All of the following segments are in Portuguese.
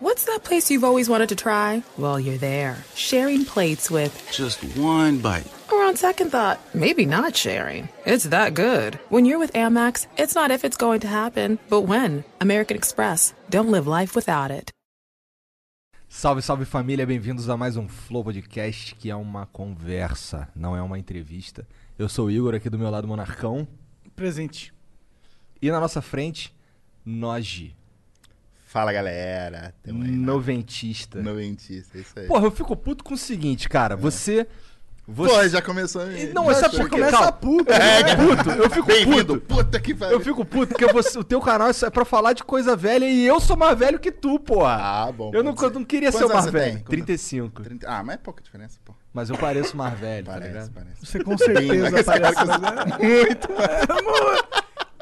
What's that place you've always wanted to try? Well, you're there, sharing plates with. Just one bite. Or on second thought, Maybe not sharing. It's that good. when you're with Amex, it's not if it's going to happen, but when. American Express. Don't live life without it. Salve, salve família, bem-vindos a mais um Flow Podcast, que é uma conversa, não é uma entrevista. Eu sou o Igor, aqui do meu lado, Monarcão. Presente. E na nossa frente, Noji, Fala galera, tamo aí. né? noventista. Noventista, é isso aí. Porra, eu fico puto com o seguinte, cara, você... você... Porra, É. já é. começou a me- E Não, é mas sabe por quê? Calma. puto. Eu fico puto, eu fico Bem-vindo, puto. puta que pariu. Eu fico puto porque você- o teu canal é pra falar de coisa velha e eu sou mais velho que tu, porra. Ah, bom. eu não, pode eu não queria Quantos ser o mais anos você velho. tem? 35. Trinta- Ah, mas é pouca diferença, pô. Mas eu pareço mais velho, tá Parece, ligado? parece. Você com certeza Bem, aparece. Muito.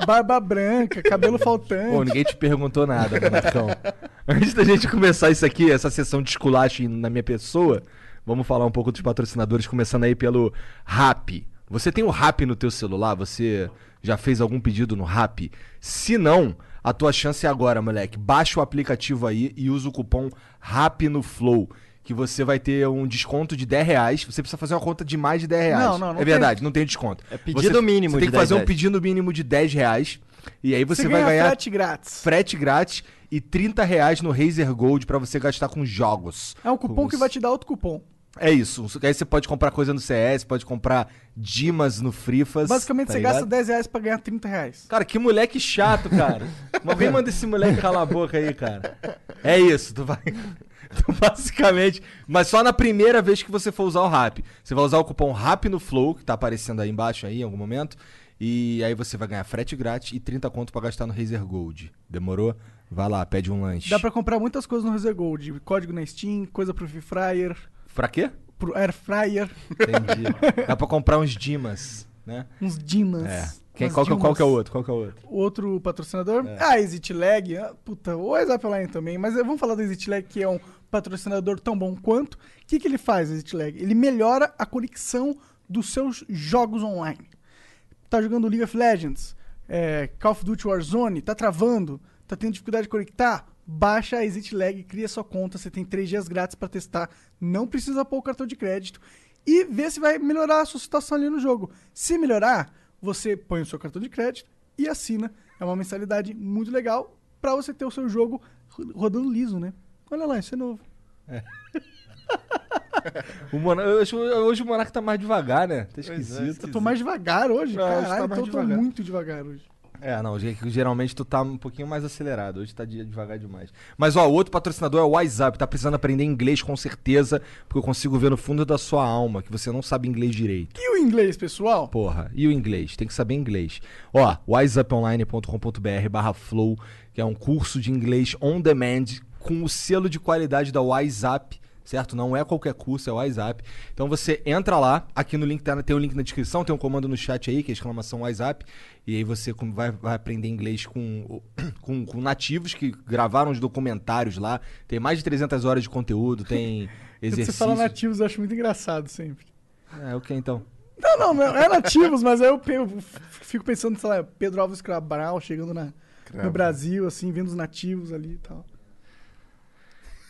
Barba branca, cabelo Pô, faltante. ninguém te perguntou nada, né, Marcão. Antes da gente começar isso aqui, essa sessão de esculacho em- na minha pessoa, vamos falar um pouco dos patrocinadores, começando aí pelo Rap. Você tem o Rap no teu celular? Você já fez algum pedido no Rap? Se não, a tua chance é agora, moleque. Baixa o aplicativo aí e usa o cupom RAP no Flow. Que você vai ter um desconto de 10 reais. Você precisa fazer uma conta de mais de 10 reais. Não, não, não É tem. verdade, não tem desconto. É pedido mínimo Você tem de que fazer 10 um reais. pedido mínimo de 10 reais. E aí você, Você vai ganha ganhar frete grátis. frete grátis e 30 reais no Razer Gold pra você gastar com jogos. É um cupom Com- que vai te dar outro cupom. É isso. Aí você pode comprar coisa no CS, pode comprar Dimas no Frifas. Basicamente, tá você ligado? gasta 10 reais pra ganhar 30 reais. Cara, que moleque chato, cara. Mas alguém manda esse moleque calar a boca aí, cara. É isso, tu vai. Tu basicamente. Mas só na primeira vez que você for usar o RAP. Você vai usar o cupom RAP no Flow, que tá aparecendo aí embaixo aí em algum momento. E aí você vai ganhar frete grátis e 30 conto pra gastar no Razer Gold. Demorou? Vai lá, pede um lanche. Dá pra comprar muitas coisas no Reserve Gold. Código na Steam, coisa pro Free Fryer, Pra quê? pro Air Fryer, Entendi. Dá pra comprar uns Dimas, né? uns Dimas. É. Quem, umas qual, que, é- qual que é o Dilmas. outro? Qual que é o outro? Outro patrocinador? Ah, Exit Lag. Ah, Puta, o Exap Line também. Mas eh, vamos falar do Exit Lag, que é um patrocinador tão bom quanto. O que, que ele faz, o Exit Lag? Ele melhora a conexão dos seus jogos online. Tá jogando League of Legends, eh, Call of Duty Warzone, tá travando, tá tendo dificuldade de conectar? Baixa a Exit Lag, cria sua conta, você tem três dias grátis pra testar, não precisa pôr o cartão de crédito e vê se vai melhorar a sua situação ali no jogo. Se melhorar, você põe o seu cartão de crédito e assina. É uma mensalidade muito legal pra você ter o seu jogo ro- rodando liso, né? Olha lá, isso é novo. O Mona- eu acho- Hoje o Monarca tá mais devagar, né? Tá esquisito. Eu tô mais devagar hoje, Não, caralho, hoje tá mais então eu tô devagar. muito devagar hoje. É, não, ge- geralmente tu tá um pouquinho mais acelerado, hoje tá de- devagar demais. Mas ó, o outro patrocinador é o WhatsApp, tá precisando aprender inglês com certeza, porque eu consigo ver no fundo da sua alma que você não sabe inglês direito. E o inglês, pessoal? Porra, e o inglês? Tem que saber inglês. Ó, wiseuponline.com.br barra flow, que é um curso de inglês on demand com o selo de qualidade da WhatsApp, certo? Não é qualquer curso, é WhatsApp. Então você entra lá, aqui no link, tá- tem o link na descrição, tem um comando no chat aí, que é exclamação WhatsApp, e aí você com- vai, vai aprender inglês com, com, com nativos que gravaram os documentários lá. Tem mais de 300 horas de conteúdo, tem Quando você exercícios. fala nativos, eu acho muito engraçado sempre. É, o que então? Não, não, não, é nativos, mas aí eu, pe- eu fico pensando, sei lá, é Pedro Alves Cabral chegando na- no Cravo. Brasil, assim, vendo os nativos ali e tal.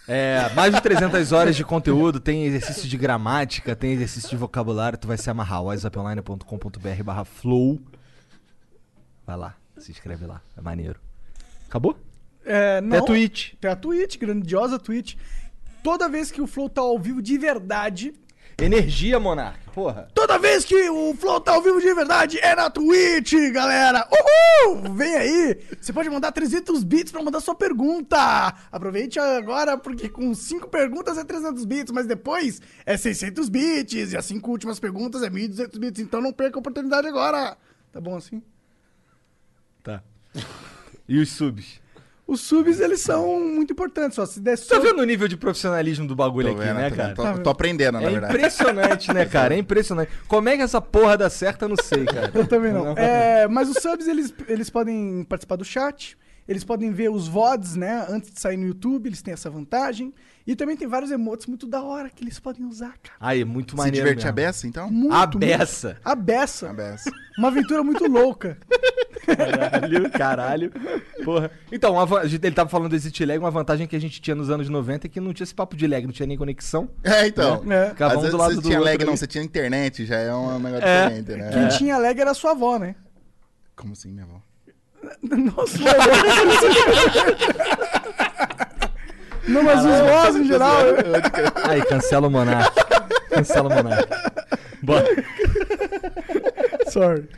É, mais de 300 horas de conteúdo, tem exercício de gramática, tem exercício de vocabulário, tu vai se amarrar, whatsapponline.com.br barra flow. Vai lá, se inscreve lá, é maneiro. Acabou? É, Até não, a Twitch. Tem a Twitch, grandiosa Twitch. Toda vez que o Flow tá ao vivo de verdade, Energia, Monarca, porra. Toda vez que o Flow tá ao vivo de verdade é na Twitch, galera! Uhul! Vem aí! Você pode mandar 300 bits pra mandar sua pergunta! Aproveite agora, porque com 5 perguntas é 300 bits, mas depois é 600 bits, e as 5 últimas perguntas é 1.200 bits, então não perca a oportunidade agora! Tá bom assim? Tá. E os subs? Os subs, eles são muito importantes, só se der Tá sub... vendo o nível de profissionalismo do bagulho Tô aqui, vendo, né, tô cara? vendo. Tô, tô aprendendo, na É verdade. impressionante, né, cara? É impressionante. Como é que essa porra dá certo, eu não sei, cara. Eu também não. É, mas os subs, eles, eles podem participar do chat, Eles podem ver os VODs, né? Antes de sair no YouTube, eles têm essa vantagem. E também tem vários emotes muito da hora que eles podem usar, cara. Aí, muito Se maneiro. divertir mesmo. a beça, então? Muito, A muito- beça. A beça. A beça. Uma aventura muito louca. Caralho, caralho. Porra. Então, uma va- a gente- ele tava falando do Exit Lag, uma vantagem que a gente tinha nos anos 90 é que não tinha esse papo de lag, não tinha nem conexão. É, então. É. Às Acabava um vezes do lado você do tinha outro lag, ali. não, você tinha internet, já é um negócio diferente, né? Quem tinha lag era a sua avó, né? Como assim, minha avó? Nossa, sua avó. Não, mas os vós em geral. né? Aí, cancela o Monark. Cancela o Monark. Bora. Sorry.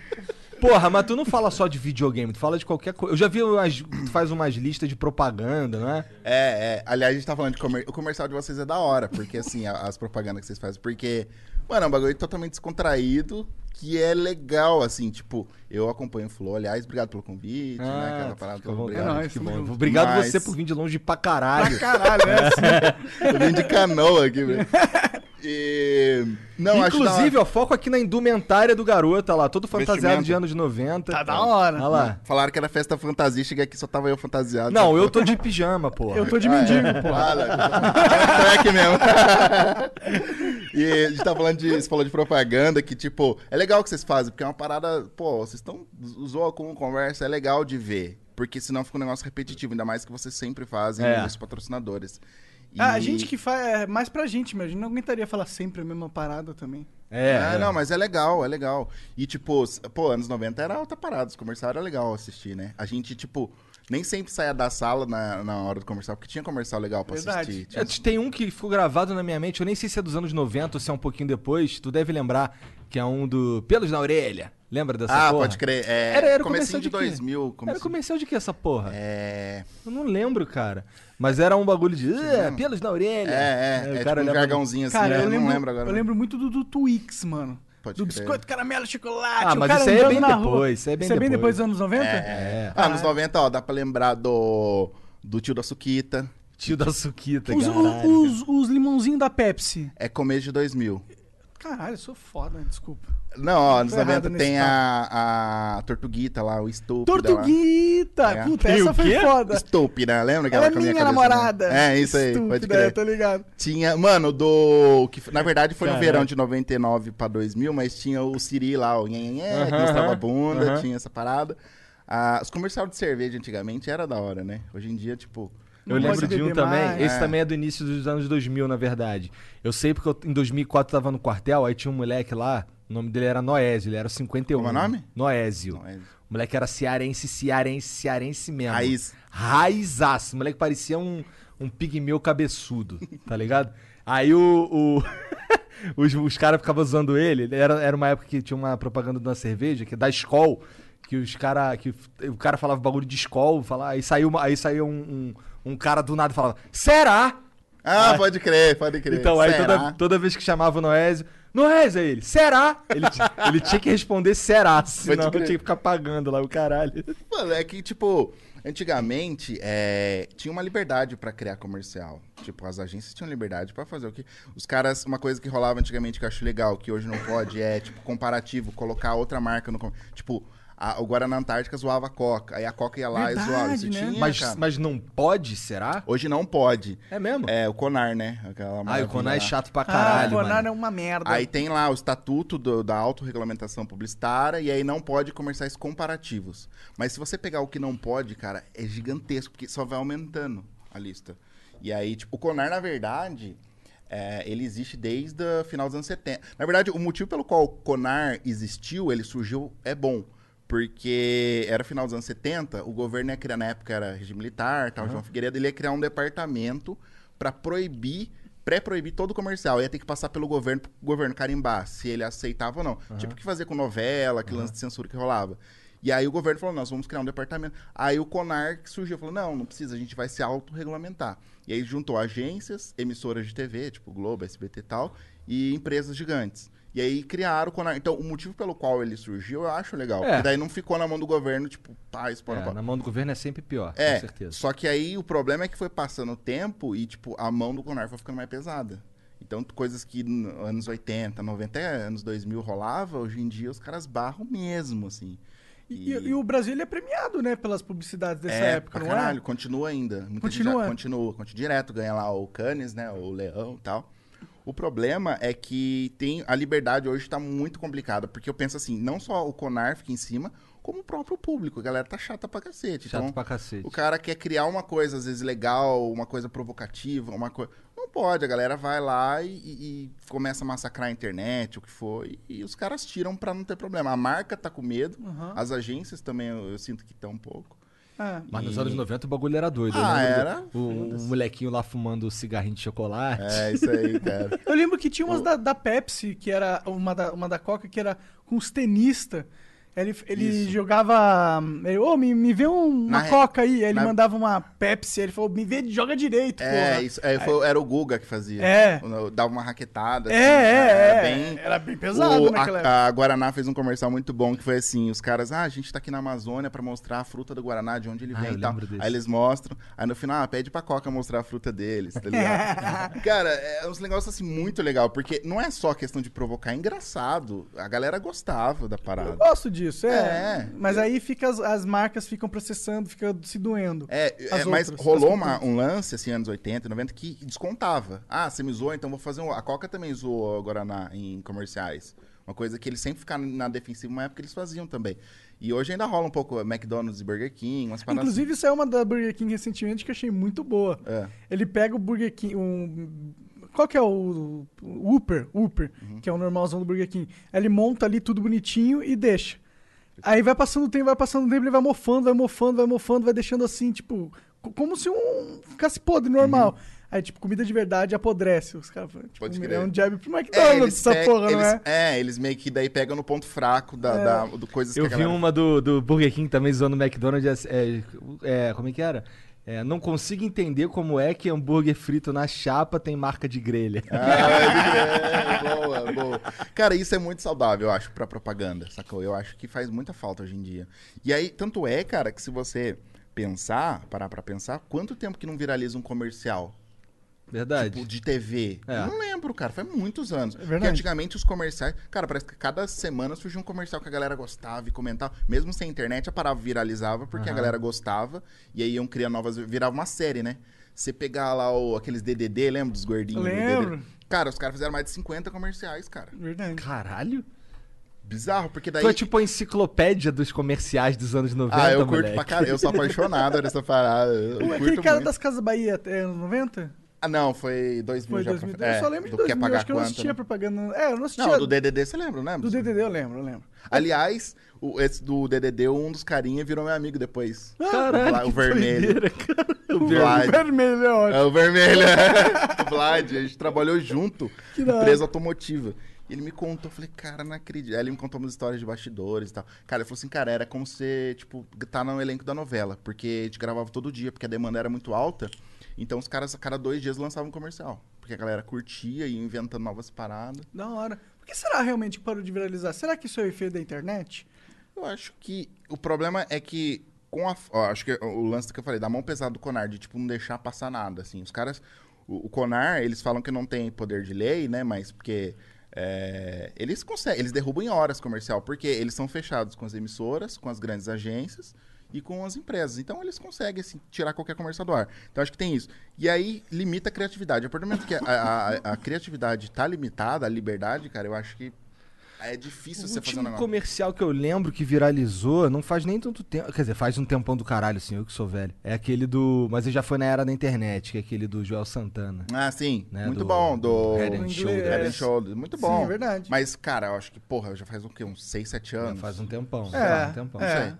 Porra, mas tu não fala só de videogame, tu fala de qualquer coisa. Eu já vi umas. Tu faz umas listas de propaganda, não é? É, é. Aliás, a gente tá falando de comer... o comercial de vocês é da hora, porque assim, a- as propagandas que vocês fazem, porque, mano, é um bagulho totalmente descontraído, que é legal, assim, tipo, eu acompanho o Flow, aliás, obrigado pelo convite, né, aquela parada fica à toda, vontade, obrigado. É nóis, que tamo bom. junto. Obrigado Mas- você por vir de longe pra caralho. Caralho, né? Eu vim de canoa aqui, velho. E... Não, acho da hora. Inclusive, ó, foco aqui na indumentária do garoto, olha lá, todo fantasiado Vestimenta. de anos 90. Tá da hora. Olha lá. Falaram que era festa fantasia, cheguei aqui só tava eu fantasiado. Não, eu tô de pijama, porra. Eu tô Ah, de mendigo. pô. é. Então é aqui mesmo. e a gente tá falando de. Você falou de propaganda, que, tipo, é legal que vocês fazem, porque é uma parada. Pô, vocês estão. Usou como conversa, é legal de ver. Porque senão fica um negócio repetitivo, ainda mais que vocês sempre fazem É. os patrocinadores. E- Ah, a gente que faz é mais pra gente, mas a gente não aguentaria falar sempre a mesma parada também. É. É, é. não, mas é legal, é legal. E, tipo, s- pô, anos 90 era outra parada, os comerciais era legal assistir, né? A gente, tipo, nem sempre saía da sala na, na hora do comercial, porque tinha comercial legal pra Verdade. assistir. É, Tinha- Tem um que ficou gravado na minha mente, eu nem sei se é dos anos 90 ou se é um pouquinho depois, tu deve lembrar, que é um do Pelos na Orelha. Lembra dessa Ah, porra? pode crer. É, Era, era comercial comecinho de de quê? 2000. Era comecinho- comercial de que essa porra? É, Eu não lembro, cara. Mas era um bagulho de. "Ah, Pelos na orelha. é, é. Aí é, o tipo um olhava- jargãozinho assim, Cara, né? eu, Eu lembro, não lembro agora. eu lembro muito do, do Twix, mano. Pode do crer. biscoito, caramelo, chocolate. Ah, o mas cara isso aí é andando bem na depois, rua. isso aí é bem bem depois. depois dos anos 90? É. Ah, nos 90, ó, dá pra lembrar do, do tio da Suquita. Tio da Suquita, Os, caralho. os, os limãozinhos da Pepsi. É começo de 2000. Caralho, eu sou foda, desculpa. Não, ó, nos Tô errado 90 nesse tem a, a Tortuguita lá, o Estúpida. lá. Tortuguita! É. Puta, Tem o essa foi quê? foda. Estúpida, lembra que Ela ela é comia a minha cabeça, né? namorada. É, isso aí, pode Estúpida, crer. tá ligado? Tinha, mano, do. Que, na verdade foi Caralho. no verão de 99 pra 2000, mas tinha o Siri lá, o Nhenhenhé, que Aham, mostrava a aham, bunda, aham. tinha essa parada. Ah, os comerciais de cerveja antigamente era da hora, né? Hoje em dia, tipo. Eu Não lembro pode de um beber também. mais. Esse É. também é do início dos anos 2000, na verdade. Eu sei porque eu, em 2004 eu tava no quartel, aí tinha um moleque lá. O nome dele era Noésio, ele era o 51. Como é o nome? Noésio. Não, é- O moleque era cearense, cearense, cearense mesmo. Raiz. Raizaço. O moleque parecia um, um pigmeu cabeçudo, tá ligado? Aí o. o- os os caras ficavam zoando ele. Ele Era, era uma época que tinha uma propaganda de uma cerveja, que é da Skol, que os cara. Que o cara falava bagulho de Skol, falava, aí saiu, uma- aí saiu um, um, um cara do nada e falava: Será? Ah, pode crer, pode crer. Então, aí Será? toda, toda vez que chamava o Noésio, Noésio, aí ele, será? Ele, ti- ele tinha que responder será, senão eu crer. tinha que ficar pagando lá o caralho. Mano, é que, tipo, antigamente é, tinha uma liberdade pra criar comercial. Tipo, as agências tinham liberdade pra fazer o que. Os caras, uma coisa que rolava antigamente que eu acho legal, que hoje não pode, é, tipo, comparativo, colocar outra marca no. com- Tipo, a- o Guaraná Antártica zoava a Coca. Aí a Coca ia lá Verdade, e zoava. Isso né? tinha, Mas, cara. mas não pode, será? Hoje não pode. É mesmo? É, o Conar, né? Aquela Ai, maravilha o Conar é lá. chato pra ah, caralho, o Bonar mano. é uma merda. Aí tem lá o estatuto do- da autorregulamentação publicitária e aí não pode comerciais comparativos. Mas se você pegar o que não pode, cara, é gigantesco, porque só vai aumentando a lista. E aí, tipo, o Conar, na verdade, é, ele existe desde o final dos anos 70. Na verdade, o motivo pelo qual o Conar existiu, ele surgiu, é bom. Porque era final dos anos 70, o governo ia criar, na época era regime militar, tal, João Figueiredo, ele ia criar um departamento para proibir, pré-proibir todo o comercial. Ia ter que passar pelo governo, pro governo carimbar se ele aceitava ou não. Tipo o que fazia com novela, que lance de censura que rolava. E aí o governo falou, nós vamos criar um departamento. Aí o Conar que surgiu, falou, não, não precisa, a gente vai se autorregulamentar. E aí juntou agências, emissoras de TV, tipo Globo, SBT e tal, e empresas gigantes. E aí criaram o Conar. Então, o motivo pelo qual ele surgiu, eu acho legal. É. Porque daí não ficou na mão do governo, tipo, pá, isso pode, É, não pode. na mão do governo é sempre pior, É, com certeza. só que aí o problema é que foi passando o tempo e, tipo, a mão do Conar foi ficando mais pesada. Então, coisas que nos é, anos 80, 90, anos 2000 rolava, hoje em dia os caras barram mesmo, assim. E, e o Brasil ele é premiado, né, pelas publicidades dessa é, época, pra não caralho, é? continua ainda. Muita Continua. Gente já, continua, continua direto, ganha lá o Cannes, né, o Leão e tal. O problema é que tem a liberdade hoje tá muito complicada, porque eu penso assim, não só o Conar fica em cima, como o próprio público, a galera tá chata pra cacete. Chato então, pra cacete. o cara quer criar uma coisa, às vezes, legal, uma coisa provocativa, uma coisa. Não pode, a galera vai lá e, e- e começa a massacrar a internet, o que for, e, e os caras tiram pra não ter problema. A marca tá com medo, as agências também eu, eu sinto que estão um pouco. Ah, Mas nos anos 90 o bagulho era doido. Ah, eu lembro era? do- O, o molequinho lá fumando cigarrinho de chocolate. É isso aí, cara. Eu lembro que tinha umas da, da Pepsi, que era uma da, uma da Coca, que era com os tenista. Ele, ele Isso. jogava. Ele, Ô, me, me vê um- uma Na re- Coca aí. Aí ele na- mandava uma Pepsi. Ele falou, me vê, joga direito, É, porra. isso, é, foi- era o Guga que fazia. É. O- Dava uma raquetada. É, assim, é, é. Era bem, pesado né, o, naquela época. a, a Guaraná fez um comercial muito bom que foi assim: os caras, ah, a gente tá aqui na Amazônia pra mostrar a fruta do Guaraná, de onde ele Ah, vem eu e tal. lembro desse. Aí eles mostram, aí no final, ah, pede pra Coca mostrar a fruta deles, tá ligado? Cara, é uns negócios assim muito legal, porque não é só questão de provocar, é engraçado. A galera gostava da Eu parada. gosto disso, é. É. Mas aí fica as, as marcas ficam processando, fica se doendo. É, As é, mas outras, rolou as uma- concorrentes. um lance, assim, anos 80, 90, que descontava. Ah, você me zoou, então vou fazer um... A Coca também zoou agora na, em comerciais. Uma coisa que eles sempre ficaram na defensiva, uma época eles faziam também. E hoje ainda rola um pouco McDonald's e Burger King, umas paradas... Inclusive, isso é uma da Burger King recentemente que eu achei muito boa. É. Ele pega o Burger King. Um, qual que é o. o Upper, Upper Uhum. que é o normalzão do Burger King. Ele monta ali tudo bonitinho e deixa. Aí vai passando o tempo, vai passando o tempo, ele vai mofando, vai mofando, vai mofando, vai deixando assim, tipo, co- como se um ficasse podre, normal. Aí, tipo, comida de verdade apodrece. Os caras falam, tipo, Uhum. Pode é crer. um jab pro É, McDonald's, essa pe- porra, não eles- é? eles meio que daí pegam no ponto fraco da, da- do coisas Eu que a vi um galera... uma do, do Burger King também zoando o McDonald's. É, é, como é que era? É, não consigo entender como é que hambúrguer frito na chapa tem marca de grelha. Ah, é, boa, boa. Cara, isso é muito saudável, eu acho, pra propaganda, sacou? Eu acho que faz muita falta hoje em dia. E aí, tanto é, cara, que se você pensar, parar pra pensar, quanto tempo que não viraliza um comercial? Verdade. Tipo, de TV. É. Eu Não lembro, cara. Faz muitos anos. É verdade. Porque antigamente os comerciais. Cara, parece que cada semana surgia um comercial que a galera gostava e comentava. Mesmo sem internet, a parada viralizava porque a galera gostava. E aí iam criar novas. Virava uma série, né? Você pegar lá o- aqueles DDD, lembra dos gordinhos? do Lembro. DDD? Cara, os caras fizeram mais de 50 comerciais, cara. Verdade. Caralho? Bizarro, porque daí. Tu é tipo a enciclopédia dos comerciais dos anos 90, ah, eu curto moleque. pra caralho. Eu sou apaixonado nessa parada. Eu Ué, curto aquele cara muito. das Casas Bahia é anos 90? Ah, não, foi 2000 Foi já. 2000. pra... é, eu só lembro de do Quer 2000. Pagar Acho que eu não Quanto, assistia né? propaganda. É, eu não assistia. Não, do DDD você lembra, não lembra? do DDD, eu lembro, eu lembro. Aliás, o, esse do DDD, um dos carinha virou meu amigo depois. Ah, Caralho, Lá, o que vermelho. doideira, cara. O O Vlad. vermelho é ótimo. É o vermelho. o Vlad, a gente trabalhou junto. Que da hora. Empresa automotiva. E ele me contou, eu falei, cara, não acredito. Aí ele me contou umas histórias de bastidores e tal. Cara, ele falou assim, cara, era como você, tipo, tá no elenco da novela. Porque a gente gravava todo dia, porque a demanda era muito alta. Então os caras, a cada dois dias, lançavam um comercial. Porque a galera curtia e ia inventando novas paradas. Da hora. Por que será realmente que parou de viralizar? Será que isso é o efeito da internet? Eu acho que o problema é que com a, ó, acho que o lance que eu falei da mão pesada do Conar de tipo não deixar passar nada assim. Os caras o, o Conar, eles falam que não tem poder de lei, né, mas porque é, eles conseguem, eles derrubam em horas comercial, porque eles são fechados com as emissoras, com as grandes agências e com as empresas. Então eles conseguem assim, tirar qualquer comercial do ar. Então acho que tem isso. E aí limita a criatividade. A partir do momento que a, a- a- a criatividade tá limitada, a liberdade, cara, eu acho que é difícil O você fazer um último negócio. comercial que eu lembro que viralizou, não faz nem tanto tempo. Quer dizer, faz um tempão do caralho, assim, eu que sou velho. É aquele do. Mas ele já foi na era da internet, que é aquele do Joel Santana. Ah, sim. né, Muito do- bom. Do Head and É, Do inglês. Shoulders. Head and Shoulders. Muito Sim, bom. é verdade. Mas, cara, eu acho que, porra, já faz o quê? Uns 6, 7 Já anos? faz um tempão. É, faz um tempão. é. Não sei.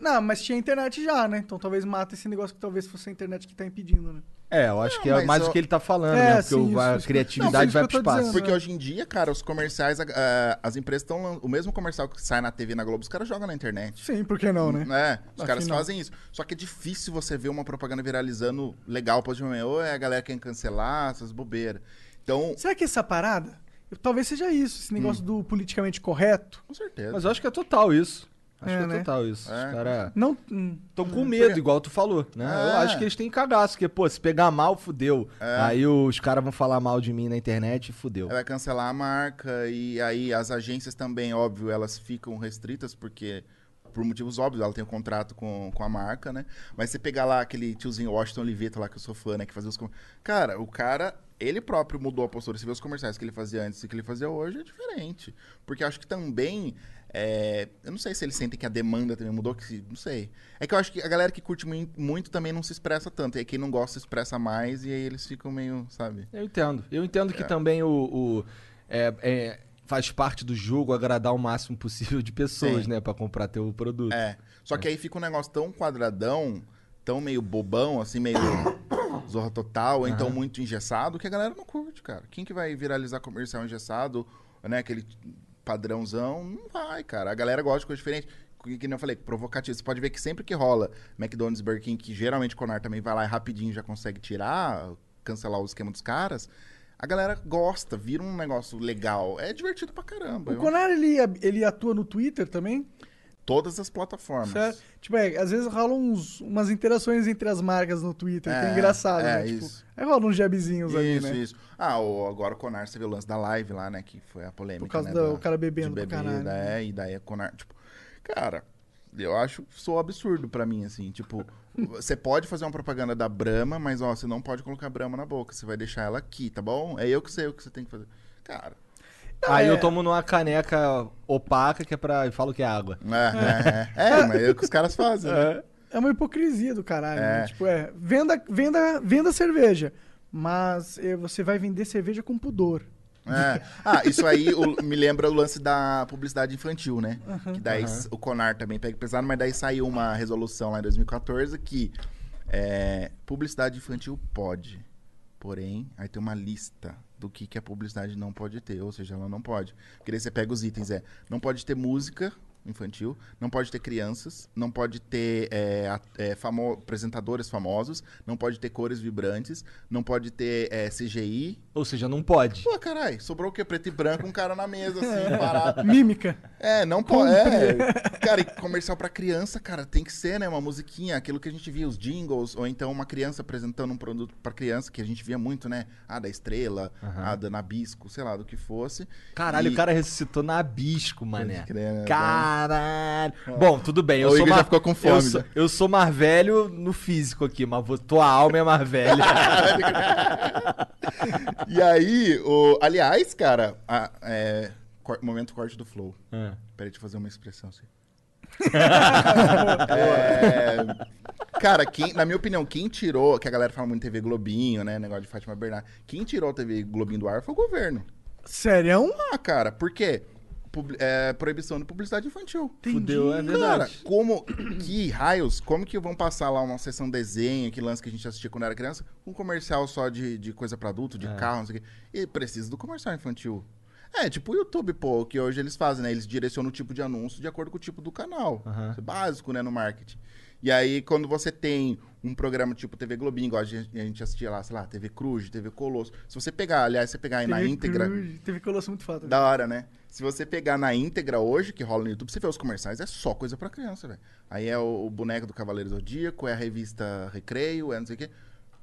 Não, mas tinha internet já, né? Então talvez mata esse negócio que talvez fosse a internet que tá impedindo, né? É, eu acho Não, que é mas mais eu- o que ele tá falando, É, né? Porque sim, o- a isso, isso. Não, criatividade foi isso vai que pro eu tô espaço. dizendo. Porque hoje em dia, cara, os comerciais, a- a- as empresas estão. O mesmo comercial que sai na TV e na Globo, os caras jogam na internet. Sim, por que não, né? É, os caras Afinal. fazem isso. Só que é difícil você ver uma propaganda viralizando legal positivamente. Ou é a galera querendo cancelar, essas bobeiras. Então, Será que essa parada? Talvez seja isso, esse Hum. negócio do politicamente correto. com certeza. Mas eu acho que é total isso. Acho É, que é né? total isso. É. Os caras Não. hum. estão com medo, igual tu falou, né? Eu É. acho que eles têm cagaço, porque, pô, se pegar mal, fudeu. Aí os caras vão falar mal de mim na internet e fudeu. Ela Vai cancelar a marca e aí as agências também, óbvio, elas ficam restritas porque por motivos óbvios, ela tem um contrato com, com a marca, né? Mas você pegar lá aquele tiozinho Washington Oliveto lá, que eu sou fã, né? Que fazia os comer- Cara, o cara, ele próprio mudou a postura. Você vê os comerciais que ele fazia antes e que ele fazia hoje, é diferente. Porque eu acho que também... é, eu não sei se eles sentem que a demanda também mudou, que se- não sei. É que eu acho que a galera que curte mui- muito também não se expressa tanto. E aí quem não gosta se expressa mais e aí eles ficam meio, sabe? Eu entendo. Eu entendo É. que também o, o- é- é, faz parte do jogo agradar o máximo possível de pessoas, Sim. né, Pra comprar teu produto. É. Só que aí fica um negócio tão quadradão, tão meio bobão, assim, meio zorra total, ou então muito engessado, que a galera não curte, cara. Quem que vai viralizar comercial engessado, né? Aquele padrãozão, não vai, cara. A galera gosta de coisa diferente. Que que nem eu falei, provocativo. Você pode ver que sempre que rola McDonald's Burger King, que geralmente o Conar também vai lá e rapidinho já consegue tirar, cancelar o esquema dos caras, a galera gosta, vira um negócio legal. É divertido pra caramba. O eu- Conar, ele, ele atua no Twitter também? Todas as plataformas. Certo? Tipo, é, às vezes rolam uns- umas interações entre as marcas no Twitter, que é É, engraçado, é, né? Tipo, isso. aí rolam uns jabzinhos Isso, ali, né? isso. Ah, o, agora o Conar, você viu o lance da live lá, né? Que foi a polêmica. Por causa né, do da- cara de bebendo pra bebida, caralho. né? É, e daí a Conar, tipo, cara, eu acho sou absurdo pra mim, assim. Tipo, você pode fazer uma propaganda da Brahma, mas ó, você não pode colocar Brahma na boca. Você vai deixar ela aqui, tá bom? É eu que sei o que você tem que fazer. Cara, Aí é. eu tomo numa caneca opaca que é pra. Eu falo que é água. é, é, é, mas é o que os caras fazem. né? É uma hipocrisia do caralho, né? É. Tipo, é, venda, venda, venda cerveja, mas eh, você vai vender cerveja com pudor. É. Ah, isso aí o- me lembra o lance da publicidade infantil, né? Que daí s- o Conar também pega pesado, mas daí saiu uma resolução lá em 2014 que é, publicidade infantil pode. Porém, aí tem uma lista do que, que a publicidade não pode ter, ou seja, ela não pode. Porque daí você pega os itens, é. Não pode ter música infantil, não pode ter crianças, não pode ter é, a- é, famo- apresentadores famosos, não pode ter cores vibrantes, não pode ter é, CGI, Ou seja, não pode. Pô, caralho, sobrou o quê? Preto e branco, um cara na mesa, assim, parado. Mímica. É, não pode. É. Cara, e comercial pra criança, cara, tem que ser, né? Uma musiquinha, aquilo que a gente via, os jingles, ou então uma criança apresentando um produto pra criança, que a gente via muito, né? A da estrela, a da Nabisco, sei lá, do que fosse. Caralho, E- o cara ressuscitou na bisco, mané. crer, né? Caralho. Bom, tudo bem. Eu O sou É. Igor já mais- ficou com fome, Eu sou, já. eu sou mais velho no físico aqui, mas vou- tua alma é mais velha. E aí, o... aliás, cara, a- é, cor- momento corte do flow. Ah. Peraí, deixa eu fazer uma expressão assim. É, Cara, quem, na minha opinião, quem tirou, que a galera fala muito TV Globinho, né? Negócio de Fátima Bernardo. Quem tirou a TV Globinho do ar foi o governo. Sério? é um Ah, cara, por quê? Publi- é, proibição de publicidade infantil. Fudeu, é Cara, verdade. como. Que raios, como que vão passar lá uma sessão desenho, que lance que a gente assistia quando era criança, um comercial só de, de coisa pra adulto, de É. carro, não sei o quê. E precisa do comercial infantil. É, tipo o YouTube, pô, que hoje eles fazem, né? Eles direcionam o tipo de anúncio de acordo com o tipo do canal. Aham. Isso é básico, né, no marketing. E aí, quando você tem um programa tipo TV Globinho, igual a gente, a gente assistia lá, sei lá, TV Cruz, TV Colosso. Se você pegar, aliás, você pegar aí É, na Teve íntegra. Cruz, Teve colosso muito fato. Da hora, né? Se você pegar na íntegra hoje, que rola no YouTube, você vê os comerciais, é só coisa pra criança, velho. Aí é o, o boneco do Cavaleiro Zodíaco, é a revista Recreio, é não sei o quê.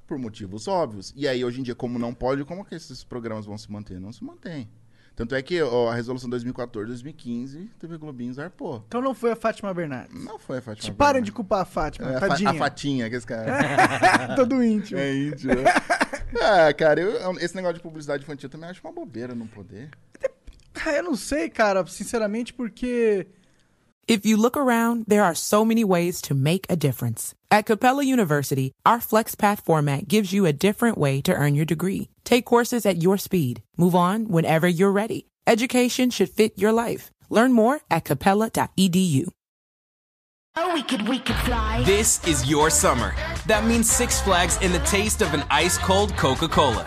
Por motivos óbvios. E aí, hoje em dia, como não pode, como que esses programas vão se manter? Não se mantém. Tanto é que ó, a resolução 2014, 2015, TV Globinho zarpou. Então não foi a Fátima Bernardes. Não foi a Fátima. Te parem de Bernardes. culpar a Fátima, É, a, fa- tadinha. a Fatinha, que esse cara. Todo íntimo. É índio. né? ah, cara, eu- esse negócio de publicidade infantil eu também acho uma bobeira não poder. Ah, Eu não sei, cara, sinceramente, porque... If you look around, there are so many ways to make a difference. At Capella University, our FlexPath format gives you a different way to earn your degree. Take courses at your speed. Move on whenever you're ready. Education should fit your life. Learn more at E capella.edu. Oh, we could, we could fly. This is your summer. That means Six Flags and the taste of an ice cold Coca Cola.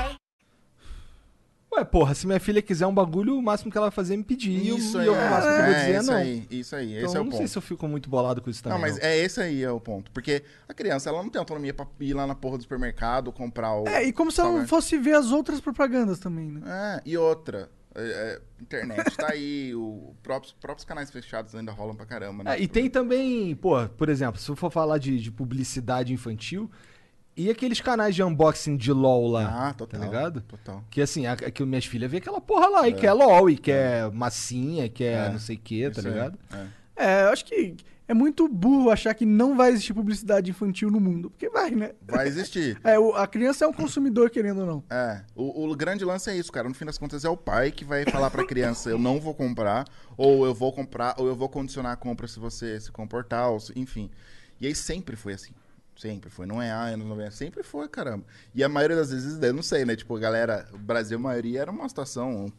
Ué, porra, se minha filha quiser um bagulho, o máximo que ela vai fazer é me pedir. e o- Isso e aí, eu, o máximo que eu vou é, dizer é é isso não. aí, isso aí, Então, esse é eu não o ponto. sei se eu fico muito bolado com isso também. Não, mas não. é esse aí é o ponto. Porque a criança, ela não tem autonomia pra ir lá na porra do supermercado, comprar o... É, e como se ela não salgado. fosse ver as outras propagandas também, né? É, e outra. é, é, internet tá aí, o próprios, próprios canais fechados ainda rolam pra caramba, né? É, e tem também, pô, por exemplo, se eu for falar de, de publicidade infantil, e aqueles canais de unboxing de LOL lá, Ah, total. É. tá ligado? Total. Que assim, a, que minhas filhas vê aquela porra lá, e quer LOL, e quer massinha, e quer não sei o que, tá É. Isso aí, ligado? é. É, eu acho que é muito burro achar que não vai existir publicidade infantil no mundo. Porque vai, né? Vai existir. É, o- a criança é um consumidor, querendo ou não. É, o, o grande lance é isso, cara. No fim das contas, é o pai que vai falar pra criança: eu não vou comprar, ou eu vou comprar, ou eu vou condicionar a compra se você se comportar, ou se- enfim. E aí sempre foi assim. Sempre foi. Não é ah, anos 90. Sempre foi, caramba. E a maioria das vezes, eu não sei, né? Tipo, a galera, o Brasil, a maioria era uma situação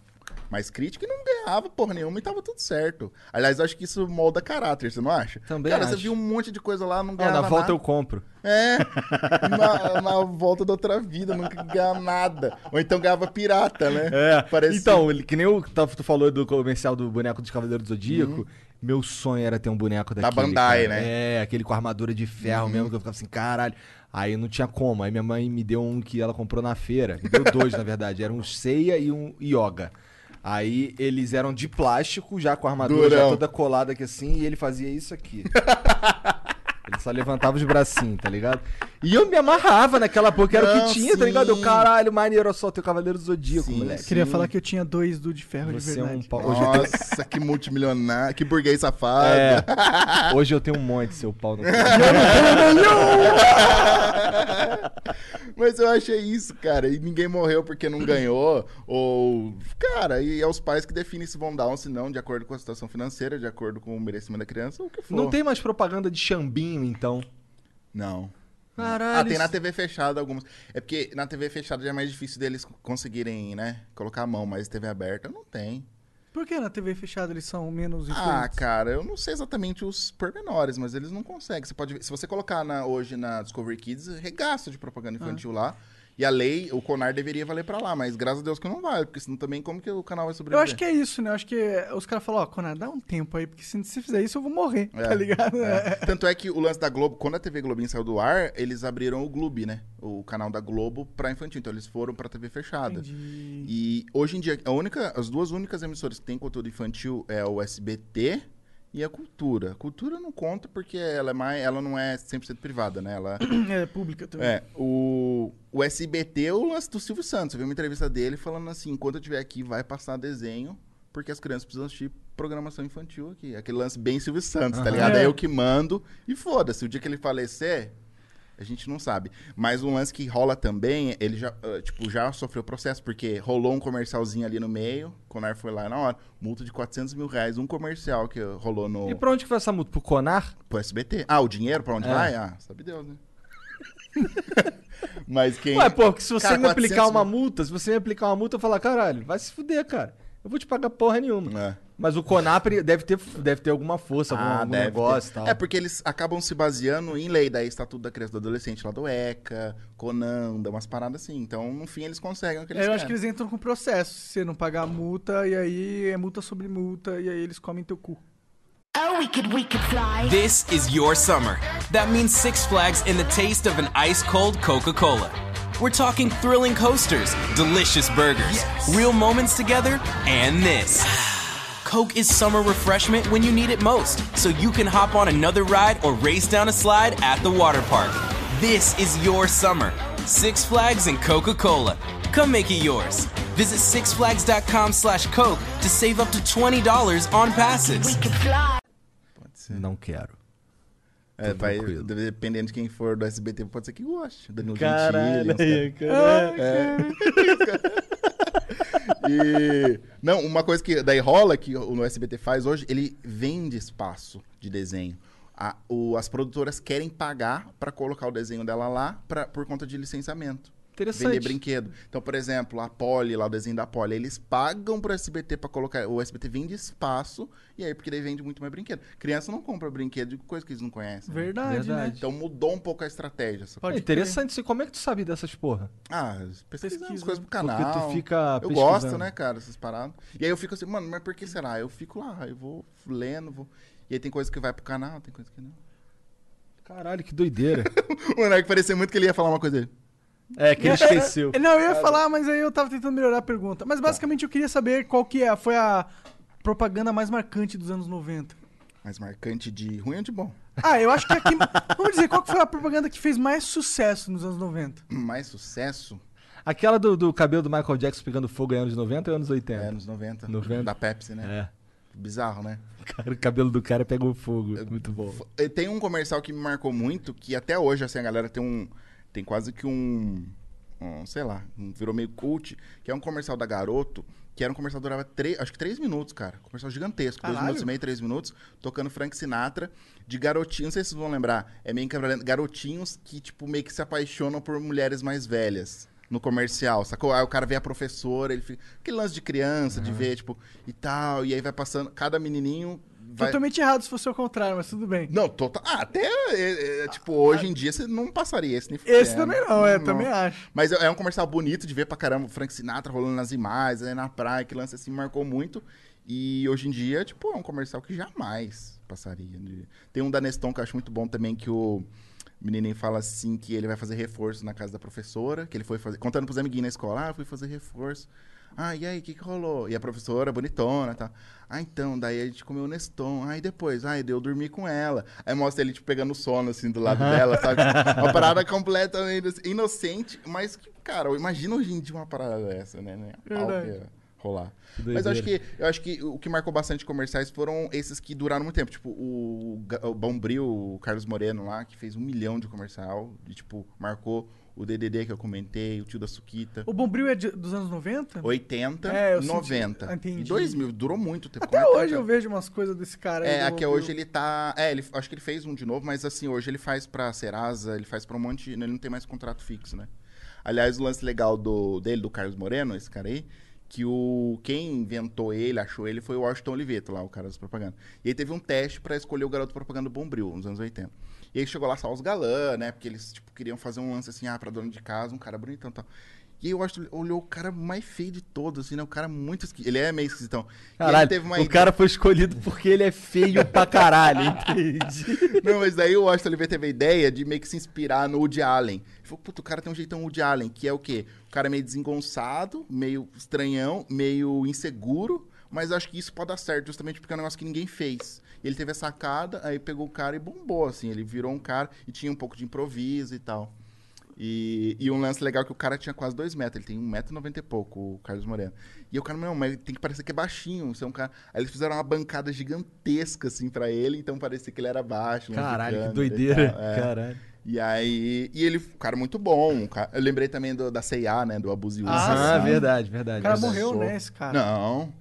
mais crítica e não ganhava porra nenhuma e tava tudo certo. Aliás, eu acho que isso molda caráter, você não acha? Também Cara, você acho. viu um monte de coisa lá, não Ó, ganhava Ah, na volta nada. eu compro. É, na, na volta da outra vida, nunca ganhava nada. Ou então ganhava pirata, né? É, Parece- então, ele- que nem o que tá- tu falou do comercial do boneco dos Cavaleiros do Zodíaco, meu sonho era ter um boneco daquele. Uhum. Bandai, cara. né? É, aquele com armadura de ferro mesmo, que eu ficava assim, caralho. Aí eu não tinha como, aí minha mãe me deu um que ela comprou na feira, me deu dois, na verdade, era um Seiya e um Yoga. Aí eles eram de plástico, já com a armadura já Durão. toda colada aqui assim, e ele fazia isso aqui. Ele só levantava os bracinhos, tá ligado? E eu me amarrava naquela boca, que era o Não, que tinha, tá ligado? Eu, sim. caralho, maneiro, eu só tenho Cavaleiro do Zodíaco, Sim, moleque. sim. Queria falar que eu tinha dois do de ferro de Você é um verdade. pau. Hoje, eu tenho- Nossa, que multimilionário, que burguês safado. é, hoje eu tenho um monte, seu pau no cu. Mas eu achei isso, cara. E ninguém morreu porque não ganhou. Ou. Cara, e é os pais que definem se vão dar ou se não, de acordo com a situação financeira, de acordo com o merecimento da criança, ou o que for. Não tem mais propaganda de chambinho, então. Não. Caralho. Ah, tem na TV fechada algumas. É porque na TV fechada já é mais difícil deles conseguirem, né? Colocar a mão, mas TV aberta não tem. Por que na TV fechada eles são menos Ah, influentes? cara, eu não sei exatamente os pormenores, mas eles não conseguem. Você pode ver, se você colocar na- hoje na Discovery Kids, regaça de propaganda infantil Ah. lá. E a lei, o Conar deveria valer pra lá, mas graças a Deus que não vale, porque senão também como que o canal vai eu sobreviver? acho que é isso, né? Eu acho que os caras falam, ó, Conar, dá um tempo aí, porque se você fizer isso eu vou morrer, É, tá ligado? é. Tanto é que o lance da Globo, quando a TV Globinho saiu do ar, eles abriram o Globo, né? O canal da Globo pra infantil. Então eles foram pra TV fechada. E hoje em dia, a única, as duas únicas emissoras que têm conteúdo infantil é o SBT e a Cultura. A Cultura não conta porque ela, é mais, ela não é 100% privada, né? Ela É, pública também. é, o, o SBT, é o lance do Silvio Santos. Eu vi uma entrevista dele falando assim: enquanto eu estiver aqui, vai passar desenho, porque as crianças precisam assistir programação infantil aqui. Aquele lance bem Silvio Santos, tá ligado? É eu que mando. E foda-se, o dia que ele falecer. A gente não sabe. Mas um lance que rola também, ele já, ah, tipo, já sofreu processo, porque rolou um comercialzinho ali no meio, o Conar foi lá na hora, multa de 400 mil reais, um comercial que rolou no E pra onde que vai essa multa? Pro Conar? pro SBT. Ah, o dinheiro pra onde É. vai? Ah, sabe Deus, né? Mas quem. Ué, pô, porque se você Cara, me aplicar 400 uma mil. multa, se você me aplicar uma multa, eu falar, caralho, vai se fuder, cara. Eu vou te pagar porra nenhuma. É. Mas o Conapre deve ter, deve ter alguma força, algum, algum Ah, deve negócio e ter. tal. É porque eles acabam se baseando em lei, daí Estatuto da Criança e do Adolescente lá do ECA, Conanda, umas paradas assim. Então, no fim, eles conseguem o que eles É, eu querem. acho que eles entram com processo, se você não pagar a multa, e aí é multa sobre multa, e aí eles comem teu cu. Oh, we could, we could fly. This is your summer. That means Six Flags and the taste of an ice cold Coca Cola. We're talking thrilling coasters, delicious burgers, real moments together, and this. Coke is summer refreshment when you need it most, so you can hop on another ride or race down a slide at the water park. This is your summer. Six Flags and Coca Cola. Come make it yours. Visit sixflags.com slash Coke to save up to $20 on passes. We could fly. Não quero. É, vai, tranquilo. dependendo de quem for do SBT, pode ser que goste. Danilo Gentili, uns caras. Caralho, cara. E- Não, uma coisa que daí rola que o no SBT faz hoje, ele vende espaço de desenho. A- o- as produtoras querem pagar pra colocar o desenho dela lá pra- por conta de licenciamento. Interessante. Vender brinquedo. Então, por exemplo, a Poli, lá o desenho da Poli, eles pagam pro SBT pra colocar. O SBT vende espaço, e aí, porque daí vende muito mais brinquedo. Criança não compra brinquedo de coisa que eles não conhecem. né? Verdade, Verdade. né? Então mudou um pouco a estratégia. Essa Pode É interessante isso. E Como é que tu sabe dessas porra? Ah, pesquisa Pesquisa. as coisas pro canal. Porque tu fica Eu pesquisando. gosto, né, cara, essas paradas. E aí eu fico assim, mano, mas por que será? Eu fico lá, eu vou lendo, vou... E aí tem coisa que vai pro canal, tem coisa que não. Caralho, que doideira. O Monark parecia muito que ele ia falar uma coisa dele. é, que ele esqueceu. É, Não, eu ia falar, mas aí eu tava tentando melhorar a pergunta. Tá. Mas basicamente eu queria saber qual que é, foi a propaganda mais marcante dos anos 90. Mas marcante de ruim ou de bom? Ah, eu acho que aqui. vamos dizer, qual que foi a propaganda que fez mais sucesso nos anos 90? Mais sucesso Aquela do, do cabelo do Michael Jackson pegando fogo é anos 90 ou anos é 80? anos 90, 90. Da Pepsi, né? É. Bizarro, né? Cara, o cabelo do cara pegou fogo. É, Muito bom. E Tem um comercial que me marcou muito, que até hoje, assim, a galera tem um. Tem quase que um. um, sei lá, um- virou meio cult, que é um comercial da Garoto, que era um comercial que durava três, acho que três minutos, cara. Comercial gigantesco, dois minutos e meio, três minutos, tocando Frank Sinatra, de garotinhos, não sei se vocês vão lembrar, é meio que garotinhos que, tipo, meio que se apaixonam por mulheres mais velhas. No comercial, sacou? Aí o cara vê a professora, ele fica. Aquele lance de criança, de ver, tipo, e tal. E aí vai passando. Cada menininho. Vai... Totalmente errado se fosse o contrário, mas tudo bem. Não, total. Ah, até, é, é, tipo, hoje em dia você não passaria esse nem Ah, Esse fudendo. também não, é, também acho. Mas é é um comercial bonito de ver pra caramba. o Frank Sinatra rolando nas imagens, né, na praia, que lance assim, marcou muito. E hoje em dia, tipo, é um comercial que jamais passaria. né? Tem um da Neston que eu acho muito bom também, que o menininho fala assim que ele vai fazer reforço na casa da professora, que ele foi fazer, contando pros amiguinhos na escola, ah, eu fui fazer reforço. Ah, e aí, o que, que rolou? E a professora, bonitona, tá? Ah, então, daí a gente comeu Neston. Aí depois, Ah, ai, deu dormir com ela. Aí mostra ele, tipo, pegando sono, assim, do lado dela, sabe? Uma parada completamente assim, inocente, mas que, cara, eu imagino hoje em dia uma parada dessa, né? né? A pau que ia rolar. Mas eu acho, que, eu acho que o que marcou bastante comerciais foram esses que duraram muito tempo. Tipo, o, Ga- o Bombril, o Carlos Moreno lá, que fez um milhão de comercial. E, tipo, marcou o DDD que eu comentei, o Tio da Suquita. O Bombril é de- dos anos 90? 80, É, eu senti- 90. entendi. E 2000, durou muito tempo. Até Como é que hoje tá? eu vejo umas coisas desse cara aí. É, do aqui Bombril. hoje ele tá. É, ele, acho que ele fez um de novo, mas assim, hoje ele faz pra Serasa, ele faz pra um monte. Ele não tem mais contrato fixo, né? Aliás, o lance legal do, dele, do Carlos Moreno, esse cara aí, que o quem inventou ele, achou ele, foi o Washington Oliveto, lá, o cara das propaganda. E aí teve um teste pra escolher o garoto propaganda do Bombril, nos anos 80. E aí chegou lá só os galã, né? Porque eles, tipo, queriam fazer um lance assim, ah, pra dono de casa, um cara bonitão e tal. E aí o Washington olhou o cara mais feio de todos, assim, né? O cara muito esquisito. Ele é meio esquisitão. E aí ele Caralho, o ideia- cara foi escolhido porque ele é feio pra caralho, entendi. Não, mas daí o Washington Oliveira teve a ideia de meio que se inspirar no Woody Allen. Ele falou, puta, o cara tem um jeitão Woody Allen, que é o quê? O cara é meio desengonçado, meio estranhão, meio inseguro, mas eu acho que isso pode dar certo, justamente porque é um negócio que ninguém fez. E ele teve a sacada, aí pegou o cara e bombou, assim. Ele virou um cara e tinha um pouco de improviso e tal. E, e um lance legal é que o cara tinha quase dois metros, ele tem um metro e noventa e pouco, o Carlos Moreno. E o cara, não, mas tem que parecer que é baixinho, você é um cara... Aí eles fizeram uma bancada gigantesca, assim, pra ele, então parecia que ele era baixo. longe de Caralho, que câmera e doideira. tal, é. Caralho. E aí... E ele, um cara muito bom, um cara- eu lembrei também do- da C&A, né, do Abuse Ah, verdade, verdade. O cara verdade. morreu, sou- né? Esse cara. é Não.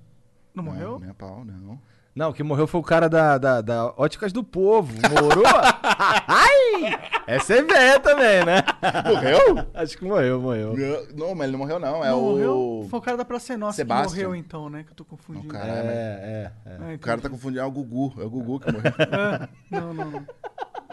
Não morreu? Não, nem a pau, não. Não, quem morreu foi o cara da, da, da Óticas do Povo. Morou? Ai! Essa é velha também, né? Morreu? Acho que morreu, morreu. não, não, mas ele não morreu, não. É Não o... morreu? Foi o cara da Praça é Nossa Sebastian. que morreu então, né? Que eu tô confundindo. Não, cara. É, é, Ah, O cara tá entendi. confundindo, é o Gugu, é o Gugu que morreu. Não, não, não.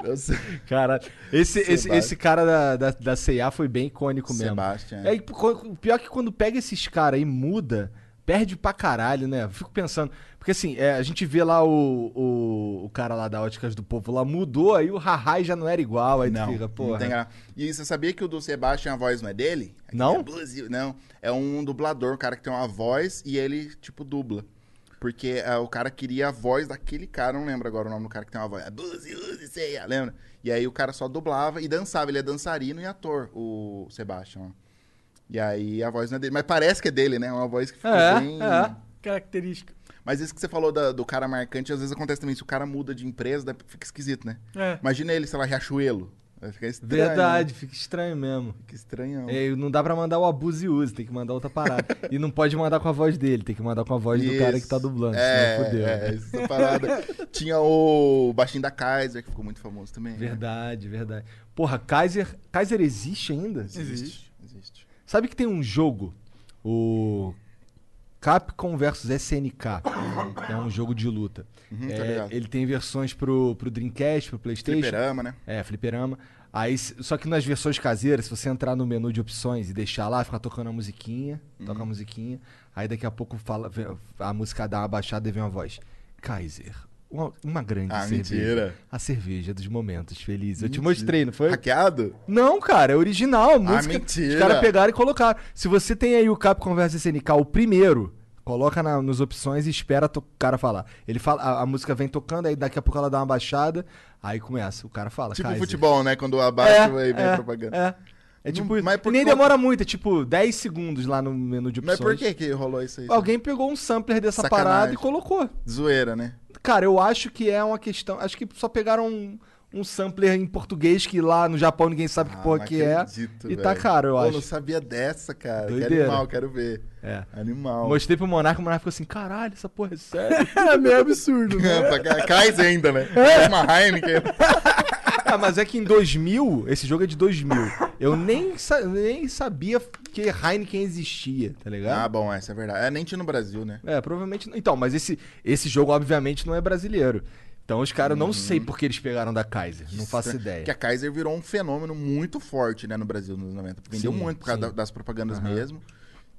Eu sei. é. Caralho. Esse, esse, Sebastião. esse cara da, da, da C&A foi bem icônico mesmo. Sebastian. É, e co- pior que quando pega esses caras e muda, perde pra caralho, né? Eu Fico pensando. Porque assim, é, a gente vê lá o, o, o cara lá da Óticas do Povo lá mudou, aí o Rahai já não era igual, aí tu Não, fica, não porra. tem gra- E você sabia que o do Sebastian, a voz não é dele? Aqui Não? É Brasil. Não, é um dublador, um cara que tem uma voz e ele, tipo, dubla. Porque ah, o cara queria a voz daquele cara, não lembro agora o nome do cara que tem uma voz. É Buzi, Uzi, Ceia, é, lembra? E aí o cara só dublava e dançava, ele é dançarino e ator, o Sebastian. E aí a voz não é dele, mas parece que é dele, né? É uma voz que ficou É, bem... é. Característica. Mas isso que você falou da- do cara marcante, às vezes acontece também. Se o cara muda de empresa, daí fica esquisito, né? É. Imagina ele, sei lá, Riachuelo. Vai ficar estranho. né? Verdade, fica estranho mesmo. Que estranhão. É, não dá pra mandar o abuso e use, tem que mandar outra parada. e não pode mandar com a voz dele, tem que mandar com a voz do cara que tá dublando, senão né? fodeu. É, essa parada. Tinha o Baixinho da Kaiser, que ficou muito famoso também. né? Verdade, verdade. Porra, Kaiser, Kaiser existe ainda? Existe. Existe. Sabe que tem um jogo, o Capcom vs SNK. é um jogo de luta. Uhum, tô É, ligado. ele tem versões pro, pro Dreamcast, pro Playstation. Fliperama, né? É, fliperama. Aí, s- só que nas versões caseiras, se você entrar no menu de opções e deixar lá, ficar tocando a musiquinha, toca a Uhum. musiquinha, aí daqui a pouco fala, vê- a música dá uma baixada e vem uma voz. Kaiser, uma, uma grande Ah, cerveja. mentira. A cerveja dos momentos felizes. Eu te mostrei, não foi? Hackeado? Não, cara, é original. A música, Ah, mentira. Os caras pegaram e colocaram. Se você tem aí o Capcom vs SNK, o primeiro, coloca na, nos opções e espera to- o cara falar. Ele fala, a, a música vem tocando, aí daqui a pouco ela dá uma baixada, aí começa. O cara fala. Tipo Kaiser. futebol, né? Quando É, abaixa aí vem é, a propaganda. É. É tipo, Não- mas isso. por E nem qual- demora muito, é tipo 10 segundos lá no menu de Mas opções. por que que rolou isso aí? Alguém pegou um sampler dessa Sacanagem. parada e colocou. Zoeira, né? Cara, eu acho que é uma questão. Acho que só pegaram um, um sampler em português que lá no Japão ninguém sabe que Ah, porra não que é. acredito, e tá velho. caro, eu Pô, acho. não sabia dessa, cara. Que Doideira. animal, quero ver. É. Animal. Mostrei pro Monarca, o Monarca ficou assim: caralho, essa porra é sério. É meio absurdo, né? Pra cá- Kaiser ainda, né? É. Uma Heineken. ah, mas é que em 2000, esse jogo é de 2000. Eu nem, sa- nem sabia que Heineken existia, tá ligado? Ah, bom, essa é verdade. É, nem tinha no Brasil, né? É, provavelmente. não. Então, mas esse, esse jogo, obviamente, não é brasileiro. Então, os caras, eu não sei por que eles pegaram da Kaiser. não faço Estranho. ideia. Uhum. Que a Kaiser virou um fenômeno muito forte, né, no Brasil nos 90. Vendeu Sim, muito por causa sim. da- das propagandas mesmo.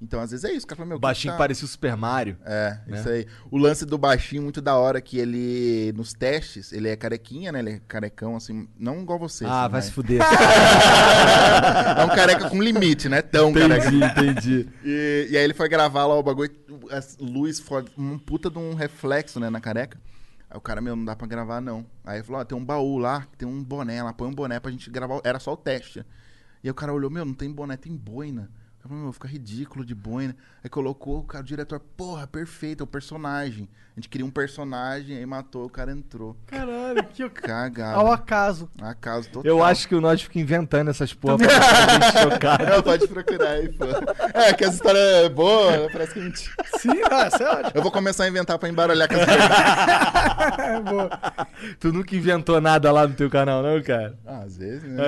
Então, às vezes é isso. O cara fala, meu, O que baixinho né? tá- parecia o Super Mario. É, isso aí. O lance do baixinho, muito da hora, que ele, nos testes, ele é carequinha, né? Ele é carecão, assim, não igual você. ah, vai assim, mas- se fuder. É um careca com limite, né? Tão careca. entendi, entendi. E, e aí ele foi gravar lá o bagulho, as luz, fo- um puta de um reflexo, né, na careca. Aí o cara, meu, não dá pra gravar, não. Aí ele falou, ó, tem um baú lá, tem um boné lá, põe um boné pra gente gravar. o- Era só o teste. E aí o cara olhou, meu, não tem boné, tem boina. Eu falei, meu, fica ridículo de boina. Aí colocou o cara, o diretor, porra, perfeito, é o personagem. A gente queria um personagem, aí matou, o cara entrou. Caralho, que ao Cagado. acaso. Acaso total. Eu acho que o Nod fica inventando essas porra pra gente chocar. É, pode procurar aí, pô. É, que essa história é boa, parece que mentira. Sim, ah, essa é ótima. Eu vou começar a inventar pra embaralhar com as É boa. Tu nunca inventou nada lá no teu canal, não, cara? ah, Às vezes, né?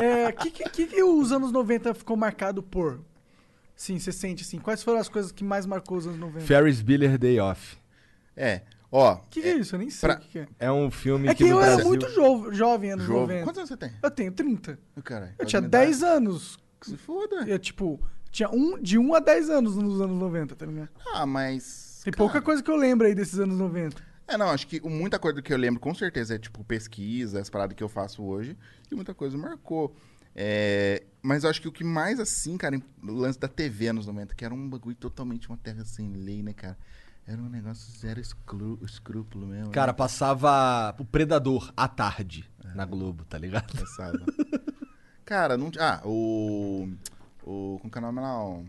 É, que, que, que, que os anos 90 ficou marcado por? Sim, você sente assim. Quais foram as coisas que mais marcou os anos 90? O Ferris Bueller Day Off. É, ó. que, que é isso? Eu nem sei pra- o que, que é. É um filme É que no eu era Brasil- muito jo jovem anos Jogo. 90. Quantos anos você tem? Eu tenho 30. Ô, Caralho, Eu quase tinha minha idade. 10 anos. Se foda. Eu, tipo, tinha um, de 1 a 10 anos nos anos 90, tá ligado? Ah, mas. Tem cara, pouca coisa que eu lembro aí desses anos 90. É, não, acho que muita coisa do que eu lembro, com certeza, é tipo pesquisa, as paradas que eu faço hoje, e muita coisa marcou. É, mas eu acho que o que mais, assim, cara, em- o lance da TV nos 90, que era um bagulho totalmente uma terra sem lei, né, cara? Era um negócio zero escru- escrúpulo mesmo. Cara, né? passava o Predador à tarde na Globo, tá ligado? Passava. Cara, não tinha. Ah, o. O. Como que é o nome lá? O,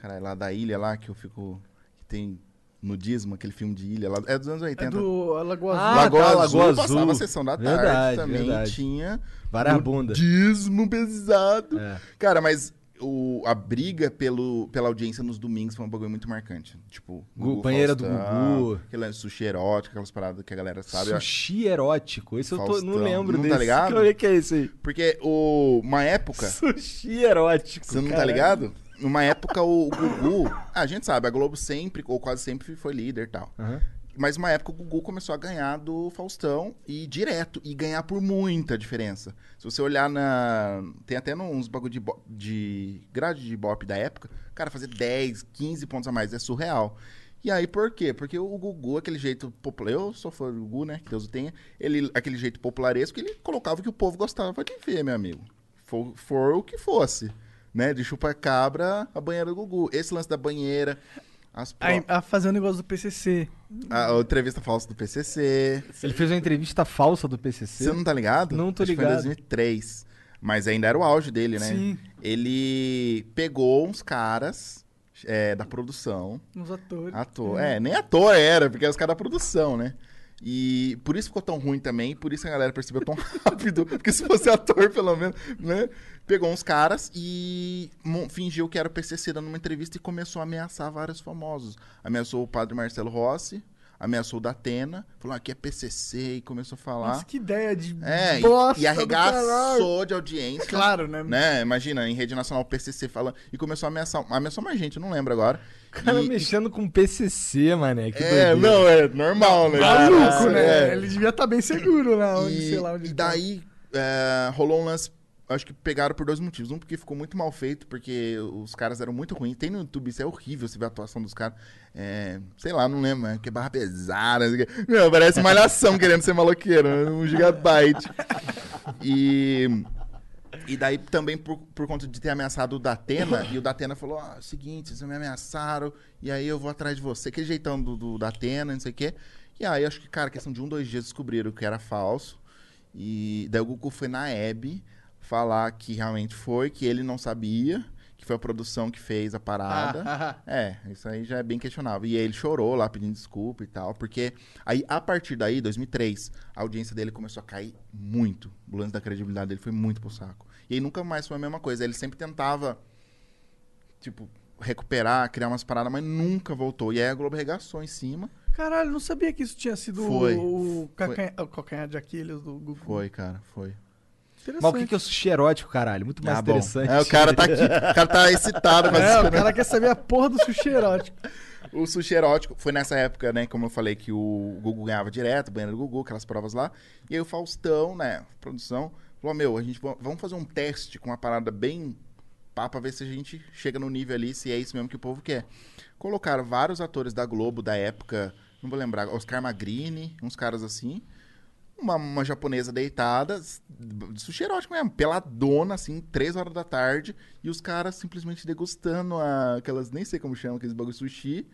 caralho, lá da ilha lá que eu fico. Que tem nudismo, aquele filme de ilha lá. É dos anos É 80. do a Lagoa Azul. Ah, Lagoa, tá, Azul, Lagoa Passava a Azul. sessão da tarde Verdade, também. verdade. Tinha. Varar a bunda. Nudismo pesado. É. Cara, mas. O, a briga pelo, pela audiência nos domingos foi um bagulho muito marcante. Tipo, Gu- banheira do Gugu. Aquele lance sushi erótico, aquelas paradas que a galera sabe. Eu- Sushi erótico. Esse eu tô, não Faustão. lembro Não tá desse. ligado? Que, que é esse aí? Porque o, uma época. Sushi erótico. Você não tá caralho. ligado? Numa época, o, o Gugu. A gente sabe, a Globo sempre, ou quase sempre, foi líder e tal. Aham. Mas uma época o Gugu começou a ganhar do Faustão e direto, e ganhar por muita diferença. Se você olhar na. Tem até uns bagulho de, bo- de grade de bop da época, cara, fazer 10, 15 pontos a mais é surreal. E aí, por quê? Porque o Gugu, aquele jeito popular. Eu sou fã do Gugu, né? Que Deus o tenha. Ele, aquele jeito popularesco, ele colocava o que o povo gostava de ver, meu amigo. For, for o que fosse. Né? De chupa-cabra a banheira do Gugu. Esse lance da banheira. As pro- Aí, a fazer o negócio do PCC. a a entrevista falsa do PCC. Ele fez uma entrevista falsa do PCC. Você não tá ligado? Não tô Acho que ligado. Foi em 2003. Mas ainda era o auge dele, né? Sim. Ele pegou uns caras é, da produção. Nos atores. Ator. É, nem ator era, porque os caras da produção, né? E por isso ficou tão ruim também, por isso que a galera percebeu tão rápido. Porque se fosse ator, pelo menos, né? Pegou uns caras e mon- fingiu que era o PCC dando uma entrevista e começou a ameaçar vários famosos. Ameaçou o padre Marcelo Rossi, ameaçou o da Atena, falou ah, aqui é PCC e começou a falar. Nossa, que ideia de É, e- bosta e do caralho. arregaçou de audiência. Claro, né? Imagina, em rede nacional, o PCC falando. E começou a ameaçar. Ameaçou mais gente, eu não lembro agora. O cara E- mexendo com PCC, mané. Que É, doideira. não, é normal, né? Maluco, né? É. Ele devia estar bem seguro lá onde, E, sei lá onde e ele tá. daí é, rolou um lance. Acho que pegaram por dois motivos. Um, porque ficou muito mal feito, porque os caras eram muito ruins. Tem no YouTube, isso é horrível, você vê a atuação dos caras. É, sei lá, não lembro, é que é barra pesada. não sei o quê. Meu, parece malhação querendo ser maloqueiro, né? um gigabyte. E. E daí também por, por conta de ter ameaçado o Datena, e o Datena falou: ah, seguinte, vocês me ameaçaram, e aí eu vou atrás de você. Aquele jeitão do, do Datena, não sei o quê. E aí acho que, cara, questão de um, dois dias descobriram que era falso. E daí o Goku foi na Hebe falar que realmente foi, que ele não sabia, que foi a produção que fez a parada. É, isso aí já é bem questionável. E aí ele chorou lá pedindo desculpa e tal, porque aí a partir daí, 2003, a audiência dele começou a cair muito. O lance da credibilidade dele foi muito pro saco. E aí nunca mais foi a mesma coisa. Ele sempre tentava, tipo, recuperar, criar umas paradas, mas nunca voltou. E aí a Globo regaçou em cima. Caralho, não sabia que isso tinha sido Foi. o, cacanha- o calcanhar de Aquiles do Goku. Foi, cara, foi. Interessante. Mas o que, que é o sushi erótico, caralho? Muito mais Ah, bom. interessante. É, o cara tá aqui, o cara tá excitado com É, essas o cara quer saber a porra do sushi erótico. O sushi erótico foi nessa época, né? Como eu falei, que o Gugu ganhava direto, banheiro do Gugu, aquelas provas lá. E aí o Faustão, né? Produção, falou: Meu, a gente va- vamos fazer um teste com uma parada bem pá pra ver se a gente chega no nível ali, se é isso mesmo que o povo quer. Colocaram vários atores da Globo da época, não vou lembrar, Oscar Magrini, uns caras assim. Uma, uma japonesa deitada, s- de sushi erótico mesmo, peladona, assim, três horas da tarde, e os caras simplesmente degustando a- aquelas, nem sei como chamam, aqueles bagulho sushi.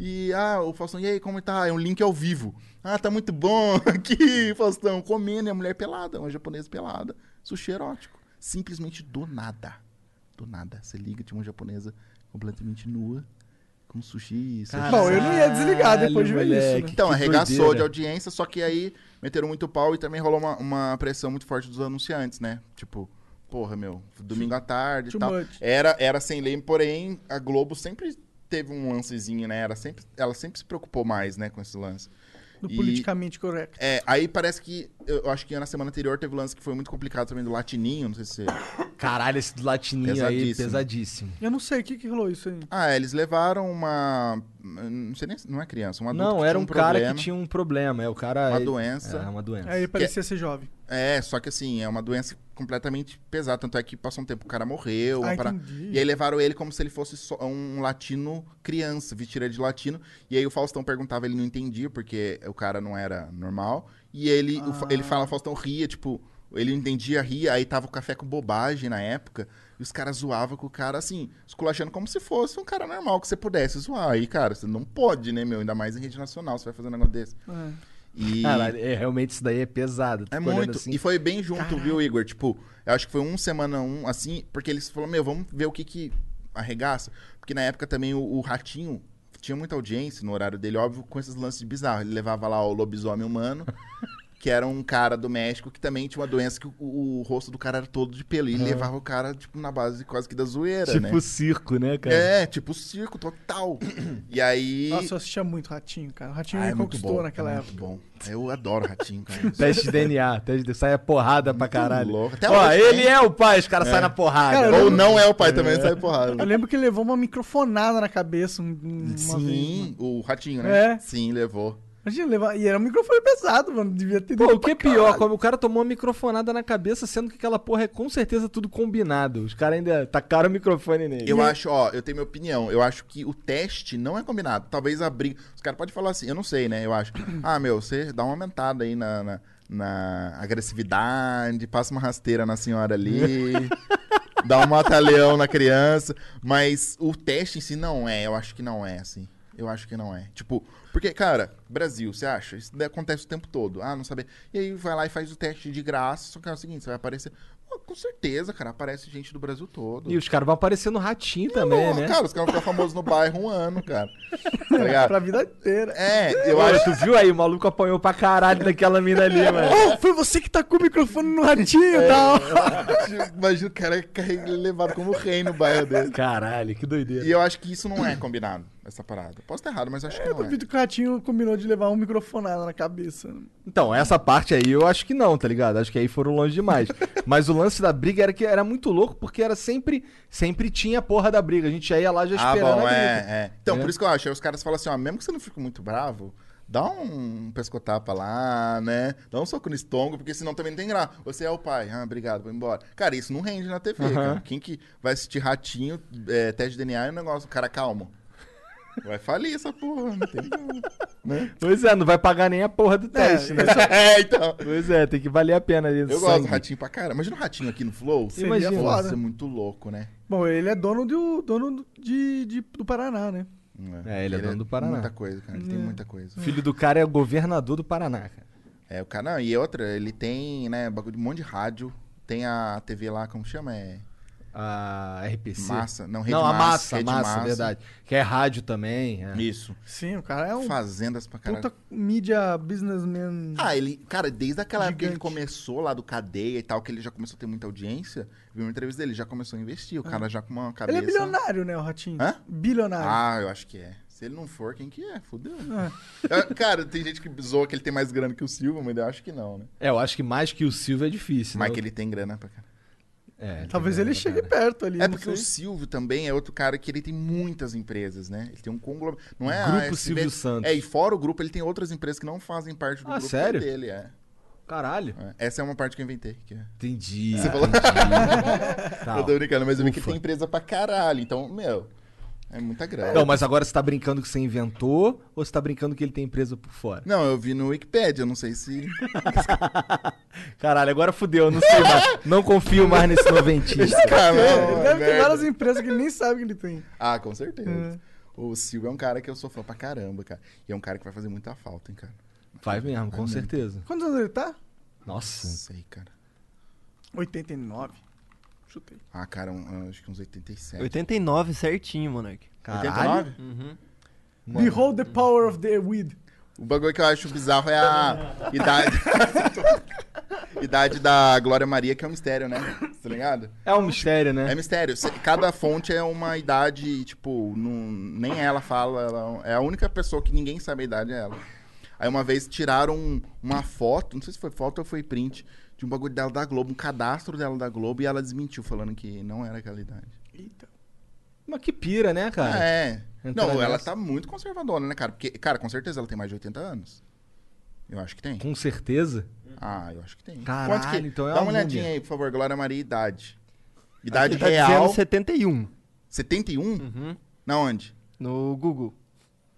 E, ah, o Faustão, e aí, como tá? É um link ao vivo. Ah, tá muito bom aqui, Faustão, comendo, e a mulher pelada, uma japonesa pelada, sushi erótico. Simplesmente do nada. Do nada. Você liga, tinha uma japonesa completamente nua, com sushi e sushi. Bom, eu não ia desligar depois de ver Caralho, isso, né? moleque. Então, Que arregaçou doideira. de audiência, só que aí meteram muito pau e também rolou uma, uma pressão muito forte dos anunciantes, né? Tipo, porra, meu, domingo à tarde e Too tal. much. Era, era sem lei, porém, a Globo sempre teve um lancezinho, né? Era sempre, ela sempre se preocupou mais, né, com esse lance. Do E- politicamente correto. É, aí parece que, eu eu acho que na semana anterior teve um lance que foi muito complicado também do latininho, não sei se... Caralho, esse do latininho aí, Pesadíssimo. pesadíssimo. Eu não sei, o que que rolou isso aí? Ah, eles levaram uma... Não sei nem, se- não é criança, um Não, adulto que era tinha um, cara que tinha um problema. É, o cara... Uma é- doença. É, uma doença. Aí ele parecia ser jovem. É, só que assim, é uma doença completamente pesada. Tanto é que passou um tempo, o cara morreu. Ah, uma parada- entendi. E aí levaram ele como se ele fosse só um latino criança, vestido de latino. E aí o Faustão perguntava, ele não entendia, porque o cara não era normal. E ele, o Fa- ele Ah. fala, Faustão ria, tipo, ele não entendia, ria. Aí tava o café com bobagem na época. E os caras zoavam com o cara, assim, esculachando como se fosse um cara normal, que você pudesse zoar. Aí, cara, você não pode, né, meu? Ainda mais em rede nacional, você vai fazer um negócio desse. É. E... Caralho, é, realmente isso daí é pesado. Tu É fica olhando muito. assim, E foi bem junto, viu, Igor? Tipo, eu acho que foi um semana um, assim, porque eles falaram, meu, vamos ver o que que arregaça. Porque na época também o, o Ratinho tinha muita audiência no horário dele, óbvio, com esses lances bizarros. Ele levava lá o lobisomem humano, que era um cara do México que também tinha uma doença que o, o rosto do cara era todo de pelo. E ele levava o cara, tipo, na base quase que da zoeira, tipo né? circo, né, cara? É, tipo circo total. e aí. Nossa, eu assistia muito Ratinho, cara. O Ratinho Ah, me conquistou naquela é época. Muito bom. Eu adoro ratinho, cara. Teste de DNA, teste de... sai a porrada pra caralho. louco. Até Ó, hoje ele tem. é o pai, os caras saem na porrada. Cara, Ou não é o pai também, sai porrada. Eu lembro que ele levou uma microfonada na cabeça um- um- uma vez. mano. Sim, o ratinho, né? É. Sim, levou. Imagina, levar... e era um microfone pesado, mano. Devia ter Pô, dado o que é pra pior, caralho. como o cara tomou uma microfonada na cabeça, sendo que aquela porra é com certeza tudo combinado. Os caras ainda tacaram o microfone nele. Eu acho, ó, eu tenho minha opinião. Eu acho que o teste não é combinado. Talvez a briga. Os caras podem falar assim, eu não sei, né? Eu acho. Ah, meu, você dá uma aumentada aí na, na, na agressividade, passa uma rasteira na senhora ali. dá um mata-leão na criança. Mas o teste em si não é, eu acho que não é, assim. Eu acho que não é. Tipo, porque, cara, Brasil, você acha? Isso daí acontece o tempo todo. Ah, não saber. E aí vai lá e faz o teste de graça. Só que é o seguinte, você vai aparecer. Pô, Com certeza, cara, aparece gente do Brasil todo. E os caras vão aparecer no ratinho também, Porra, né? Cara, os caras ficam famosos no bairro um ano, cara. Tá ligado? Pra vida inteira. É, eu Pô, acho. tu viu aí, o maluco apanhou pra caralho daquela mina ali, mano. Oh, foi você que tacou o microfone no ratinho tá? e tal. Imagina o cara carre- levado como rei no bairro dele. Caralho, que doideira. E eu acho que isso não é combinado. essa parada. Posso estar errado, mas acho que Eu não é. duvido que o Ratinho combinou de levar um microfonada na cabeça. Então, essa parte aí eu acho que não, tá ligado? Acho que aí foram longe demais. Mas o lance da briga era que era muito louco, porque era sempre. Sempre tinha a porra da briga. A gente já ia lá já Ah, esperando. bom, a briga. é, é. Então, É. por isso que eu acho. Aí os caras falam assim, ó, mesmo que você não fique muito bravo, dá um pescotapa lá, né? Dá um soco no estômago, porque senão também não tem graça. Você é o pai, ah, obrigado, vou embora. Cara, isso não rende na TV, cara. Quem que vai assistir ratinho, é, teste de DNA e o negócio, cara, calmo. Vai falir essa porra, não tem como. Pois é, não vai pagar nem a porra do teste, né? É, então. Pois é, tem que valer a pena ali. Eu gosto do ratinho pra cara. Imagina o ratinho aqui no Flow. Seria Imagina. Nossa, foda. é muito louco, né? Bom, ele é dono, do, dono de, de- do Paraná, né? É, ele é dono do Paraná. Muita coisa, cara. Ele tem muita coisa. O filho do cara é o governador do Paraná, cara. É, o canal. E outra, ele tem, né, bagulho, um monte de rádio. Tem a TV lá, como chama? É. A RPC. Massa. Não, Rede não, a Massa, massa, Rede massa, Massa. verdade. Que é rádio também. é. Isso. Sim, o cara é um Fazendas pra caralho. puta mídia businessman. Ah, ele, cara, desde aquela época que ele Gigante. começou lá do cadeia e tal, que ele já começou a ter muita audiência, eu vi uma entrevista dele, já começou a investir. O cara já com uma ele cabeça. é bilionário, né, o Ratinho? Hã? Bilionário. Ah, eu acho que é. Se ele não for, quem que é? Fudeu. Ah. Eu- Cara, tem gente que zoa que ele tem mais grana que o Silva, mas eu acho que não, né? É, eu acho que mais que o Silvio é difícil. Mas né? que ele tem grana pra caralho. É, Talvez tem ele grana pra chegue caralho. perto ali. É não porque o sei. Silvio também é outro cara que ele tem muitas empresas, né? Ele tem um conglomerado. Não é Grupo a SB Silvio Santos. É, e fora o grupo, ele tem outras empresas que não fazem parte do Ah, grupo sério? dele, é. Caralho. É. Essa é uma parte que eu inventei. Que é. Entendi. Você falou- entendi. Tá. Eu tô brincando, mas eu vi que Ah, Ufa. tem empresa pra caralho. Então, meu, é muita grana. Não, mas agora você tá brincando que você inventou ou você tá brincando que ele tem empresa por fora? Não, eu vi no Wikipedia, eu não sei se. Caralho, agora fudeu, não sei mais. Não confio mais nesse noventista. Ah, não, É, ele deve ter merda. várias empresas que ele nem sabe que ele tem. Ah, com certeza. O Silvio é um cara que eu sou fã pra caramba, cara. E é um cara que vai fazer muita falta, hein, cara. Vai mesmo, É com certeza. Quantos anos ele tá? Não Nossa. sei, cara. 89. Chutei. Ah, cara, um- acho que uns 87. 89 certinho, Monark. Caralho. Behold the power of the weed. O bagulho que eu acho bizarro é a idade. idade da Glória Maria, que é um mistério, né? Tá ligado? É um mistério, É né? mistério. Cê- Cada fonte é uma idade, tipo, não- nem ela fala. ela- é a única pessoa que ninguém sabe a idade é ela. Aí uma vez tiraram um- uma foto, não sei se foi foto ou foi print, de um bagulho dela da Globo, um cadastro dela da Globo, e ela desmentiu, falando que não era aquela idade. Eita. Mas que pira, né, cara? É. Entra Não, ela nessa. tá muito conservadora, né, cara? Porque, cara, com certeza ela tem mais de 80 anos. Eu acho que tem. Com certeza. Ah, eu acho que tem. Caralho, Quanto que... então é Dá uma uma olhadinha múmia. aí, por favor, Glória Maria, idade. Idade Ele tá real, dizendo 71 71? Na onde? no Google.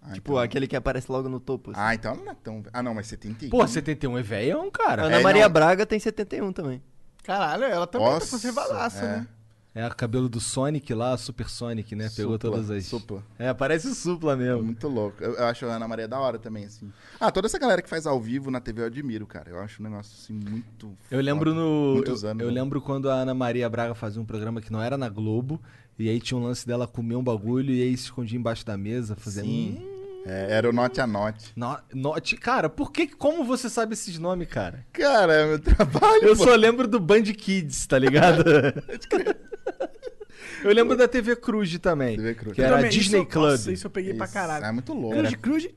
Ah, tipo, então- aquele que aparece logo no topo. assim. Ah, então ela não é tão... Ah, não, mas 71. Pô, 71 é velhão, cara. Ana é, Maria não. Braga tem 71 também. Caralho, ela também tá conservadaça, é. né? É o cabelo do Sonic lá, Super Sonic, né? Pegou Supla, todas as. supla. É, parece o supla É mesmo. Muito louco. Eu, eu acho a Ana Maria da hora também, assim. Ah, toda essa galera que faz ao vivo na TV eu admiro, cara. Eu acho um negócio, assim, muito... Eu lembro foda. no. Muitos Eu, anos, eu né? lembro quando a Ana Maria Braga fazia um programa que não era na Globo. E aí tinha um lance dela comer um bagulho e aí se escondia embaixo da mesa, fazendo. Sim. É, era o Note a Note. No, note, cara, por que. Como você sabe esses nomes, cara? Cara, é meu trabalho, Eu pô. só lembro do Band Kids, tá ligado? eu lembro da TV Cruz também. TV Cruz. Que era Também, a Disney isso, Club. Nossa, isso eu peguei pra Isso, caralho. É muito louco. Cruz, cruz.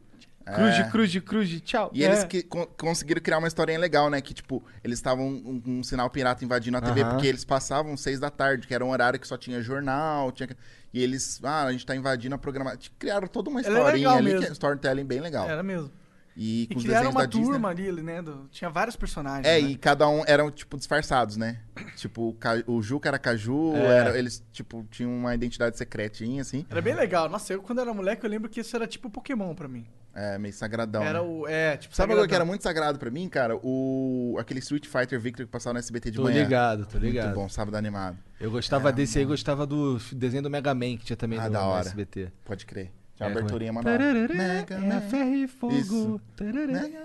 Cruz, Cruz, Cruz, tchau. É. E É. eles que con- conseguiram criar uma historinha legal, né? Que, tipo, eles estavam com um, um sinal pirata invadindo a TV, Aham. porque eles passavam seis da tarde, que era um horário que só tinha jornal, tinha... que- E eles, ah, a gente tá invadindo a programação. Criaram toda uma Ela é legal historinha ali, que é mesmo. storytelling bem legal. Era mesmo. E E com os criaram desenhos uma da Disney. turma ali, né? do- tinha vários personagens. É, né? e cada um eram, tipo, disfarçados, né? Tipo, o, Ca- o Juca era Caju, É. era- eles, tipo, tinham uma identidade secretinha, assim. Era bem legal. Nossa, eu quando era moleque, eu lembro que isso era tipo Pokémon pra mim. É, meio sagradão. né? Era o. É, tipo, Sabe o o que era muito sagrado pra mim, cara? O... Aquele Street Fighter Victor que passava no SBT de Tô manhã. ligado, tô ligado. Muito bom, sábado animado. Eu gostava desse aí, gostava do f- desenho do Mega Man que tinha também É, né? Ah, no, da no hora. SBT. Pode crer. Tinha uma É, aberturinha, como mano. é? Tararara, Mega é Man. ferro e fogo. Isso. Tararara, Mega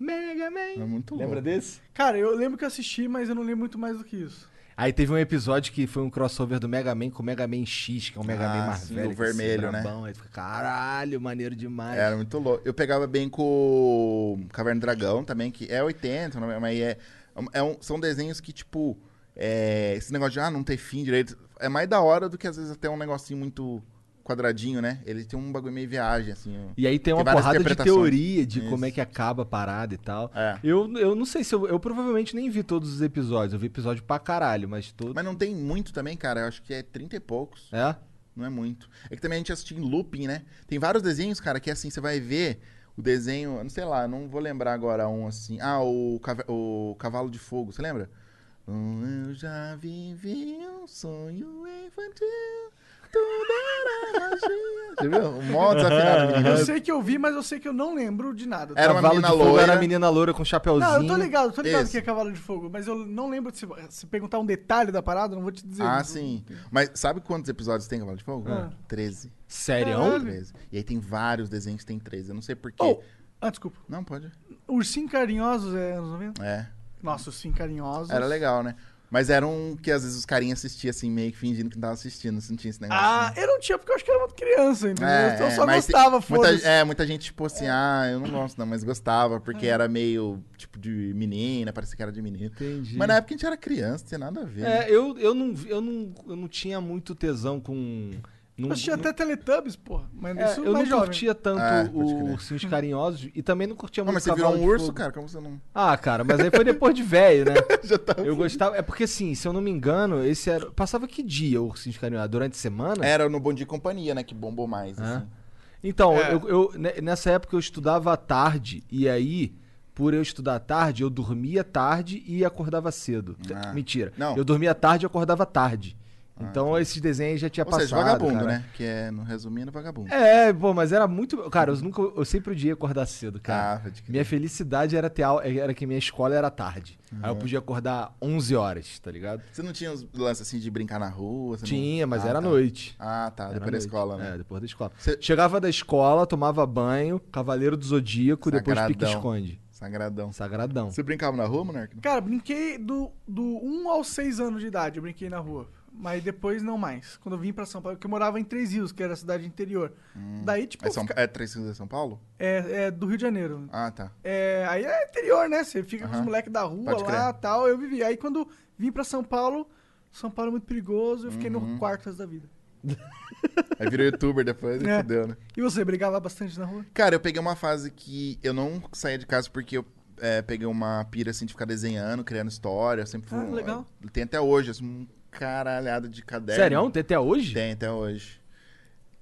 Mega Man. É muito Lembra louco. desse? Cara, eu lembro que eu assisti, mas eu não lembro muito mais do que isso. Aí teve um episódio que foi um crossover do Mega Man com o Mega Man X, que é um Mega Ah, Man mais sim, velho. o que é assim, vermelho, né? brabão. Aí tu fica, caralho, maneiro demais. Era um muito louco. Eu pegava bem com o Caverna do Dragão também, que é 80, não é- mas é, é um- são desenhos que, tipo, é, esse negócio de ah, não ter fim direito, é mais da hora do que às vezes até um negocinho muito quadradinho, né? Ele tem um bagulho meio viagem, assim. ó. E aí tem uma várias porrada de interpretações. teoria de Isso. como é que acaba a parada e tal. É. Eu, eu não sei se eu, eu provavelmente nem vi todos os episódios. Eu vi episódio pra caralho, mas todo. Mas não tem muito também, cara. Eu acho que é 30 e poucos. É? Não é muito. É que também a gente assistiu em looping, né? Tem vários desenhos, cara, que assim, você vai ver o desenho, eu não sei lá, não vou lembrar agora um assim. Ah, o, cava- o Cavalo de Fogo, você lembra? Hum, Eu já vivi um sonho infantil. Tudo era magia. Você viu? Um modo desafinado, menino. Eu sei que eu vi, mas eu sei que eu não lembro de nada. tá? Era uma Cavalo menina de fogo, loira. Era a menina loira com chapeuzinho. Não, eu tô ligado, eu tô ligado Esse. que é Cavalo de Fogo, mas eu não lembro se, se perguntar um detalhe da parada, eu não vou te dizer. Ah, Mas- sim. Mas sabe quantos episódios tem Cavalo de Fogo? Ah. 13. Sério? 13. E aí tem vários desenhos que tem 13. Eu não sei porquê. Oh, ah, desculpa. Não, pode. Ursinho Carinhosos é anos 90? É. Nossa, Ursinho Carinhosos. Era legal, né? Mas era um que às vezes os carinhas assistiam assim, meio que fingindo que não tava assistindo, assim, não tinha esse negócio. Ah, eu não tinha porque eu acho que era muito criança, entendeu? É, Então eu é, só mas gostava, tem- muita- foda-se. É, muita gente, tipo assim, ah, eu não gosto não, mas gostava, porque era meio, tipo, de menina, parecia que era de menino. Entendi. Mas na época a gente era criança, não tinha nada a ver. né? É, eu, eu, não, vi- eu, não, eu não tinha muito tesão com. não- Eu Uhum. tinha não- até Teletubbies, porra. Mas é, isso eu não mais jovem. curtia tanto É, pode o crer. Ursinhos Carinhosos e também não curtia Ah, muito mas você Cavalo virou um de urso, Fogo. cara, como você não... Ah, cara, mas aí foi depois de velho, né? tá Eu gostava. É porque, assim, se eu não me engano, esse era. Passava que dia o Ursinhos Carinhosos? Durante a semana? Era no Bom Dia e Companhia, né, que bombou mais, Ah. assim. Então, eu, eu- ne- nessa época eu estudava à tarde, e aí, por eu estudar à tarde, eu dormia tarde e acordava cedo. Ah. Mentira. Não. Ah, Eu dormia tarde e acordava tarde. Então esses desenhos já tinha Ou passado. seja, vagabundo, cara. né? Que é, no resumindo, vagabundo. É, pô, mas era muito. Cara, eu, nunca, eu sempre odiei acordar cedo, cara. Ah, pode crer. Tá. Minha felicidade era ter aula, era que minha escola era tarde. Aí eu podia acordar 11 horas, tá ligado? Você não tinha os lances assim de brincar na rua? Você não- Tinha, mas Ah, era à tá. noite. Ah, tá. Era à Depois da noite. escola, né? É, depois da escola. Cê- Chegava da escola, tomava banho, Cavaleiro do Zodíaco, depois Sagradão. pique-esconde. Sagradão. Um Sagradão. Você brincava na rua, Monark? Cara, brinquei do, do 1 aos 6 anos de idade, eu brinquei na rua. Mas depois não mais. Quando eu vim pra São Paulo, porque eu morava em Três Rios, que era a cidade interior. Daí, tipo, É, São... é Três Rios de São Paulo? é, é do Rio de Janeiro. Ah, tá. É, aí é interior, né? Você fica com os Aham. moleques da rua Pode lá e tal. Eu vivi. Aí quando vim pra São Paulo, São Paulo é muito perigoso, eu fiquei Uhum. no quartas da vida. Aí virou youtuber depois e É. fudeu, né? E você, brigava bastante na rua? Cara, eu peguei uma fase que eu não saía de casa porque eu é, peguei uma pira assim de ficar desenhando, criando história. Eu sempre fui. Ah, um- legal. Tem até hoje, assim, um caralhado de caderno. Sério? é um Tem até hoje? Tem até hoje.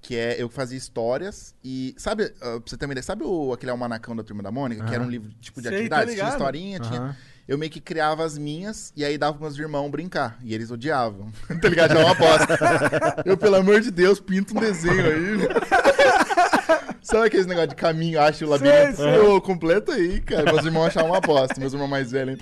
Que é, eu fazia histórias e. Sabe, ah, pra você ter uma ideia, sabe o, aquele almanacão da Turma da Mônica? Que era um livro tipo de Sei, tô atividades? Tinha ligado. historinha, Aham. tinha. Eu meio que criava as minhas e aí dava pros meus irmãos brincar. E eles odiavam. tá ligado? Já é uma aposta. eu, pelo amor de Deus, pinto um desenho aí. Sabe aqueles negócio de caminho, acho o labirinto? Sei, sei. Ô, completa aí, cara. Meus irmãos achavam uma aposta, meus irmãos mais velhos.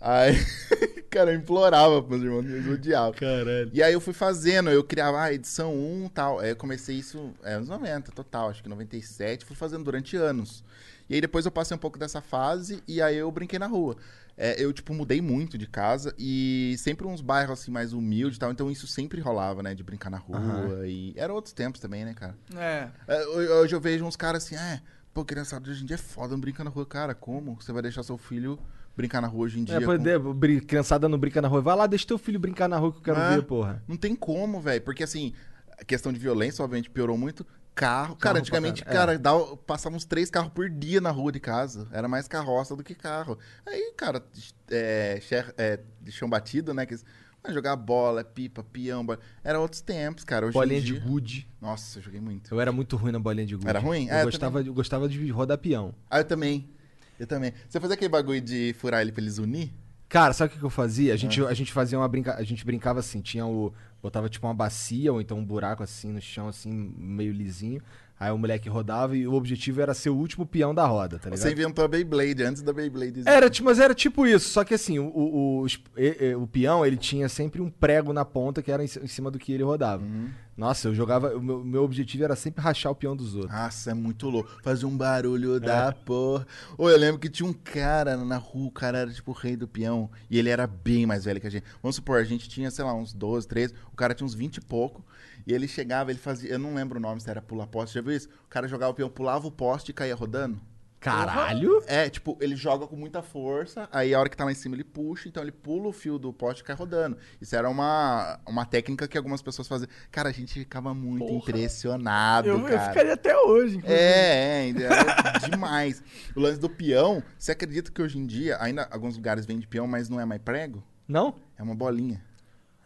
Aí, cara, eu implorava pros meus irmãos, eles odiavam. Caralho. E aí eu fui fazendo, eu criava a edição 1 e tal. Aí eu comecei isso é, anos 90, total, acho que 97, fui fazendo durante anos. E aí depois eu passei um pouco dessa fase e aí eu brinquei na rua. É, eu, tipo, mudei muito de casa e sempre uns bairros, assim, mais humildes e tal. Então isso sempre rolava, né? De brincar na rua e... Era outros tempos também, né, cara? É. É, ho- Hoje eu vejo uns caras assim, é... Pô, criançada, de hoje em dia é foda, não brinca na rua. Cara, como? Você vai deixar seu filho brincar na rua hoje em dia? É, pô, com- de- brin- criançada não brinca na rua. Vai lá, deixa teu filho brincar na rua que eu quero É. ver, porra. Não tem como, velho. Porque assim, a questão de violência, obviamente, piorou muito. Carro. Carro pra Cara, antigamente, caralho, é. cara, dava- passava uns três carros por dia na rua de casa. Era mais carroça do que carro. Aí, cara, é, che- é, de chão batido, né? Que, vai jogar bola, é pipa, peão. bola. Era outros tempos, cara. Hoje Bolinha em de dia... gude. Nossa, eu joguei muito. Eu era muito ruim na bolinha de gude. Era ruim? Eu, É, gostava, eu gostava de rodar peão. Ah, eu também. Eu também. Você fazia aquele bagulho de furar ele pra eles unir? Cara, sabe o que que eu fazia? A Ah. gente, a gente fazia uma brinca... A gente brincava assim, tinha o. Botava tipo uma bacia ou então um buraco assim no chão, assim, meio lisinho. Aí o moleque rodava e o objetivo era ser o último peão da roda, tá ligado? Você inventou a Beyblade antes da Beyblade existir. Era, ti- mas era tipo isso, só que assim, o, o, os- e- e- o peão, ele tinha sempre um prego na ponta que era em, ci- em cima do que ele rodava. Nossa, eu jogava, o meu, meu objetivo era sempre rachar o peão dos outros. Nossa, é muito louco. Fazia um É. barulho da porra. Ô, eu lembro que tinha um cara na rua, o cara era tipo o rei do peão. E ele era bem mais velho que a gente. Vamos supor, a gente tinha, sei lá, uns 12, 13. O cara tinha uns 20 e pouco. E ele chegava, ele fazia. Eu não lembro o nome, se era pular poste. Já viu isso? O cara jogava o peão, pulava o poste e caía rodando. Caralho! É, tipo, ele joga com muita força, aí a hora que tá lá em cima ele puxa, então ele pula o fio do poste e cai rodando. Isso era uma, uma técnica que algumas pessoas faziam. Cara, a gente ficava muito impressionado, Eu, eu Ah, cara. ficaria até hoje, inclusive. É, é, ainda era demais. O lance do peão, você acredita que hoje em dia, ainda alguns lugares vendem peão, mas não é mais prego? Não? É uma bolinha.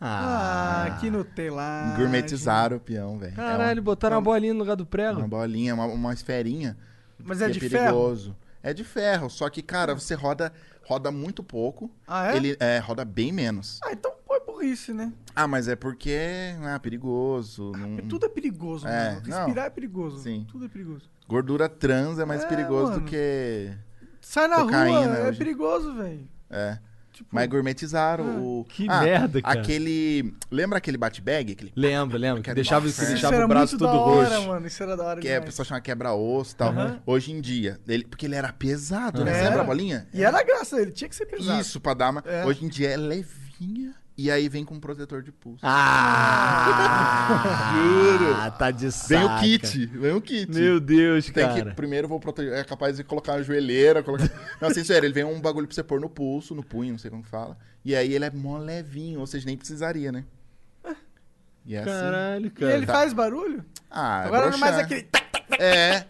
Ah. Ah, que Nutella. Gourmetizaram o peão, velho. Caralho, botaram uma bolinha no lugar do é uma, prego. uma bolinha, uma, uma esferinha. Mas é que de ferro? perigoso. É de ferro, só que, cara, você roda, roda muito pouco. Ah, é? Ele é, roda bem menos. Ah, então pô, é burrice, né? Ah, mas é porque ah, perigoso. não- Tudo é perigoso, É, mano. não. Respirar é perigoso. Sim. Tudo é perigoso. Gordura trans é mais É, perigoso mano. do que. Sai na Cocaína, né, rua, é hoje. perigoso, velho. É. Tipo, Mas gourmetizaram o. Ah, Ah, que merda, cara. Aquele. Lembra aquele bat-bag? Aquele. Lembra, lembra? Que deixava, que Nossa, é. deixava o braço muito todo da hora, roxo. mano. Isso era da hora Que é, a demais. pessoa chama quebra-osso e tal. Hoje em dia. Ele, porque ele era pesado, né? Você Era. lembra a bolinha? É. E era a graça dele, tinha que ser pesado. Isso, pra dar uma. É. Hoje em dia é levinha. E aí vem com um protetor de pulso. Ah! Juro. tá de saca. Vem o kit, vem o kit. Meu Deus, Tem cara. que, primeiro eu vou proteger, é capaz de colocar uma joelheira, colocar... Não, assim, sério, ele vem um bagulho pra você pôr no pulso, no punho, não sei como que fala. E aí ele é mó levinho, ou seja, nem precisaria, né? E é assim. Caralho, E cara. ele faz barulho? Ah, é Agora não é mais broxar. aquele. tac, tac, É.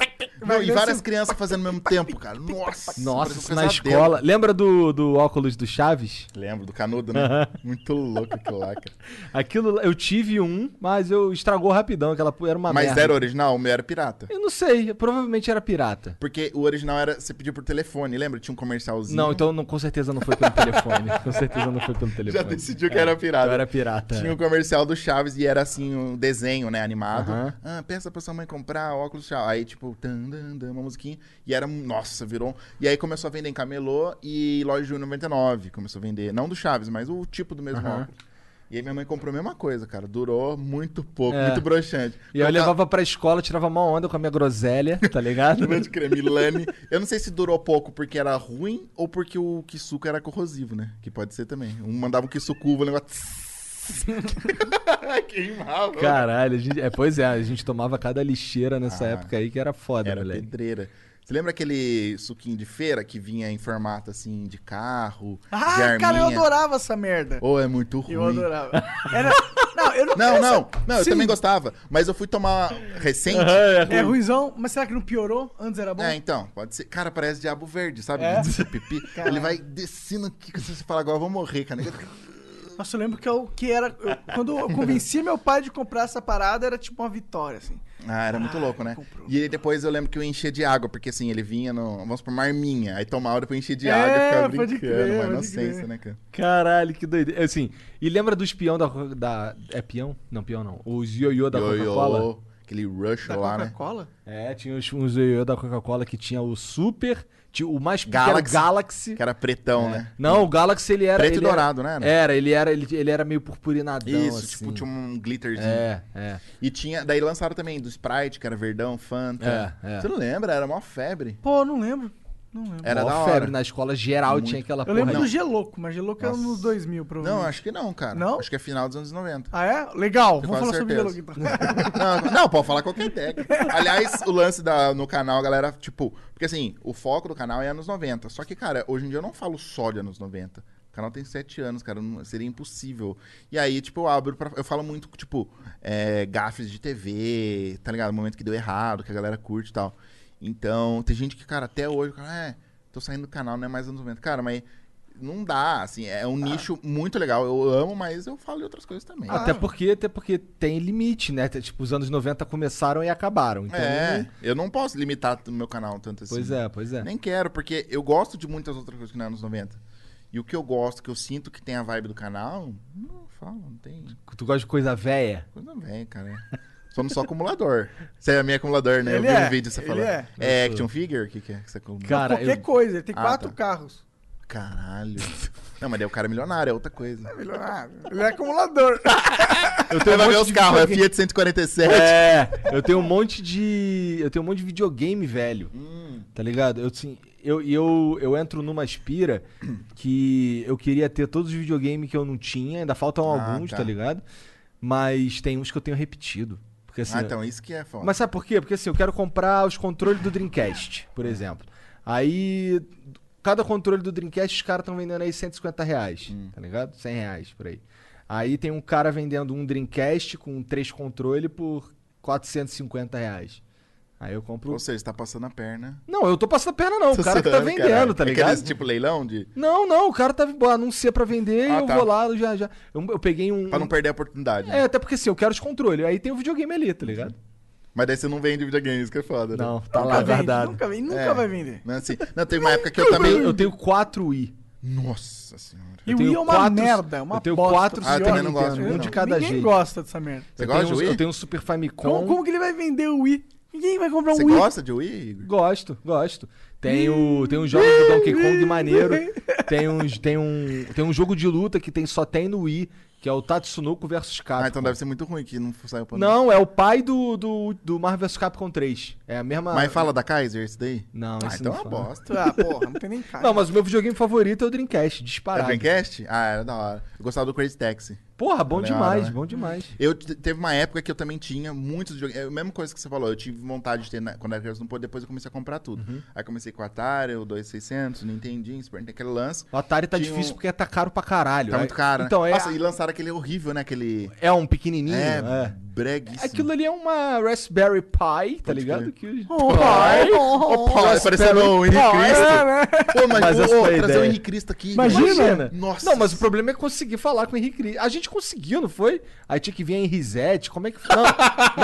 Não, e desse- várias crianças fazendo ao mesmo tempo, cara. Nossa, Nossa, parece um isso na pesadelo. escola. Lembra do, do óculos do Chaves? Lembro do canudo, né? Muito louco aquilo lá, cara. Aquilo lá- eu tive um, mas eu estragou rapidão, aquela pu- era uma Mas merda. era original, o meu era pirata. Eu não sei, provavelmente era pirata. Porque o original era, você pedia por telefone, lembra? Tinha um comercialzinho. Não, então não, com certeza não foi pelo telefone. Com certeza não foi pelo telefone. Já decidiu que era pirata. Eu era pirata. é. Tinha o comercial do Chaves e era assim, um desenho, né, animado. Aham. Ah, peça pra sua mãe comprar óculos Chaves. Aí, tipo, tan, tan, tan, uma musiquinha. E era, um- nossa, virou. um- E aí começou a vender em camelô e loja de 99. Começou a vender, não do Chaves, mas o tipo do mesmo Aham. óculos. E aí minha mãe comprou a mesma coisa, cara. Durou muito pouco, É. muito broxante. E eu Então, levava pra escola, tirava uma onda com a minha groselha, tá ligado? Pode crer, Milani. Eu não sei se durou pouco porque era ruim ou porque o Kisuko era corrosivo, né? Que pode ser também. Um mandava o Kisukuva, o negócio... Queimava. Caralho, a gente, é, pois é, a gente tomava cada lixeira nessa Ah. época aí que era foda, Era moleque. pedreira. Você lembra aquele suquinho de feira que vinha em formato assim de carro? Ah, de arminha? cara, eu adorava essa merda. Ou é muito ruim. Eu adorava. Era... Não, eu não. Não, não, não, eu Sim. também gostava. Mas eu fui tomar recente. É ruizão, mas será que não piorou? Antes era bom? É, então, pode ser. Cara, parece diabo verde, sabe? É? De Pipi. Ele vai descendo aqui, que você fala, agora eu vou morrer, cara. então. Nossa, eu lembro que eu que era. eu- quando eu convenci meu pai de comprar essa parada, era tipo uma vitória, assim. Ah, era muito louco, né? E aí depois eu lembro que eu enchia de água, porque assim, ele vinha no. Vamos por marminha. Aí tomava, depois enchia de É, água e ficava pode brincando. crer, uma pode inocência, crer. né, cara? Caralho, que doideira. Assim, e lembra dos peão da, Coca- da. É peão? Não, peão não. Os ioiô da Coca-Cola? Yo-yo, aquele rush Da lá, né? Coca-Cola? É, tinha os, uns ioiô da Coca-Cola que tinha o Super, tinha o mais Galaxy. que era o Galaxy. Que era É. pretão, né? Não, o Galaxy ele era. Preto e ele era- dourado, né? Era, ele era, ele, ele era meio purpurinadão. Isso, assim. tipo, tinha um glitterzinho. É, é. E tinha. Daí lançaram também do Sprite, que era verdão, Fanta. É, é. Você não lembra? Era mó febre. Pô, não lembro. Não lembro. Era Mó da hora. febre na escola geral, tinha aquela eu porra. lembro aí. do Geloco, mas Geloco é um era nos 2000, Não, provavelmente. acho que não, cara. Não? Acho que é final dos anos 90. Ah, é? Legal, Tenho vamos falar quase sobre certeza. Geloco então. não, não, pode falar qualquer ideia. Aliás, o lance da, no canal, galera, tipo, porque assim, o foco do canal é anos 90. Só que, cara, hoje em dia eu não falo só de anos 90. O canal tem 7 anos, cara, não- seria impossível. E aí, tipo, eu abro pra. Eu falo muito, tipo, é, gafes de TV, tá ligado? Momento que deu errado, que a galera curte e tal. Então, tem gente que, cara, até hoje, cara, é, tô saindo do canal, não é mais anos 90. Cara, mas. Não dá, assim, é um nicho muito legal. Eu amo, mas eu falo de outras coisas também. Até porque, até porque tem limite, né? Tem, Tipo, os anos 90 começaram e acabaram. Então, É, não- eu não posso limitar o meu canal tanto assim. Pois é, pois é. Nem quero, porque eu gosto de muitas outras coisas que não é anos 90. E o que eu gosto, que eu sinto que tem a vibe do canal, não fala, não tem Tu gosta de coisa véia? coisa bem, cara. Somos só acumulador. Você é meio acumulador, né? eu Ele vi é, um vídeo você ele falando. é. É action figure? O que, que é que você acumula? Cara, Qualquer eu- coisa, ele tem Ah, quatro tá. carros. Caralho. Não, mas daí o cara é milionário, é outra coisa. Milionário. Ele é acumulador. Eu Você um vai ver monte os de carros, é videogame- Fiat 147. É, eu tenho um monte de. Eu tenho um monte de videogame velho. Hum. Tá ligado? Eu, assim, eu, e eu, eu entro numa aspira que eu queria ter todos os videogames que eu não tinha, ainda faltam Ah, alguns, tá. tá. ligado? Mas tem uns que eu tenho repetido. Porque assim. Ah, eu- então isso que é foda. Mas sabe por quê? Porque assim, eu quero comprar os controles do Dreamcast, por exemplo. Aí, cada controle do Dreamcast, os caras estão vendendo aí 150 reais, Hum. tá ligado? 100 reais, por aí. Aí tem um cara vendendo um Dreamcast com três controles por 450 reais. Aí eu compro... Ou seja, tá passando a perna. Não, eu tô passando a perna não, o cara que tá vendendo, tá ligado? Aqueles tipo leilão de... Não, não, o cara tá bom, anuncia pra vender, Ah, eu tá. vou lá, eu já, já. Eu, eu peguei um. Pra não perder a oportunidade. É, até porque assim, eu quero os controles. Aí tem o videogame ali, tá ligado? Mas daí você não vende videogame, isso que é foda, né? Não, tá Nunca lá vende, guardado. Nunca vende, nunca É. vai vender. Não, é assim, não, teve uma época que eu Eu, também, eu também... tenho 4 i. Nossa senhora. E Eu o tenho Wii é uma quatro- merda, uma eu tenho bosta. quatro pior Ah, eu também não Nintendo. gosto, um não. de cada Ninguém jeito. gosta dessa merda. Você Eu gosta tenho, de Wii? eu tenho um Super Famicom. Como, como que ele vai vender o Wii? Ninguém vai comprar um Você Wii. gosta de Wii, Igor? Gosto, gosto. Tem, o, tem uns jogos do Donkey Kong maneiro. Tem, uns, tem, um, tem um jogo de luta que tem, só tem no Wii, que é o Tatsunoko vs Capcom. Ah, então deve ser muito ruim que não saiu pra mim. Não, é o pai do, do, do Marvel vs Capcom 3. É a mesma. Mas fala da Kaiser esse daí? Não, Ah, esse então não é uma fala. bosta. Ah, porra, não tem nem cara. Não, mas o meu videogame favorito é o Dreamcast, Era disparado. Dreamcast? Ah, era da hora. Eu gostava do Crazy Taxi. Porra, bom Legal, demais, né? bom demais. Eu te- teve uma época que eu também tinha muitos videogames. É a mesma coisa que você falou, eu tive vontade de ter na- quando era criança, não pôde, depois eu comecei a comprar tudo. Uhum. Aí comecei com o Atari, o 2600, o Nintendinho, Super Nintendo, aquele lance. O Atari tá Tinha um- difícil porque tá caro pra caralho. É- Tá muito caro, né? Então, é, Nossa, e lançaram aquele horrível, né? Aquele... é um pequenininho. É, É. breguíssimo. Aquilo ali é uma Raspberry Pi, tá ligado? crer. Que... Pai, oh, pai, parecendo o Henrique Cristo. Pô, mas, Mas essa ô, ô, foi a trazer o ideia. Henrique Cristo aqui. né? é Imagina! né? Nossa. Não, mas o problema é conseguir falar com o Henrique Cristo. A gente conseguiu, não foi? Aí tinha que vir a Henrizete, como é que... Não,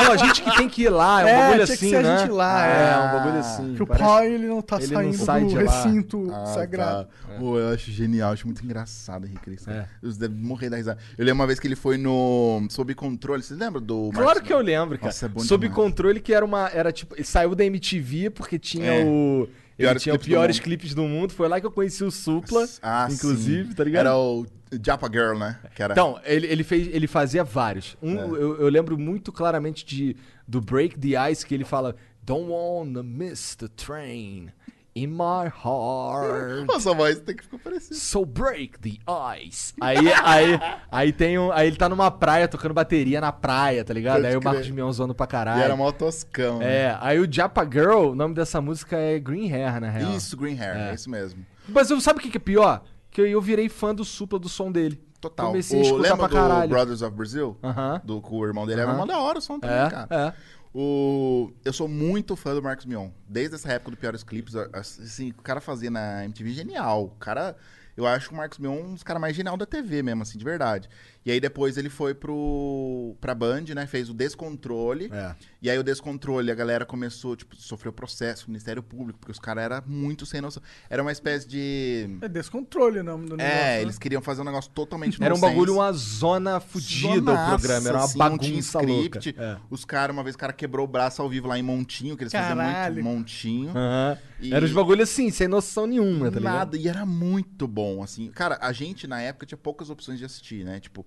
não, a gente que tem que ir lá, é um É, bagulho tinha que assim, ser a né? gente lá, é. é. um bagulho assim. Que o parece- pai ele não tá ele não saindo sai do de lá. recinto Ah, sagrado. tá. Pô, eu acho genial, acho muito engraçado, Henrique Cristo. É. Você deve morrer da risada. Eu lembro uma vez que ele foi no Sob Controle, você lembra do Claro que eu lembro, cara. Nossa, é bom Sob demais. controle que era uma. Era tipo. Ele saiu da MTV porque tinha É. o. Ele Piores tinha os clipes do piores mundo. clipes do mundo. Foi lá que eu conheci o Supla. Ah, inclusive, sim. tá ligado? Era o Japa Girl, né? Que era... Então, ele, ele, fez, ele fazia vários. Um, É. eu, eu lembro muito claramente de, do Break the Ice, que ele fala: Don't wanna miss the train in my heart. Nossa, a voz tem que ficar parecida. So break the ice. Aí, aí, aí tem um. Aí ele tá numa praia tocando bateria na praia, tá ligado? Pode aí o crer. Marcos Mion zoando pra caralho. E era mó toscão. né? É, aí o Japa Girl, o nome dessa música é Green Hair, na real. Isso, Green Hair, é, isso mesmo. Mas eu, sabe o que que é pior? Que eu, eu virei fã do supla do som dele. Total. Comecei a escutar lembra pra do caralho. Brothers of Brazil? Aham. Do, com o irmão dele era Aham. mó da hora o som também, cara. É, é. O... Eu sou muito fã do Marcos Mion. Desde essa época do Piores Clipes, a- assim, o cara fazia na MTV genial. O cara... Eu acho que o Marcos Mion é um dos caras mais genial da TV mesmo, assim, de verdade. E aí depois ele foi pro... pra Band, né? Fez o Descontrole. É. E aí o Descontrole, a galera começou, tipo, sofreu processo, Ministério Público, porque os caras eram muito sem noção. Era uma espécie de... tá. É descontrole o nome do negócio. É, né? eles queriam fazer um negócio totalmente Era um nonsense. bagulho, uma zona fudida Zonaça, o programa. Era uma assim, não tinha bagunça louca. script. É. Os caras, uma vez o cara quebrou o braço ao vivo lá em Montinho, que eles faziam Caralho. muito Montinho. Aham. E- Era uns bagulho assim, sem noção nenhuma, tá ligado? Nada, e era muito bom, assim. Cara, a gente na época tinha poucas opções de assistir, né? Tipo.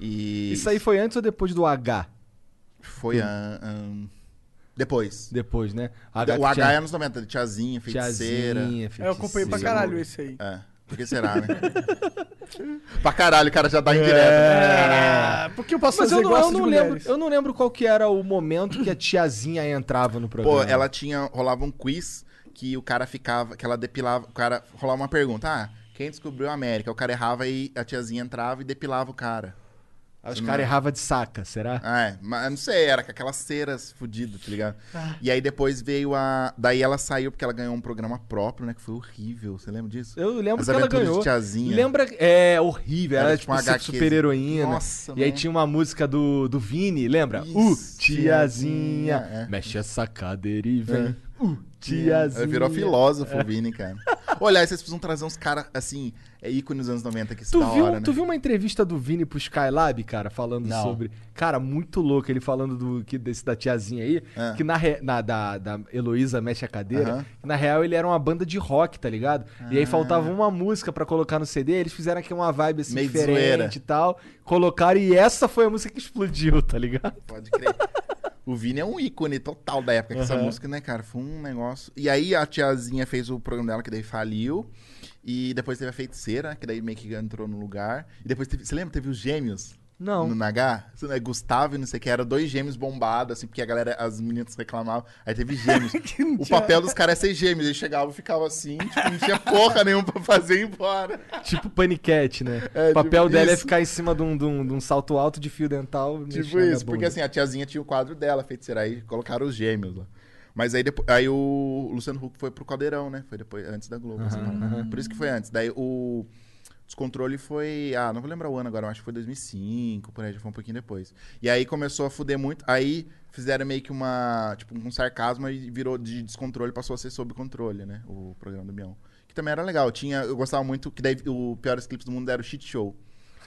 E. Isso aí foi antes ou depois do H? foi an- an- Depois. Depois, né? o H que tinha é anos 90, tiazinha, feiticeira. tiazinha, É, eu acompanhei pra feiticeira. caralho esse aí. É. Por que será, né? pra caralho, o cara já É. dá indireto. Ah, porque eu posso Mas eu fazer não, eu gosto não de lembro, mulheres. eu não lembro qual que era o momento que a tiazinha entrava no programa. Pô, ela tinha. rolava um quiz que o cara ficava. que ela depilava. O cara rolava uma pergunta. Ah, quem descobriu a América? O cara errava e a tiazinha entrava e depilava o cara. Os caras erravam de saca, será? Ah, é. Mas eu não sei, era com aquelas ceras fudidas, tá ligado? E aí depois veio a. Daí ela saiu porque ela ganhou um programa próprio, né? Que foi horrível. Você lembra disso? Eu lembro As que ela Aventuras de ganhou. Tiazinha. Lembra? É, horrível. Era, Era tipo tipo um uma HQ. super heroína. Nossa, E aí né? tinha uma música do, do Vini, lembra? Isso, Uh, tiazinha, é. mexe essa cadeira e vem. Uh, Ela tiazinha. Virou filósofo, É. o Vini, cara. Olha, aí vocês precisam trazer uns caras, assim, é ícone nos anos 90 que isso Tu da viu, um- hora, né? tu viu uma entrevista do Vini pro Skylab, cara, falando Não. sobre. Cara, muito louco ele falando do, que, desse da tiazinha aí, Ah. que na, re- na- da, da Heloísa Mexe a Cadeira, Aham. Ah. que na real ele era uma banda de rock, tá ligado? E aí faltava uma música pra colocar no CD, eles fizeram aqui uma vibe assim Meio de zoeira. diferente e tal, colocaram e essa foi a música que explodiu, tá ligado? Pode crer. O Vini é um ícone total da época, que essa música, né, cara? Foi um negócio. E aí a tiazinha fez o programa dela, que daí faliu. E depois teve a feiticeira, que daí meio que entrou no lugar. E depois teve. Você lembra? Teve os gêmeos. Não. No Nagá? Isso não é Gustavo e não sei o que. Era dois gêmeos bombados, assim, porque a galera, as meninas reclamavam. Aí teve gêmeos. Que não o tinha- papel dos caras é ser gêmeos. Eles chegavam e ficavam assim, tipo, não tinha porra nenhuma pra fazer e ir embora. Tipo paniquete, né? É, o papel tipo dela é isso. ficar em cima de um, de um- de um salto alto de fio dental. Tipo isso, porque assim, a tiazinha tinha o quadro dela, feiticeira, aí colocaram os gêmeos lá. Mas aí, depois, aí o Luciano Huck foi pro Caldeirão, né? Foi depois, antes da Globo. assim, né? Por isso que foi antes. Daí o descontrole foi... Ah, não vou lembrar o ano agora, eu acho que foi 2005, por aí, já foi um pouquinho depois. E aí começou a fuder muito, aí fizeram meio que uma... Tipo, um sarcasmo e virou de descontrole, passou a ser sob controle, né? O programa do Mion. Que também era legal, tinha... Eu gostava muito, que daí o piores clipes do mundo era o Shit Show.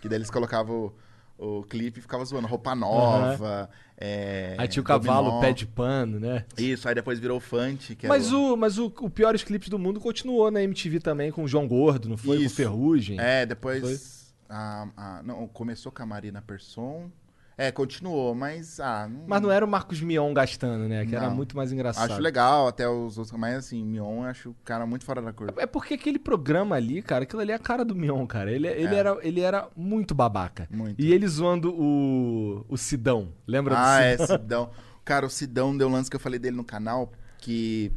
Que daí eles colocavam o, o clipe e ficavam zoando roupa nova. é, Aí tinha o cavalo, dominó. pé de pano, né? Isso, aí depois virou o Fante. Que Mas era o, mas o, o Piores Clipes do Mundo continuou na MTV também, com o João Gordo, não foi? Com Isso. o Ferrugem. É, depois. a- a- não, começou com a Marina Persson. É, continuou, mas. Ah, não, Mas não era o Marcos Mion gastando, né? Que era Não. muito mais engraçado. Acho legal até os outros. Mas assim, Mion, eu acho o cara muito fora da curva. É porque aquele programa ali, cara, aquilo ali é a cara do Mion, cara. Ele, ele, É. Era, ele era muito babaca. Muito. E ele zoando o, o Sidão. Lembra Ah, do é, Sidão. Cara, o Sidão deu um lance que eu falei dele no canal, que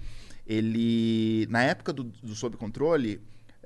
ele. Na época do, do Sob Controle.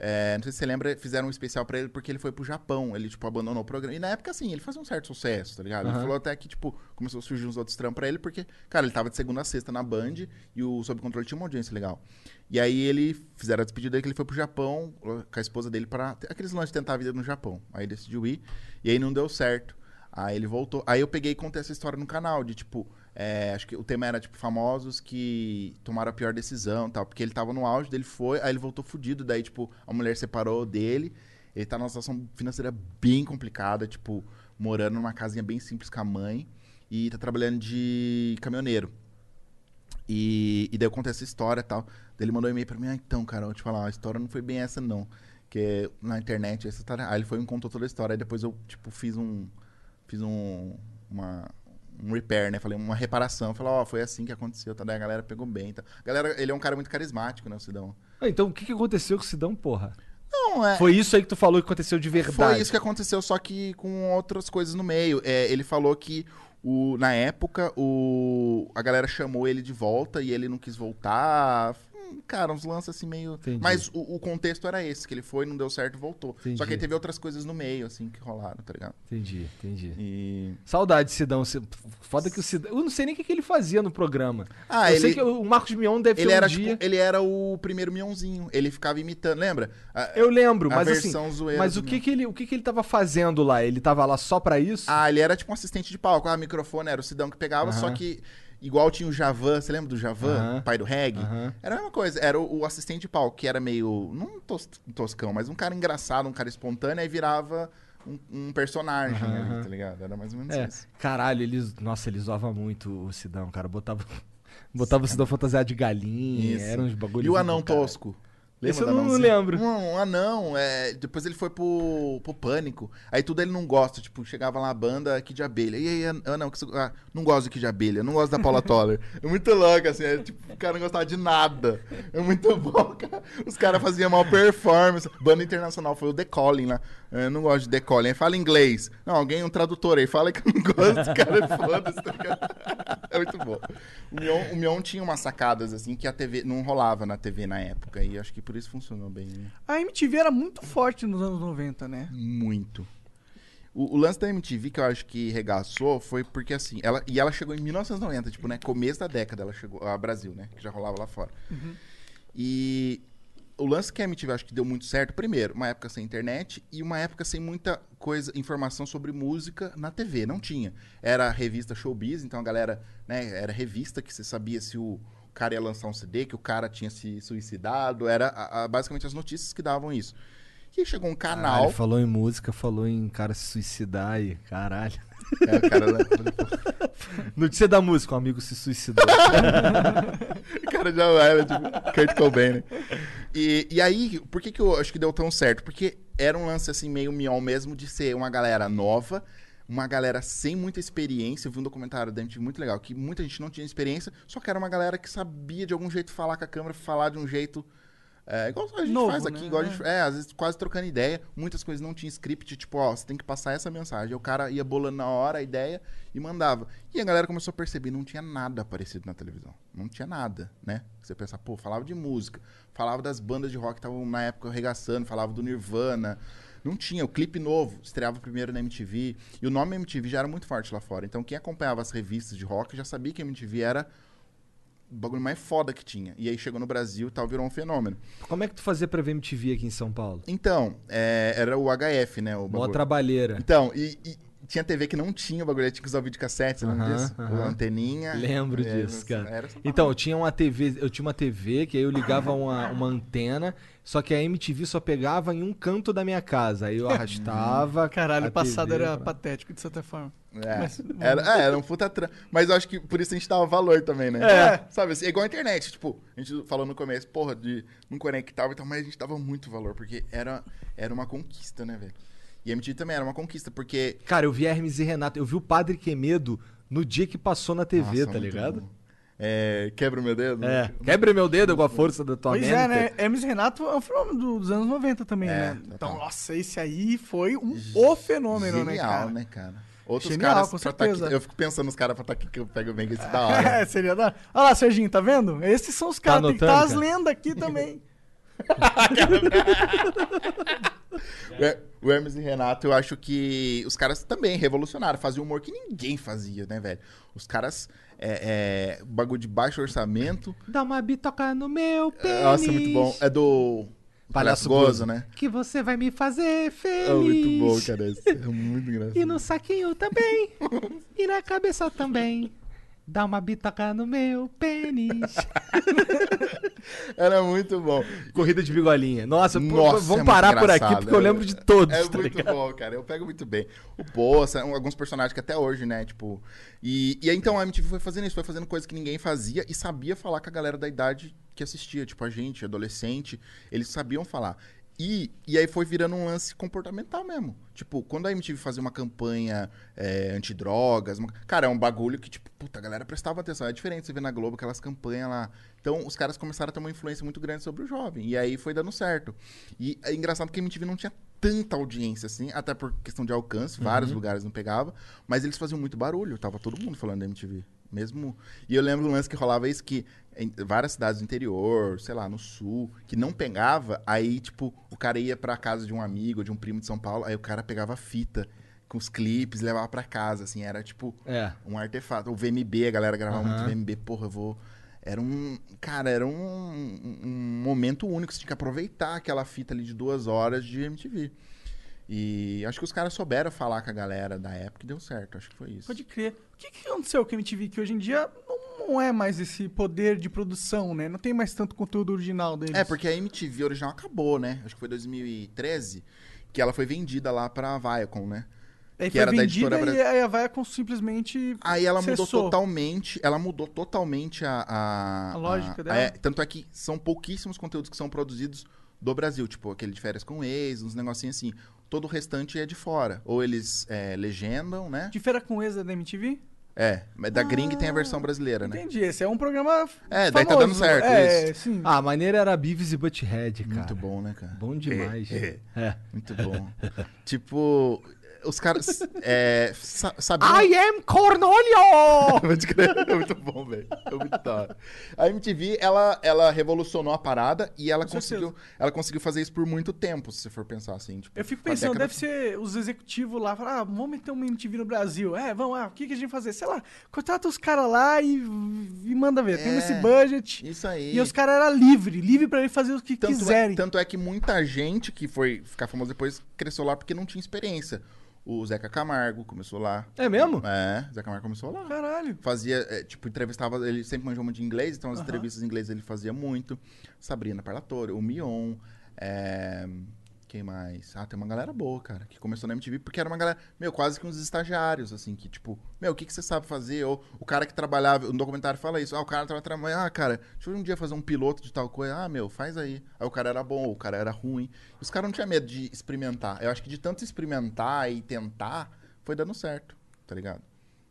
é, não sei se você lembra, fizeram um especial pra ele porque ele foi pro Japão. Ele, tipo, abandonou o programa. E na época, assim, ele fazia um certo sucesso, tá ligado? Ele falou até que, tipo, começou a surgir uns outros trampos pra ele porque, cara, ele tava de segunda a sexta na Band e o Sob Controle tinha uma audiência legal. E aí ele fizeram a despedida dele que ele foi pro Japão com a esposa dele pra. Aqueles lances de tentar a vida no Japão. Aí decidiu ir e aí não deu certo. Aí ele voltou. Aí eu peguei e contei essa história no canal, de tipo, é, acho que o tema era, tipo, famosos que tomaram a pior decisão e tal. Porque ele tava no auge, dele foi, aí ele voltou fudido. Daí, tipo, a mulher separou dele. Ele tá numa situação financeira bem complicada, tipo, morando numa casinha bem simples com a mãe. E tá trabalhando de caminhoneiro. E, e daí eu contei essa história e tal. Daí ele mandou um e-mail pra mim, ah, então, cara, eu vou te falar, a história não foi bem essa, não. Que é na internet, essa história. Aí ele foi e me contou toda a história. Aí depois eu, tipo, fiz um. Fiz um. Uma, um repair, né? Falei, uma reparação. Falei, ó, foi assim que aconteceu, tá? Daí a galera pegou bem. Tá? A Galera, ele é um cara muito carismático, né, o Sidão? Ah, Então o que, que aconteceu com o Sidão, porra? Não, é. Foi isso aí que tu falou que aconteceu de verdade. Foi isso que aconteceu, só que com outras coisas no meio. É, ele falou que o, na época o, a galera chamou ele de volta e ele não quis voltar. Hum, Cara, uns lances assim meio. Entendi. Mas o, o contexto era esse, que ele foi, não deu certo e voltou. Só Entendi. que aí teve outras coisas no meio, assim, que rolaram, tá ligado? Entendi, entendi. E. Saudade, Sidão. Cid- Foda que o Sidão. Eu não sei nem o que, que ele fazia no programa. Ah, eu ele- sei que o Marcos Mion deve Ele ter um era, dia. tipo, ele era o primeiro mionzinho. Ele ficava imitando, lembra? Ah, A- Eu lembro, a mas assim. versão zoeira Mas do o que Mion. que ele, o que que ele tava fazendo lá? Ele tava lá só pra isso? Ah, ele era tipo um assistente de palco. Ah, microfone era o Sidão que pegava, Aham. só que igual tinha o Javan, você lembra do Javan, Aham. pai do reggae? Aham. Era a mesma coisa, era o, o assistente de palco, que era meio, não tos- toscão, mas um cara engraçado, um cara espontâneo, aí virava um, um personagem ali, tá ligado? Era mais ou menos É, isso. caralho, ele, nossa, ele zoava muito o Sidão, cara. Botava, botava o Sidão fantasiado de galinha, Isso. eram uns bagulhos. E o anão do caralho. tosco? Esse Lembra eu do não anãozinho? lembro. Um, um anão, é, depois ele foi pro, pro pânico. Aí tudo ele não gosta. Tipo, chegava lá a banda Kid de Abelha. E aí, an- anão, que você- ah, não gosto do Kid de Abelha, não gosto da Paula Toller. É muito louco, assim. é, tipo, o cara não gostava de nada. É muito bom, cara. Os caras faziam mal performance. Banda internacional foi o The Colin lá. É, não gosto de The Colin. Aí fala inglês. Não, alguém, um tradutor aí, fala que eu não gosto, cara. Foda-se, tá ligado? É muito bom. O Mion, o Mion tinha umas sacadas, assim, que a TV não rolava na TV na época. E acho que por isso funcionou bem. né? A MTV era muito forte nos anos 90, né? Muito. O, o lance da MTV que eu acho que regaçou foi porque, assim, ela, e ela chegou em 1990, tipo, né? Começo da década ela chegou, a Brasil, né? Que já rolava lá fora. E o lance que a MTV acho que deu muito certo, primeiro, uma época sem internet e uma época sem muita coisa, informação sobre música na TV, não tinha. Era a revista Showbiz, então a galera, né, era revista que você sabia se o cara ia lançar um CD, que o cara tinha se suicidado, era a- a- basicamente as notícias que davam isso. E aí chegou um Caralho, canal, falou em música, falou em cara se suicidar e caralho. É, o cara, lá- Notícia da música, um amigo se suicidou. O cara já era, tipo, Kurt Cobain, né? E, e aí, por que que eu acho que deu tão certo? Porque era um lance, assim, meio mion mesmo de ser uma galera nova, uma galera sem muita experiência. Eu vi um documentário da MTV muito legal, que muita gente não tinha experiência, só que era uma galera que sabia de algum jeito falar com a câmera, falar de um jeito É, igual a gente Novo, faz né? aqui, igual a gente, é, às vezes quase trocando ideia. Muitas coisas não tinha script, tipo, ó, você tem que passar essa mensagem. Aí O cara ia bolando na hora a ideia e mandava. E a galera começou a perceber, não tinha nada parecido na televisão. Não tinha nada, né? Você pensa, pô, falava de música, falava das bandas de rock que estavam na época arregaçando, falava do Nirvana. Não tinha, o clipe novo estreava primeiro na MTV. E o nome MTV já era muito forte lá fora. Então quem acompanhava as revistas de rock já sabia que a MTV era o bagulho mais foda que tinha. E aí chegou no Brasil e tal, virou um fenômeno. Como é que tu fazia pra ver MTV aqui em São Paulo? Então, é, era o HF, né? O Mó bagulho. trabalheira. Então, e, e tinha TV que não tinha o bagulho, tinha que usar o videocassete, você lembra Aham, disso? aham. O anteninha. Lembro É, disso, cara. Era essa Então, eu tinha uma TV, eu tinha uma TV que aí eu ligava uma, uma antena, só que a MTV só pegava em um canto da minha casa. Hum. Aí eu arrastava. Caralho, a o passado TV era pra- patético, de certa forma. É. Era, é, era um puta trampo. Mas eu acho que por isso a gente dava valor também, né? É. Sabe assim, é igual a internet. Tipo, a gente falou no começo, porra, de não conectar e tal, mas a gente dava muito valor, porque era, era uma conquista, né, velho? E a MTV também era uma conquista, porque. Cara, eu vi Hermes e Renato, eu vi o Padre Quemedo no dia que passou na TV, Nossa, tá muito ligado? bom. É, quebra o meu dedo? É. Quebre meu dedo com a força da tua Pois mente. é, né? Hermes e Renato é um fenômeno do- dos anos 90 também, É, né? total. Então, nossa, esse aí foi um o fenômeno, né, Genial, cara? né, cara? Outros Genial, caras com pra tá aqui- certeza. Eu fico pensando nos caras pra estar aqui que eu pego bem que esse da hora. É, seria da. Olha lá, Serginho, tá vendo? Esses são os caras, tem que anotando, estar as cara? lendas aqui também. O Her- É. O Hermes e Renato, eu acho que os caras também revolucionaram, faziam humor que ninguém fazia, né, velho? Os caras, é, é, bagulho de baixo orçamento. Dá uma bitoca no meu pênis. Nossa, muito bom. É do Palhaço Palhaço Gozo, né? Que você vai me fazer feliz. É muito bom, cara. esse É muito E engraçado. no saquinho também. e na cabeça também. Dá uma bitoca no meu pênis. Era muito bom. Corrida de bigolinha. Nossa, pô, Nossa, é vamos muito parar por aqui engraçado. porque eu lembro de todos. É tá muito ligado? bom, cara. Eu pego muito bem. O Poça, um- alguns personagens que até hoje, né? Tipo. E, e aí, então a MTV foi fazendo isso, foi fazendo coisa que ninguém fazia e sabia falar com a galera da idade que assistia, tipo a gente, adolescente. Eles sabiam falar. E, e aí foi virando um lance comportamental mesmo. Tipo, quando a MTV fazia uma campanha é, antidrogas, uma- cara, é um bagulho que, tipo, puta, a galera prestava atenção. É diferente você ver na Globo aquelas campanhas lá. Então, os caras começaram a ter uma influência muito grande sobre o jovem. E aí foi dando certo. E é engraçado que a MTV não tinha tanta audiência, assim, até por questão de alcance, vários lugares não pegava, mas eles faziam muito barulho, tava todo mundo falando da MTV. Mesmo. E eu lembro um lance que rolava isso que em várias cidades do interior, sei lá, no sul, que não pegava, aí, tipo, o cara ia pra casa de um amigo, de um primo de São Paulo, aí o cara pegava a fita com os clipes, e levava pra casa, assim, era tipo É. um artefato. O VMB, a galera gravava Aham. muito VMB, porra, eu vou. Era um. Cara, era um, um- um momento único. Você tinha que aproveitar aquela fita ali de duas horas de MTV. E acho que os caras souberam falar com a galera da época e deu certo. Acho que foi isso. Pode crer. O que, que aconteceu com a MTV que hoje em dia não, não é mais esse poder de produção, né? Não tem mais tanto conteúdo original deles. É, porque a MTV original acabou, né? Acho que foi 2013 que ela foi vendida lá pra Viacom, né? Aí que foi era da vendida editora e Bra- aí a Viacom simplesmente. Aí ela mudou Cessou. totalmente. Ela mudou totalmente a. A, A lógica dela. é, tanto é que são pouquíssimos conteúdos que são produzidos do Brasil. Tipo, aquele de férias com ex, uns negocinhos assim. Todo o restante é de fora. Ou eles é, legendam, né? De feira com ex da MTV? É, mas da gringa tem a versão brasileira, né? Ah, Entendi. Esse é um programa. É, daí tá famoso. dando certo, É, isso. sim. Ah, a maneira era Beavis e Butthead, cara. Muito bom, né, cara? Bom demais. É, É. Muito bom. tipo, os caras é, sa- sabiam... I am Cornolio! Pode crer. É muito bom, velho. É muito da hora. A MTV, ela, ela revolucionou a parada e ela Com conseguiu, ela conseguiu fazer isso por muito tempo, se você for pensar assim. Tipo, Eu fico uma pensando, década- deve ser os executivos lá, falar, ah, vamos meter uma MTV no Brasil. É, vamos lá, o que, que a gente fazer? Sei lá, contrata os caras lá e, e manda ver. Temos esse budget. É, Isso aí. E os caras eram livre, livre pra ele fazer o que tanto quiserem. É, tanto é que muita gente que foi ficar famosa depois cresceu lá porque não tinha experiência. O Zeca Camargo começou lá. É mesmo? É, o Zeca Camargo começou lá. Caralho. Fazia, é, tipo, entrevistava, ele sempre manjou muito de inglês, então as entrevistas em inglês ele fazia muito. Sabrina Parlatore, o Mion, é, quem mais? Ah, tem uma galera boa, cara, que começou na MTV, porque era uma galera, meu, quase que uns estagiários, assim, que tipo, meu, o que, que você sabe fazer? Ou o cara que trabalhava, no documentário fala isso, ah, o cara tava trabalhando, ah, cara, deixa eu um dia fazer um piloto de tal coisa, ah, meu, faz aí. Aí o cara era bom, ou o cara era ruim. Os caras não tinham medo de experimentar. Eu acho que de tanto experimentar e tentar, foi dando certo, tá ligado?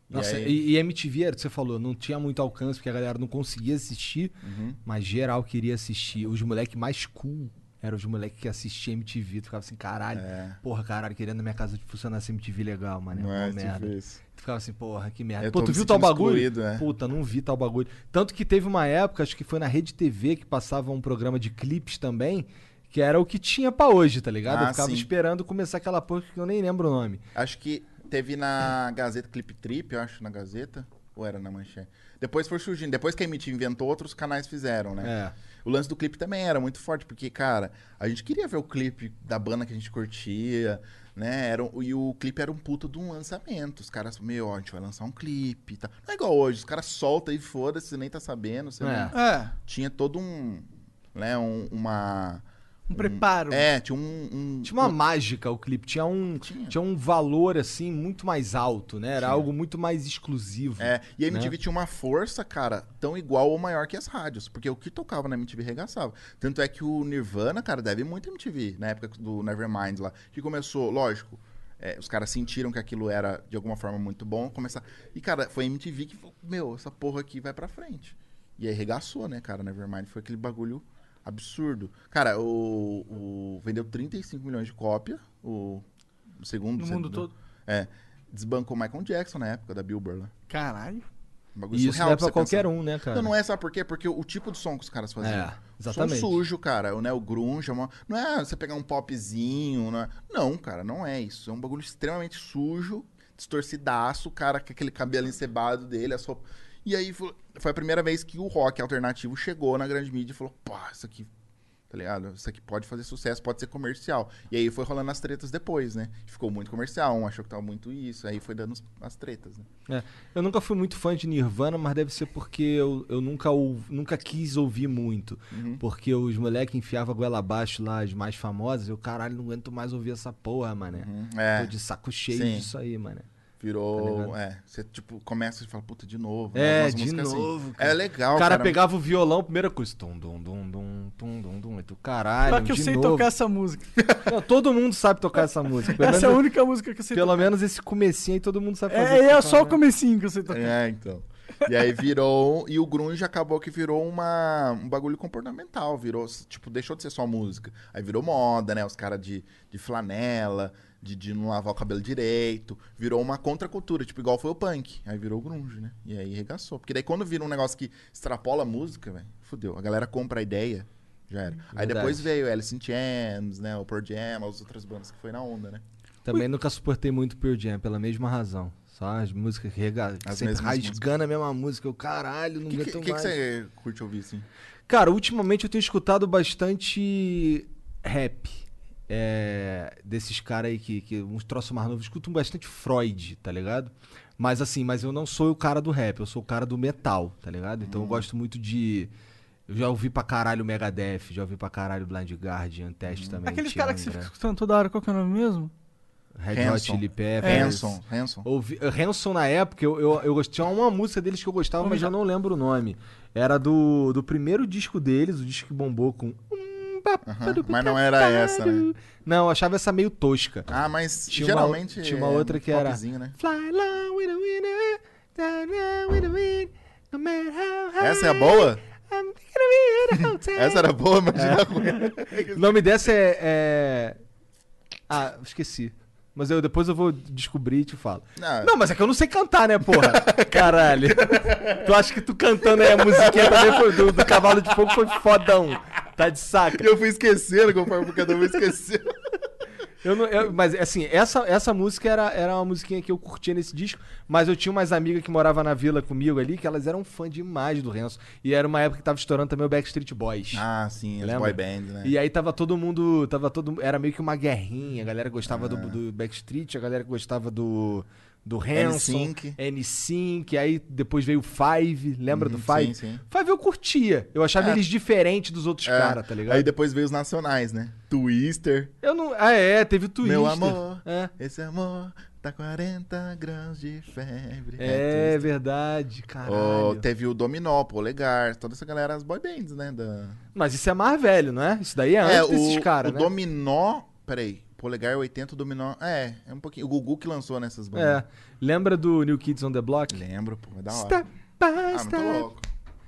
Nossa, aí- e, e MTV, era o que você falou, não tinha muito alcance, porque a galera não conseguia assistir, Uhum. mas geral queria assistir. Os moleques mais cool eram os moleques que assistiam MTV. Tu ficava assim, caralho, porra, caralho, querendo na minha casa funcionar essa MTV legal, mano. É. Não uma é merda. difícil. Tu ficava assim, porra, que merda. Eu Pô, tô tu me viu tal sentindo bagulho? excluído, é. Puta, não vi tal bagulho. Tanto que teve uma época, acho que foi na Rede TV, que passava um programa de clipes também, que era o que tinha pra hoje, tá ligado? Ah, eu ficava sim. esperando começar aquela porra que eu nem lembro o nome. Acho que teve na Gazeta Clip Trip, eu acho, na Gazeta. Ou era na Manchete? Depois foi surgindo. Depois que a MTV inventou, outros canais fizeram, né? É. O lance do clipe também era muito forte, porque, cara, a gente queria ver o clipe da banda que a gente curtia, né? Era, um- e o clipe era um puto de um lançamento. Os caras, meu, ó, a gente vai lançar um clipe e tal. Não é igual hoje, os caras soltam e foda-se, você nem tá sabendo. Você É. não- É, Tinha todo um. Né, um- uma. um preparo. É, tinha um. um- Tinha uma mágica o clipe, tinha um, tinha. Tinha. um valor assim muito mais alto, né? Era algo muito mais exclusivo. né? É, e a MTV tinha uma força, cara, tão igual ou maior que as rádios. Porque o que tocava na MTV regaçava. Tanto é que o Nirvana, cara, deve muito à MTV, na época do Nevermind lá. Que começou, lógico, é, os caras sentiram que aquilo era, de alguma forma, muito bom. Começar... E, cara, foi a MTV que falou, meu, essa porra aqui vai pra frente. E aí regaçou, né, cara? Nevermind foi aquele bagulho absurdo. Cara, o, o- vendeu 35 milhões de cópia, o, o segundo. No mundo segundo- todo. É. Desbancou Michael Jackson na época da Billboard lá. Caralho. Um bagulho E isso surreal não é pra pra você qualquer pensar. um, né, cara? Não, não é, sabe por quê? Porque o tipo de som que os caras faziam. É, exatamente. Som sujo, cara. O, né, o grunge, é uma- não é você pegar um popzinho, não é... Não, cara, não é isso. É um bagulho extremamente sujo, distorcidaço, cara, com aquele cabelo encebado dele, a sopa... E aí fo- foi a primeira vez que o rock alternativo chegou na grande mídia e falou, pá, isso aqui... Tá ligado? Isso aqui pode fazer sucesso, pode ser comercial. E aí foi rolando as tretas depois, né? Ficou muito comercial, um achou que tava muito isso, aí foi dando as tretas, né? É. Eu nunca fui muito fã de Nirvana, mas deve ser porque eu, eu nunca, ouv- nunca quis ouvir muito. Uhum. Porque os moleques enfiavam a goela abaixo lá, as mais famosas, eu, caralho, não aguento mais ouvir essa porra, mané. É. Tô de saco cheio Sim. disso aí, mané. Virou. é. Você, tipo, começa e fala, puta, de novo. né? É, Umas de músicas assim. novo. É legal, O cara, cara. pegava o violão, primeira coisa. Tum, dum, dum, dum, tum, dum, dum. E tu, caralho, Só que eu de sei novo. tocar essa música. Não, todo mundo sabe tocar essa música. Pelo Essa é a menos- única música que eu sei Pelo tocar. menos esse comecinho aí todo mundo sabe fazer. É, Tá é só o né? falando. comecinho que eu sei tocar. É, então. E aí virou. um, E o Grunge acabou que virou uma, um bagulho comportamental. Virou, tipo, deixou de ser só música. Aí virou moda, né? Os caras de, de flanela, de, de não lavar o cabelo direito. Virou uma contracultura, tipo, igual foi o punk. Aí virou o Grunge, né? E aí regaçou. Porque daí quando vira um negócio que extrapola a música, velho, fudeu. A galera compra a ideia. Já era. Aí Verdade. depois veio Alice in Chains, né? O Pearl Jam, as outras bandas que foi na onda, né? Também nunca suportei muito Pearl Jam, pela mesma razão. Só as músicas que rega... As sempre mesmas rasgando a mesma música. Eu, caralho, não O que, que, aguento que que mais. você curte ouvir, assim? Cara, ultimamente eu tenho escutado bastante rap. é, desses caras aí que, que uns troços mais novos. Escuto bastante Freud, tá ligado? Mas assim, mas eu não sou o cara do rap, eu sou o cara do metal, tá ligado? Hum. Então eu gosto muito de. Eu já ouvi pra caralho Megadeth, já ouvi pra caralho Blind Guardian, Hum. Test também. Aqueles Tiangra, caras né, que você fica escutando toda hora, qual que é o nome mesmo? Red Hot Hanson. Chili Peppers. Hanson, Hanson. Ouvi, eh, Hanson na época, eu, eu, eu gost- tinha uma música deles que eu gostava, mas eu não lembro o nome. Era do, do primeiro disco deles, o disco que bombou com. Aham, mas não era essa, né? Não, eu achava essa meio tosca. Ah, mas Tinha uma- geralmente. tinha uma é outra que era- popzinho, né? Fly low with the winner, down low with the wind, no matter how high, Essa é a boa? I'm gonna be at all time. Essa é era boa, imagina É. a ruim. O nome dessa é, é- Ah, esqueci. Mas eu depois eu vou descobrir e te falo. Não. Não, mas é que eu não sei cantar, né, porra? Caralho. tu acha que tu cantando aí a musiquinha também foi do, do Cavalo de Fogo foi fodão. Tá de saca. E eu fui esquecendo, conforme o cada um esqueceu. Eu não- eu- mas assim, essa, essa música era, era uma musiquinha que eu curtia nesse disco, mas eu tinha umas amigas que moravam na vila comigo ali, que elas eram fã demais do Renzo. E era uma época que tava estourando também o Backstreet Boys. Ah, sim, as Lembra? boy band, né? E aí tava todo mundo. Tava todo, era meio que uma guerrinha. A galera gostava Ah. do, do Backstreet, a galera gostava do. Do Hanson, NSYNC. N5, aí depois veio o Five, lembra do Uhum, Five? sim, sim. Five eu curtia, eu achava eles diferentes dos outros É. caras, tá ligado? Aí depois veio os nacionais, né? Twister. Eu não. Ah, é, teve o Twister. Meu amor, É, esse amor tá 40 graus de febre. é, Twister. verdade, caralho. Ó, teve o Dominó, Polegar, toda essa galera, as boy bands, né? Da... Mas isso é mais velho, não é? Isso daí é antes o, desses caras, o né? Dominó. Peraí, Polegar 80, Dominó. É, é um pouquinho. O Gugu que lançou nessas bandas. É. tá Lembra do New Kids on the Block? Lembro, pô, é da hora. Step by Ah, step. muito louco.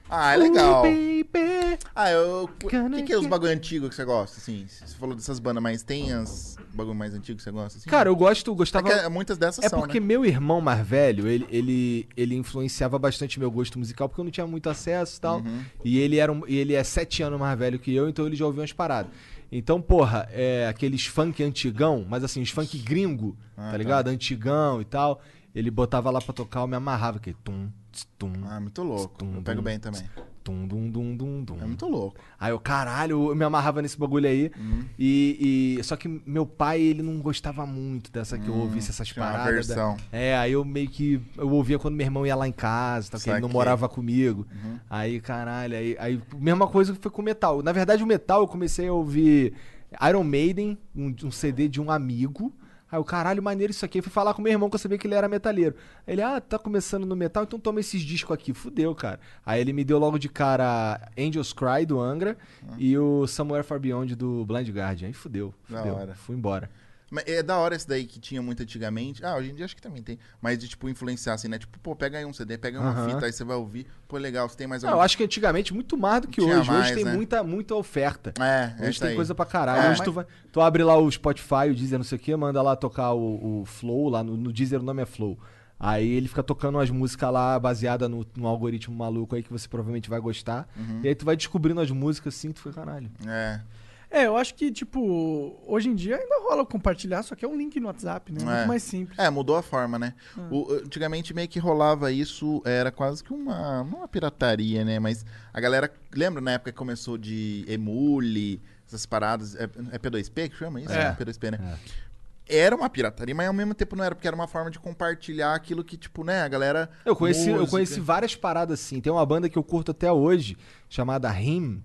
Ah, é legal. Ooh, baby. Ah, eu. O que, que é os bagulho antigo que você gosta, assim? Você falou dessas bandas, mas tem as bagulho mais antigo que você gosta, assim? Cara, eu gosto, eu é gostava. que muitas dessas É são, porque né? meu irmão mais velho, ele, ele, ele influenciava bastante meu gosto musical, porque eu não tinha muito acesso e tal. Uhum. E ele, era um- e ele é sete anos mais velho que eu, então ele já ouviu umas paradas. Então, porra, é, aqueles funk antigão, mas assim, os funk gringo, Ah, tá ligado? Antigão e tal. Ele botava lá pra tocar, eu me amarrava, que tum, tss, tum, Ah, muito louco. Tum, Eu pego tum, bem também. tum, dum, dum, dum, dum. É muito louco. Aí eu, caralho, eu me amarrava nesse bagulho aí. Uhum. E, e- Só que meu pai, ele não gostava muito dessa que eu ouvisse essas Hum, tinha uma paradas. versão. É, aí eu meio que. Eu ouvia quando meu irmão ia lá em casa, tá, que ele não Saquei. Uhum. morava comigo. Aí, caralho, aí, aí. Mesma coisa que foi com o metal. Na verdade, o metal eu comecei a ouvir Iron Maiden, um, um CD de um amigo. Aí eu, caralho, maneiro isso aqui. Eu fui falar com meu irmão que eu sabia que ele era metaleiro. Ele, ah, tá começando no metal, então toma esses discos aqui. Fudeu, cara. Aí ele me deu logo de cara Angels Cry, do Angra, Uhum. e o Somewhere Far Beyond, do Blind Guardian. Aí fudeu, Da fudeu. hora. Fui embora. Mas é da hora esse daí que tinha muito antigamente. Ah, hoje em dia acho que também tem. Mas de, tipo, influenciar assim, né? Tipo, pô, pega aí um CD, pega uma Aham. fita, aí você vai ouvir. Pô, legal, você tem mais Não, eu acho que antigamente muito mais do que Tinha hoje. mais, hoje tem né? muita, muita oferta. É, é hoje isso tem aí. coisa pra caralho. É. Hoje tu, vai, tu abre lá o Spotify, o Deezer, não sei o quê, manda lá tocar o, o Flow, lá no, no Deezer o nome é Flow. Aí ele fica tocando umas músicas lá baseada no, num algoritmo maluco aí que você provavelmente vai gostar. Uhum. E aí tu vai descobrindo as músicas assim, tu fica caralho. É. É, eu acho que, tipo, hoje em dia ainda rola compartilhar, só que é um link no WhatsApp, né? É. Muito mais simples. É, mudou a forma, né? Hum. O- antigamente meio que rolava isso, era quase que uma, não uma pirataria, né? Mas a galera, lembra na época que começou de emule, essas paradas, é, é P2P que chama isso? É. P2P, né? É. Era uma pirataria, mas ao mesmo tempo não era, porque era uma forma de compartilhar aquilo que, tipo, né, a galera... Eu conheci, eu Música. conheci várias paradas assim. Tem uma banda que eu curto até hoje, chamada Him,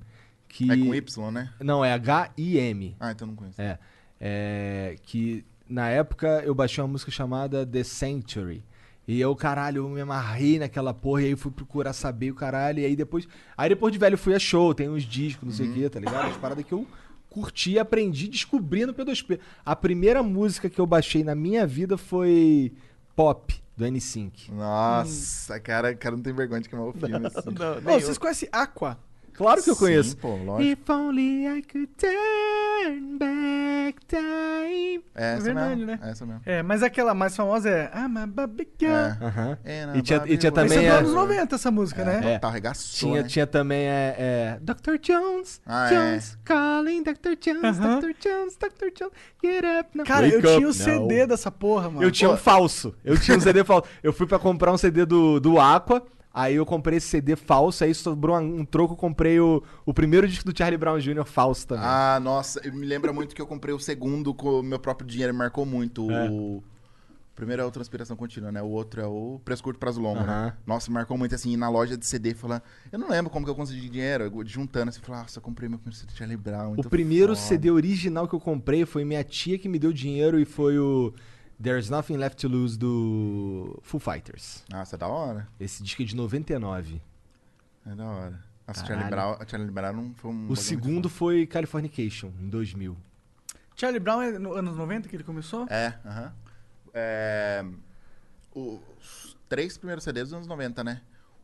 que. É com Y, né? Não, é H-I-M. Ah, então não conheço. É. É, Que na época eu baixei uma música chamada The Sanctuary. E eu, caralho, eu me amarrei naquela porra, e aí fui procurar saber o caralho, e aí depois. Aí depois de velho eu fui a show, tem uns discos, não sei Uhum. o quê, tá ligado? As paradas que eu curti, aprendi, descobri no P2P. A primeira música que eu baixei na minha vida foi Pop, do N5. Nossa, cara, cara não tem vergonha de queimar o filme. assim. Ô, vocês conhecem Aqua? Claro que eu Sim, conheço. pô, lógico. If only I could turn back time. É essa verdade, mesmo, né? É essa mesmo. É, mas aquela mais famosa é I'm a baby girl. É. Aham. É, E tinha- e tinha Esse é também dos é- anos 90 essa música, né? É. Tá, arregaçou, Tinha, né? tinha também é, é, Dr. Jones, Ah, é. Jones, calling Dr. Jones, Aham. Dr. Jones, Dr. Jones, get up now. Cara, eu É. Wake tinha up o CD now. dessa porra, mano. Eu tinha um falso, eu tinha um CD falso. Eu fui pra comprar um CD do, do Aqua, aí eu comprei esse CD falso, aí sobrou um, um troco, eu comprei o, o primeiro disco do Charlie Brown Jr. falso também. Ah, nossa, me lembra muito que eu comprei o segundo com o meu próprio dinheiro, me marcou muito. O primeiro é o Transpiração Contínua, né? O outro é o Preço Curto Prazo Longo, né? Aham. Nossa, marcou muito assim, ir na loja de CD falar. Eu não lembro como que eu consegui dinheiro, eu juntando assim, falar, nossa, eu comprei meu primeiro CD de Charlie Brown. o muito primeiro foda." CD original que eu comprei foi minha tia que me deu dinheiro e foi o There's Nothing Left to Lose do Foo Fighters. Nossa, é da hora. Esse disco é de 99. É da hora. Nossa, Caralho. Charlie Brown, a Charlie Brown não foi O um. bagulho muito segundo foda. foi Californication, em 2000. Charlie Brown é no anos 90 que ele começou? É, aham. É, os três primeiros CDs dos anos 90, né?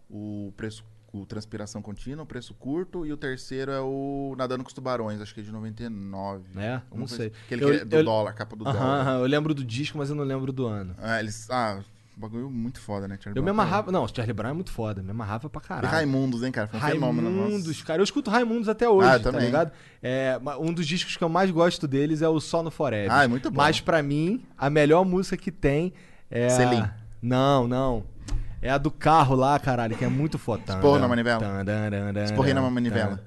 O preço. O Transpiração Contínua, o Preço Curto, e o terceiro é o Nadando com os Tubarões, acho que é de 99. É? Alguma Não coisa sei. assim. Aquele Eu- que é do eu- dólar, capa do Aham, dólar. aham, eu lembro do disco, mas eu não lembro do ano. Ah, eles, ah, bagulho muito foda, né? Charlie Eu me Brown? amarrava. Não, Charlie Brown é muito foda, me amarrava pra E caralho. Raimundos, hein, cara? Foi um fenômeno. nossa. Raimundos, cara. Eu escuto Raimundos até hoje, Ah, eu tá também. ligado? É, ma- um dos discos que eu mais gosto deles é o Só no Forever. Ah, é muito bom. Mas pra mim, a melhor música que tem é. a- Selim. Não, não. É a do carro lá, caralho, que é muito foda. Esporro na manivela. Esporrei na manivela.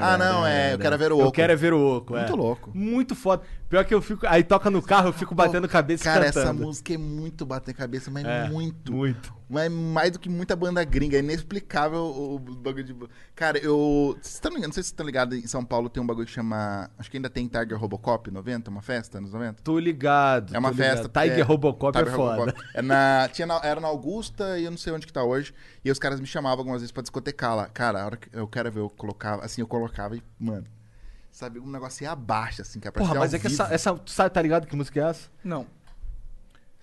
Ah, não, é, eu quero é ver o Eu oco. quero é ver o oco, é. Muito louco. Muito foda. Pior que eu fico. Aí toca no carro, eu fico batendo cabeça e Cara, cantando. essa música é muito bater cabeça, mas É, muito. muito. Mas é mais do que muita banda gringa, é inexplicável o o bagulho de. Cara, eu. Vocês estão ligados? Não sei se vocês estão ligados, em São Paulo tem um bagulho que chama. Acho que ainda tem Tiger Robocop 90, uma festa anos 90? Tô ligado. É uma tô ligado. festa. Tiger é, Robocop é Tiger foda. Robocop. É na, tinha na- era na Augusta e eu não sei onde que tá hoje. E os caras me chamavam algumas vezes pra discotecar lá. Cara, a hora que eu quero ver, eu colocava. Assim, eu colocava e, mano. sabe? Um negócio aí abaixo, assim, que é pra Porra, tirar mas ao é que vivo. essa, essa. Sabe, tá ligado que música é essa? Não.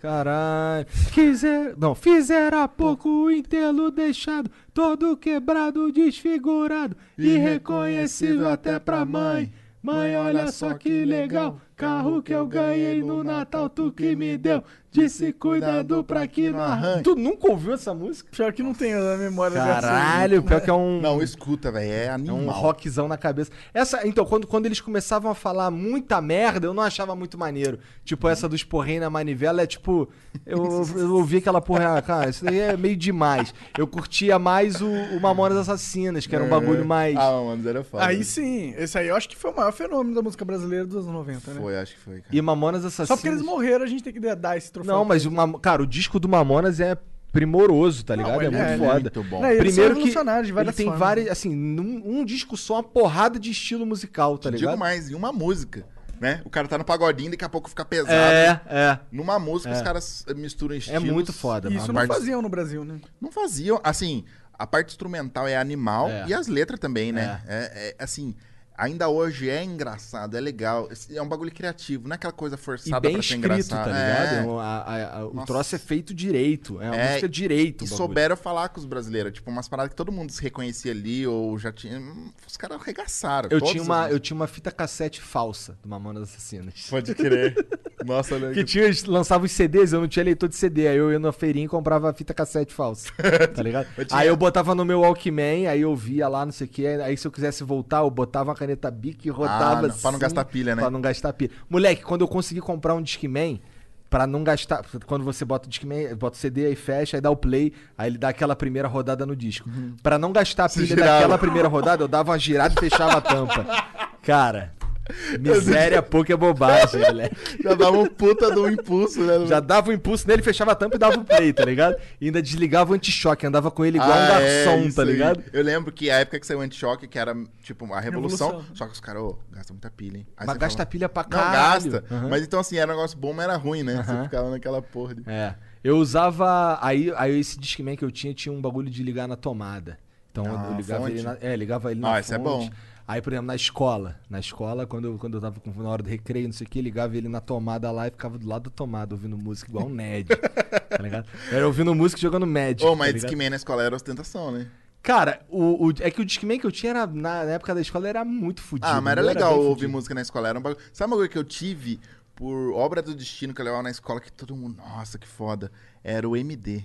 Caralho. Quiser. Não, fizera pouco o intelo deixado, todo quebrado, desfigurado, irreconhecível até pra mãe. Mãe, olha só que legal, carro que eu ganhei no Natal, tu que me deu, disse cuidado pra que não arranhe. Tu nunca ouviu essa música? Pior que não tenho na memória dessa. Caralho, pior que é um. Não, escuta, velho. É É animal. um rockzão na cabeça. Essa, então, quando, quando eles começavam a falar muita merda, eu não achava muito maneiro. Tipo, essa dos porrém na manivela é tipo. Eu, eu ouvi aquela porra, ah, cara, isso daí é meio demais. Eu curtia mais o, o Mamonas Assassinas, que era um bagulho mais. Ah, mano, era foda. Aí sim, esse aí eu acho que foi o maior fenômeno da música brasileira dos anos 90, né? Foi, acho que foi, cara. E Mamonas Assassinas. Só porque eles morreram, a gente tem que dar esse troféu. Não, mas o Mam- cara, o disco do Mamonas é primoroso, tá ligado? é ele muito é, ele é foda. muito bom. Não, e eles são Primeiro que revolucionários de ele várias tem formas. várias, assim, num um disco só, uma porrada de estilo musical, tá ligado? Digo mais, em uma música, né? O cara tá no pagodinho, daqui a pouco fica pesado. É, é. Numa música, os caras misturam É estilos. muito foda, E mano. isso não parte- faziam no Brasil, né? Não faziam, assim, a parte instrumental é animal É. e as letras também, né? É. é, assim, ainda hoje é engraçado, é legal, é um bagulho criativo, não é aquela coisa forçada e bem pra ser escrito, tá engraçado. ligado? É. O- a- a- a- o Nossa. troço é feito direito. É uma É, música direito. E o bagulho. souberam falar com os brasileiros, tipo, umas paradas que todo mundo se reconhecia ali, ou já tinha. hum, Os caras arregaçaram. Eu todas tinha, as uma, eu músicas. tinha uma fita cassete falsa do Mamonas Assassinas. Pode crer. Nossa, olha Que que tinha, lançava os CDs, eu não tinha leitor de CD. Aí eu ia na feirinha e comprava a fita cassete falsa. Tá ligado? Eu tinha- Aí eu botava no meu Walkman, aí eu via lá, não sei o que. Aí se eu quisesse voltar, eu botava uma caneta bic e rotava. Ah, não, pra não assim, gastar pilha, né? Pra não gastar pilha. Moleque, quando eu consegui comprar um Discman. Pra não gastar. Quando você bota o Discman, bota o CD, aí fecha, aí dá o play, aí ele dá aquela primeira rodada no disco. Pra não gastar a Você pilha Uhum. girava. daquela primeira rodada, eu dava uma girada e fechava a tampa. Cara, miséria pouca é bobagem, moleque. já dava um puta de um impulso, né? Já dava o impulso nele, fechava a tampa e dava o play, tá ligado? E ainda desligava o anti-choque, andava com ele igual um Ah, é, garçom, isso tá aí. ligado? Eu lembro que a época que saiu o anti-choque, que era tipo a revolução, Revolução. só que os caras, ô, gasta muita pilha, hein? Aí Mas você gasta fala, pilha pra Não, caralho. gasta. Aham. Mas então assim, era um negócio bom, mas era ruim, né? Você ficava naquela porra de... É. Eu usava. Aí, aí esse Discman que eu tinha tinha um bagulho de ligar na tomada. Então Ah, eu ligava fonte. ele na. É, ligava ele na Ah, isso é fonte. bom. Aí, por exemplo, na escola. Na escola, quando eu, quando eu tava com- na hora do recreio, não sei o que, ligava ele na tomada lá e ficava do lado da tomada, ouvindo música igual um nerd. tá ligado? Era ouvindo música e jogando Magic. Ô, tá mas ligado? Discman na escola era ostentação, né? Cara, o, o- é que o Discman que eu tinha era- na, na época da escola era muito fudido. Ah, mas era meu, legal bem ouvir fudido. música na escola. Era um bagulho... Sabe uma coisa que eu tive por obra do destino que eu levava na escola que todo mundo, nossa, que foda. Era o MD.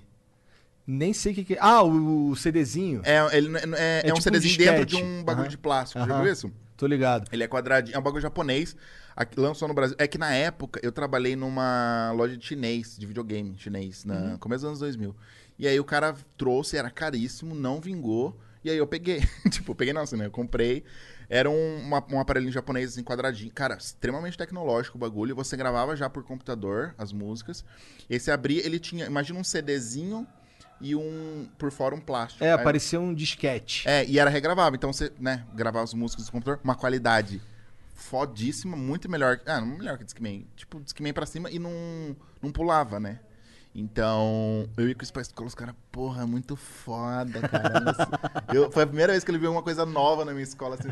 Nem sei o que, que é. Ah, o, o CDzinho. É, ele, não- é, é um tipo um CDzinho dentro de disquete. um bagulho Aham. de plástico, já Aham. viu isso? Tô ligado. Ele é quadradinho, é um bagulho japonês. Aqui, lançou no Brasil. É que na época eu trabalhei numa loja de chinês, de videogame chinês, na começo dos anos 2000. E aí o cara trouxe, era caríssimo, não vingou. E aí eu peguei. tipo, eu peguei não, assim, né? Eu comprei. Era um, uma- um aparelhinho japonês, assim, quadradinho. Cara, extremamente tecnológico o bagulho. Você gravava já por computador as músicas. E aí você abria, ele tinha, imagina um CDzinho e um, por fora, um plástico. É, Aí- apareceu um disquete. é, e era regravável. Então você, né, gravava as músicas do computador, uma qualidade fodíssima, muito melhor. Ah, não melhor que Discman. Tipo, Discman pra cima e não, não pulava, né? Então, eu ia com isso pra escola, os caras, porra, muito foda, cara. Nossa. Eu, foi a primeira vez que ele viu uma coisa nova na minha escola, assim.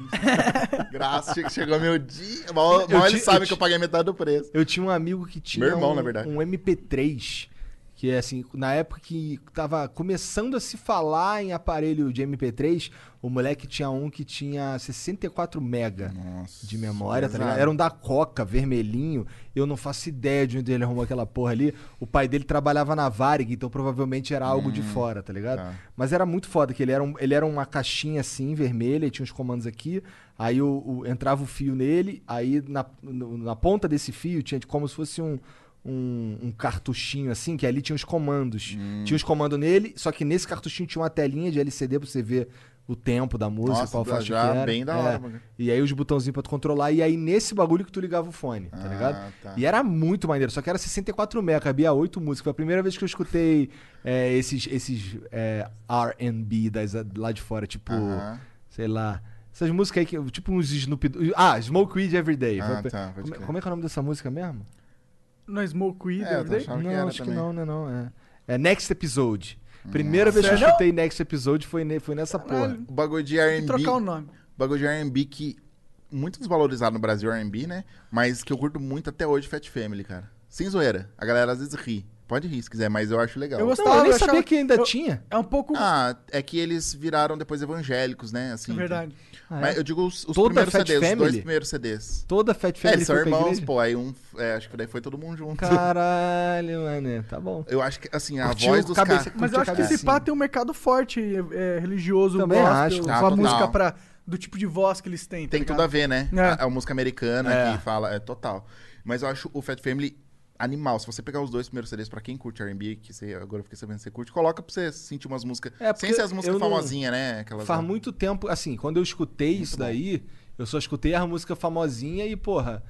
Graças, che- chegou meu dia. Mal, Eu mal ele ti- eu sabe ti- que eu paguei metade do preço. Eu tinha um amigo que tinha Meu irmão, um, na verdade. um MP3, que é assim, na época que tava começando a se falar em aparelho de MP3, o moleque tinha um que tinha 64 mega Nossa, de memória, tá pesado. ligado? Era um da Coca, vermelhinho. Eu não faço ideia de onde ele arrumou aquela porra ali. O pai dele trabalhava na Varig, então provavelmente era algo de fora, tá ligado? Hum, tá. Mas era muito foda, que ele era, um- ele era uma caixinha assim, vermelha, e tinha uns comandos aqui. Aí o, o- entrava o fio nele, aí na, no- na ponta desse fio tinha de- como se fosse um, um, um cartuchinho assim, que ali tinha os comandos. Hum. Tinha os comandos nele, só que nesse cartuchinho tinha uma telinha de LCD pra você ver o tempo da música, Nossa, qual já- faixa já que era. É. bem da hora, mano. E aí os botãozinhos pra tu controlar, e aí nesse bagulho que tu ligava o fone, tá Ah, ligado? tá. E era muito maneiro, só que era 64 mega, cabia 8 músicas. Foi a primeira vez que eu escutei é, esses, esses é, R&B das- lá de fora, tipo, Aham. sei lá... Essas músicas aí, que, tipo uns Snoop... Dogg- Ah, Smoke Weed Everyday. Ah, Foi a pe- tá, pode como, crer. como é que é o nome dessa música mesmo? No Smoke Weed, É, eu tô Everyday. achando que não, era acho também. Hum, é que não, né? Não, é. é Next Episode. Primeira vez que eu escutei Next Episode foi, ne- foi nessa porra. O bagulho de R&B... Trocar o nome. bagulho de R&B que muito desvalorizado no Brasil, R&B, né? Mas que eu curto muito até hoje, Fat Family, cara. Sem zoeira. A galera às vezes ri. Pode rir se quiser, mas eu acho legal. Eu Não, eu nem sabia achava- que ainda eu- tinha. É um pouco. Ah, é que eles viraram depois evangélicos, né? Assim, é verdade. Mas eu digo os, os Ah, é? Toda primeiros Fat CDs, os dois Family? primeiros CDs. Toda Fat É, Family eles são foi pra irmãos, igreja? pô. Aí um. é, acho que daí foi todo mundo junto. Caralho, mano. Tá bom. Eu acho que, assim, a Curtiu voz dos cabeça- caras. Mas Curte eu a acho que esse cabecinha. pá tem um mercado forte é, é, religioso, Também acho, com tá, a total. música pra, do tipo de voz que eles têm. tá Tem ligado? tudo a ver, né? É. A, a música americana É. que fala, é total. Mas eu acho o Fat Family animal. Se você pegar os dois primeiros CDs, pra quem curte R&B, que você, agora eu fiquei sabendo que você curte, coloca pra você sentir umas músicas... É, porque sem ser as músicas eu não- famosinhas, né? Aquelas... Faz muito tempo, assim, quando eu escutei isso daí, eu só escutei a música famosinha e, porra,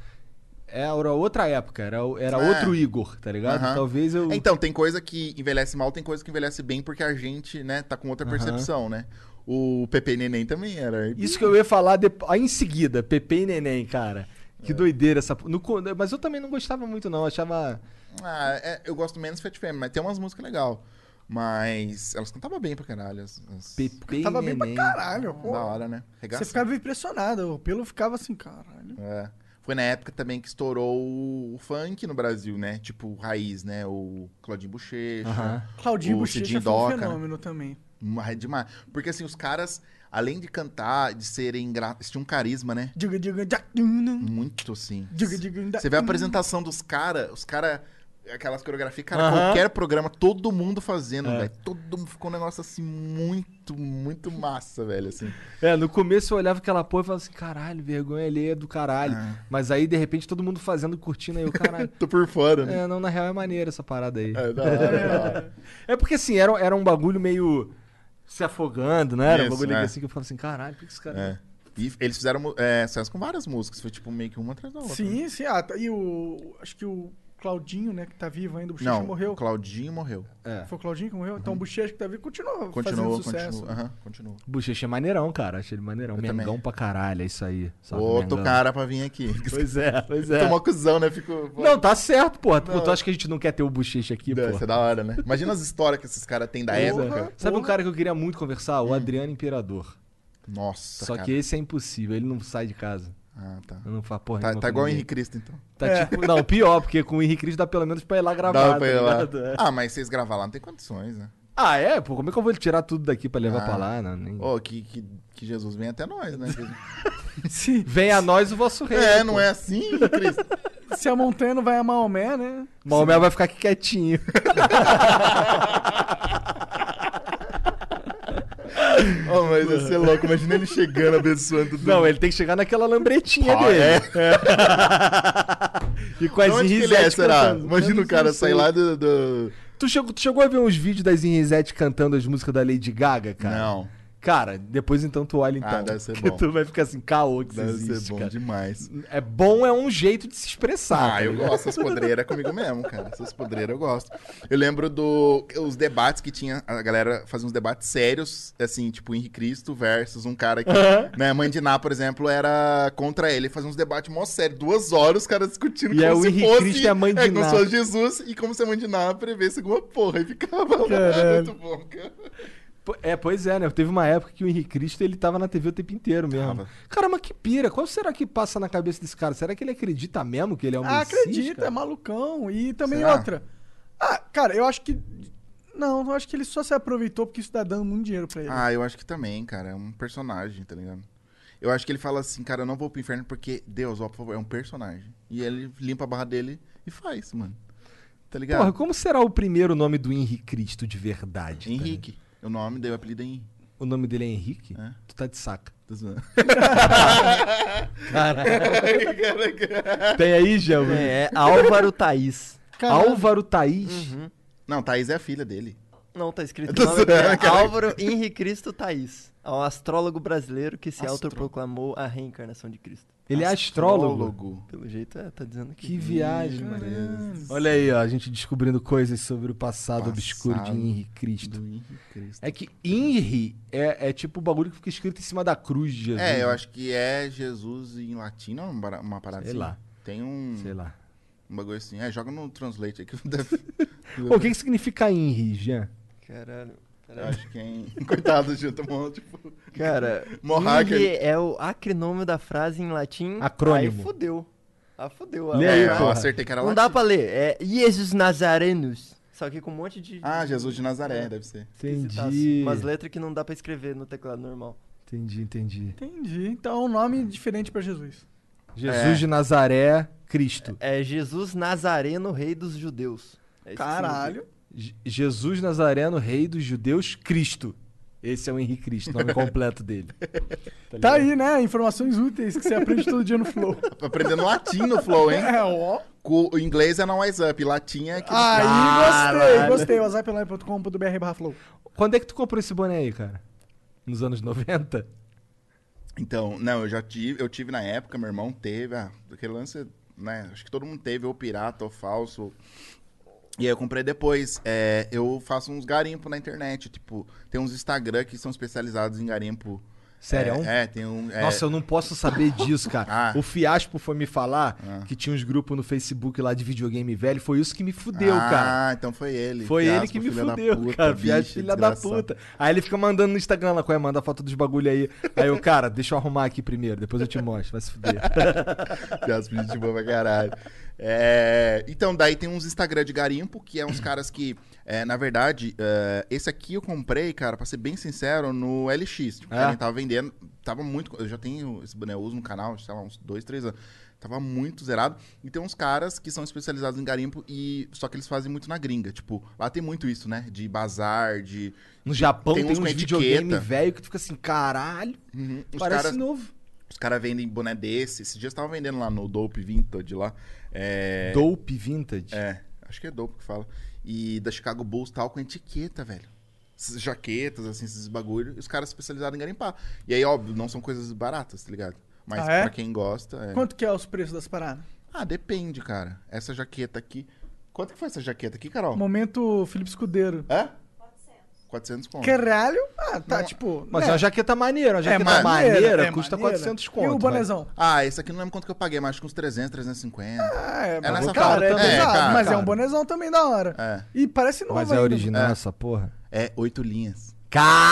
era outra época, era, era É. outro Igor, tá ligado? Aham. Talvez eu. Então, tem coisa que envelhece mal, tem coisa que envelhece bem, porque a gente, né, tá com outra percepção, né? O Pepe Neném também era... R&B. Isso que eu ia falar depo- aí em seguida, Pepe e Neném, cara. É. Que doideira essa. p- No... co- Mas eu também não gostava muito, não. eu Achava. Ah, é, eu gosto menos Fat Family, mas tem umas músicas legal. Mas elas cantavam bem pra caralho. As, as... Pepe e Tava bem pra Neném. caralho, pô. Da hora, né? Você Regaça. ficava impressionado, o pelo ficava assim, caralho. É. Foi na época também que estourou o, o funk no Brasil, né? Tipo, o raiz, né? O Claudinho Bochecha. Aham. Claudinho O Bochecha Cidinho foi um Doca, né? fenômeno também. Mas é Demais. Porque assim, os caras, além de cantar, de serem engraçados, tinham um carisma, né? Diga, diga, já, dum, dum, Muito assim. diga, diga, da- Você vê a apresentação dos caras, os caras. Aquelas coreografias, cara, Aham. qualquer programa, todo mundo fazendo, velho. Todo mundo ficou um negócio assim muito, muito massa, velho. Assim. É, no começo eu olhava aquela porra e falava assim, caralho, vergonha alheia do caralho. É. Mas aí, de repente, todo mundo fazendo, curtindo aí o caralho. Tô por fora, né? é, não, na real é maneiro essa parada aí. É, da hora, da hora. É porque assim, era, era um bagulho meio se afogando, né? Era um Isso, bagulho é. assim que eu falava assim, caralho, por que esse cara. É. E eles fizeram é, sucesso com várias músicas. Foi tipo meio que uma atrás da outra. né? Sim, sim. Ah, tá- e o. Acho que o Claudinho, né, que tá vivo ainda, o Bochecha Não, Uhum. morreu. o Claudinho morreu. É. Foi o Claudinho que morreu? Então o Bochecha que tá vivo continua, fazendo Continuou, sucesso. continuou. Aham, continuou. Bochecha é maneirão, cara. Achei ele maneirão. Eu Mengão também. pra caralho, é isso aí. Salve, Outro Mengão. cara pra vir aqui. Pois é, pois é. Tomou cuzão, né? Fico. Não, tá certo, porra. Pô, Não. tu acha que a gente não quer ter o bochecha aqui, Deve pô? ser da hora, né? Imagina as histórias que esses caras têm da Pois é. época. Sabe um cara que eu queria muito conversar? O Adriano Imperador. Nossa, Só Hum. cara. que esse é impossível, ele não sai de casa. Ah, tá. Eu não faço porra Tá, nenhuma tá com igual o ninguém. Henrique Cristo, então. Tá tipo, não, pior, porque com o Henrique Cristo dá pelo menos pra ir lá gravar. Dá pra tá ir lá. ligado? É. Ah, mas vocês gravar lá não tem condições, né? Ah, é? Pô, como é que eu vou tirar tudo daqui pra levar Ah. pra lá? Não, nem- Ô, que, que, que Jesus vem até nós, né? Se, Vem a nós o vosso rei. é, pô. não é assim, Henrique Cristo? se a montanha não vai a Maomé, né? Maomé vai ficar aqui quietinho. Ô, mas ia ser louco. Imagina ele chegando, abençoando tudo. Não, ele tem que chegar naquela lambretinha Pá, dele. é. e com De as onde que ele Inrisete é, será? cantando. Eu Imagina não o cara sei. sair lá do... do- Tu chegou, tu chegou a ver uns vídeos das Inrisete cantando as músicas da Lady Gaga, cara? Não. Cara, depois então tu olha então. Ah, deve ser porque bom. tu vai ficar assim, caô que isso Deve existe, ser bom cara. demais. É bom, é um jeito de se expressar. Ah, tá eu ligado? gosto. Essas podreiras é comigo mesmo, cara. Essas podreiras eu gosto. Eu lembro dos os debates que tinha. A galera fazia uns debates sérios, assim, tipo Henrique Cristo versus um cara que. né, Mandiná, por exemplo, era contra ele. Fazia uns debates mó sérios. Duas horas os caras discutindo E é o Henrique Cristo e a Mãe de é, como Ná. se fosse Jesus e como se a Mandiná prevesse alguma porra. E ficava lá. Muito bom, cara. Po- É, pois é, né? Teve uma época que o Henrique Cristo ele tava na TV o tempo inteiro mesmo. Tava. Cara, mas que pira. Qual será que passa na cabeça desse cara? Será que ele acredita mesmo que ele é um Ah, Messias, acredita, cara? é malucão. E também Será? outra. Ah, cara, eu acho que. Não, eu acho que ele só se aproveitou porque isso tá dando muito dinheiro pra ele. Ah, eu acho que também, cara. É um personagem, tá ligado? Eu acho que ele fala assim, cara, eu não vou pro inferno porque Deus, ó, por favor, é um personagem. E ele limpa a barra dele e faz, mano. Tá ligado? Porra, como será o primeiro nome do Henrique Cristo de verdade? tá? Henrique. O nome deu o apelido é Henrique. O nome dele é Henrique? É. Tu tá de saca. Tô zoando. Caralho. Tem aí, Jean? É, é Álvaro Thaís. Álvaro Thaís. Não, Thaís é a filha dele. Não, tá escrito tô o nome zoando, dele. cara. Álvaro Henri Cristo Thaís. É um astrólogo brasileiro que se Astro- autoproclamou a reencarnação de Cristo. Ele é astrólogo. Astrólogo. Pelo jeito, é, tá dizendo aqui. Que viagem, mano. Maria. Olha aí, ó, a gente descobrindo coisas sobre o passado, Passado obscuro de Henrique Cristo. Do Henrique Cristo. É que Henri é, é tipo o bagulho que fica escrito em cima da cruz de Jesus. É, eu acho que é Jesus em latim, não é uma bara- uma parada Sei assim? lá. Tem um, Sei lá. um bagulho assim. É, joga no translate aqui. Pô, o que, que significa Henri, Jean? Caralho. Eu acho que é em... Coitado, Gil, tomou, tipo... Cara, Mohawk, Ille é o acronômio da frase em latim. Acrônimo. Aí fudeu. Ah, fudeu. Lê Ah, aí, É, cara. eu porra. acertei que era Não latim. dá pra ler. É Jesus Nazarenos. Só que com um monte de... É, Ah, Jesus de Nazaré, deve ser. assim? esquisitaço. Entendi. Umas letras que não dá pra escrever no teclado normal. Entendi, entendi. Entendi. Então é um nome diferente pra Jesus. Jesus É. de Nazaré, Cristo. É Jesus Nazareno, rei dos judeus. É isso que Caralho. Je- Jesus Nazareno, rei dos judeus, Cristo. Esse é o Henrique Cristo, o nome completo dele. Tá aí, né? Informações úteis que você aprende todo dia no Flow. Tá Aprendendo latim no Flow, hein? É, ó. Co- O inglês é não Wise Up, latim é que... Aí, Caralho. gostei, gostei. whatsappeline.com.br barra Flow. Quando é que tu comprou esse boné aí, cara? Nos anos 90? Então, não, eu já tive, eu tive na época, meu irmão teve, ah, aquele lance, né? Acho que todo mundo teve, ou pirata, ou falso. E aí eu comprei depois. É, eu faço uns garimpos na internet, tipo, tem uns Instagram que são especializados em garimpo. Sério? É, é, tem um. é, Nossa, eu não posso saber disso, cara. Ah. O Fiaspo foi me falar Ah. que tinha uns grupos no Facebook lá de videogame velho. Foi isso que me fudeu, cara. Ah, então foi ele. Foi Fiasco, ele que me filho da fudeu, puta, cara. bicho, Viagem filha da desgraçado. puta. Aí ele fica mandando no Instagram lá, qual é? Manda foto dos bagulho aí. Aí eu, cara, deixa eu arrumar aqui primeiro, depois eu te mostro. Vai se fuder. Piadas de boa pra caralho. É, então, daí tem uns Instagram de garimpo, que é uns caras que, é, na verdade, é, esse aqui eu comprei, cara, pra ser bem sincero, no LX. Tipo, É? o cara tava vendendo, tava muito. Eu já tenho esse boné, eu uso no canal, sei lá, uns dois, três anos. Tava muito zerado. E tem uns caras que são especializados em garimpo, e só que eles fazem muito na gringa. Tipo, lá tem muito isso, né? De bazar, de. No Japão tem, Tem uns uns com videogame etiqueta. velho que tu fica assim, caralho, Uhum, os parece caras- novo. Os caras vendem boné desse. Esses dias tava vendendo lá no Dope Vintage lá. É, Dope Vintage. É, acho que é Dope que fala. E da Chicago Bulls tal, com etiqueta, velho. Essas jaquetas, assim, esses bagulho. E os caras especializados em garimpar. E aí, óbvio, não são coisas baratas, tá ligado? Mas Ah, é? pra quem gosta. é. Quanto que é os preços das paradas? Ah, depende, cara. Essa jaqueta aqui. Quanto que foi essa jaqueta aqui, Carol? Momento Felipe Escudeiro. Hã? 400 conto. Caralho. Ah, tá, tipo... Mas é né? uma jaqueta maneira, uma jaqueta tá maneira, é maneira, é custa maneira. 400 E conto. o bonezão? Ah, esse aqui não lembro quanto que eu paguei, mas acho que uns 300, 350. Ah, é, nessa mas, fala cara, é também. pesado, É, cara, mas é cara. um bonezão também da hora. É. E parece novo Mas, mas é ainda. original É. essa porra. É, oito linhas.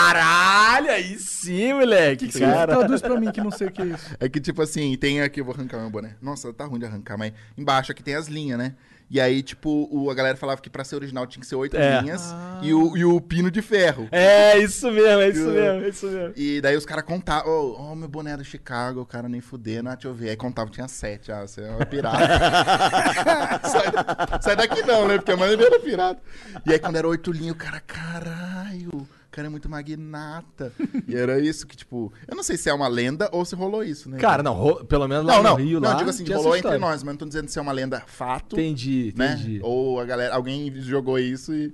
Caralho, aí sim, moleque. Que que você tá traduz pra mim que não sei o que é isso? É que, tipo assim, tem aqui, eu vou arrancar meu boné. Nossa, tá ruim de arrancar, mas embaixo aqui tem as linhas, né? E aí, tipo, o- a galera falava que pra ser original tinha que ser oito É. linhas e, o, e o pino de ferro. É, isso mesmo, é isso mesmo, é isso mesmo. E daí os caras contavam, ô, oh, meu boné é do Chicago, o cara nem fudendo, ah, deixa eu ver. Aí contava, tinha sete, ah, você é uma pirata. sai, sai daqui não, né? Porque a maioria era pirata. E aí quando era oito linhas, o cara, caralho, o cara é muito magnata. E era isso que, tipo, eu não sei se é uma lenda ou se rolou isso, né? Cara, não, ro- pelo menos lá Não, no não. Rio, não, lá. eu digo assim, tinha rolou essa entre história. nós, mas não tô dizendo se é uma lenda fato, Entendi, né? entendi. Ou a galera, alguém jogou isso e.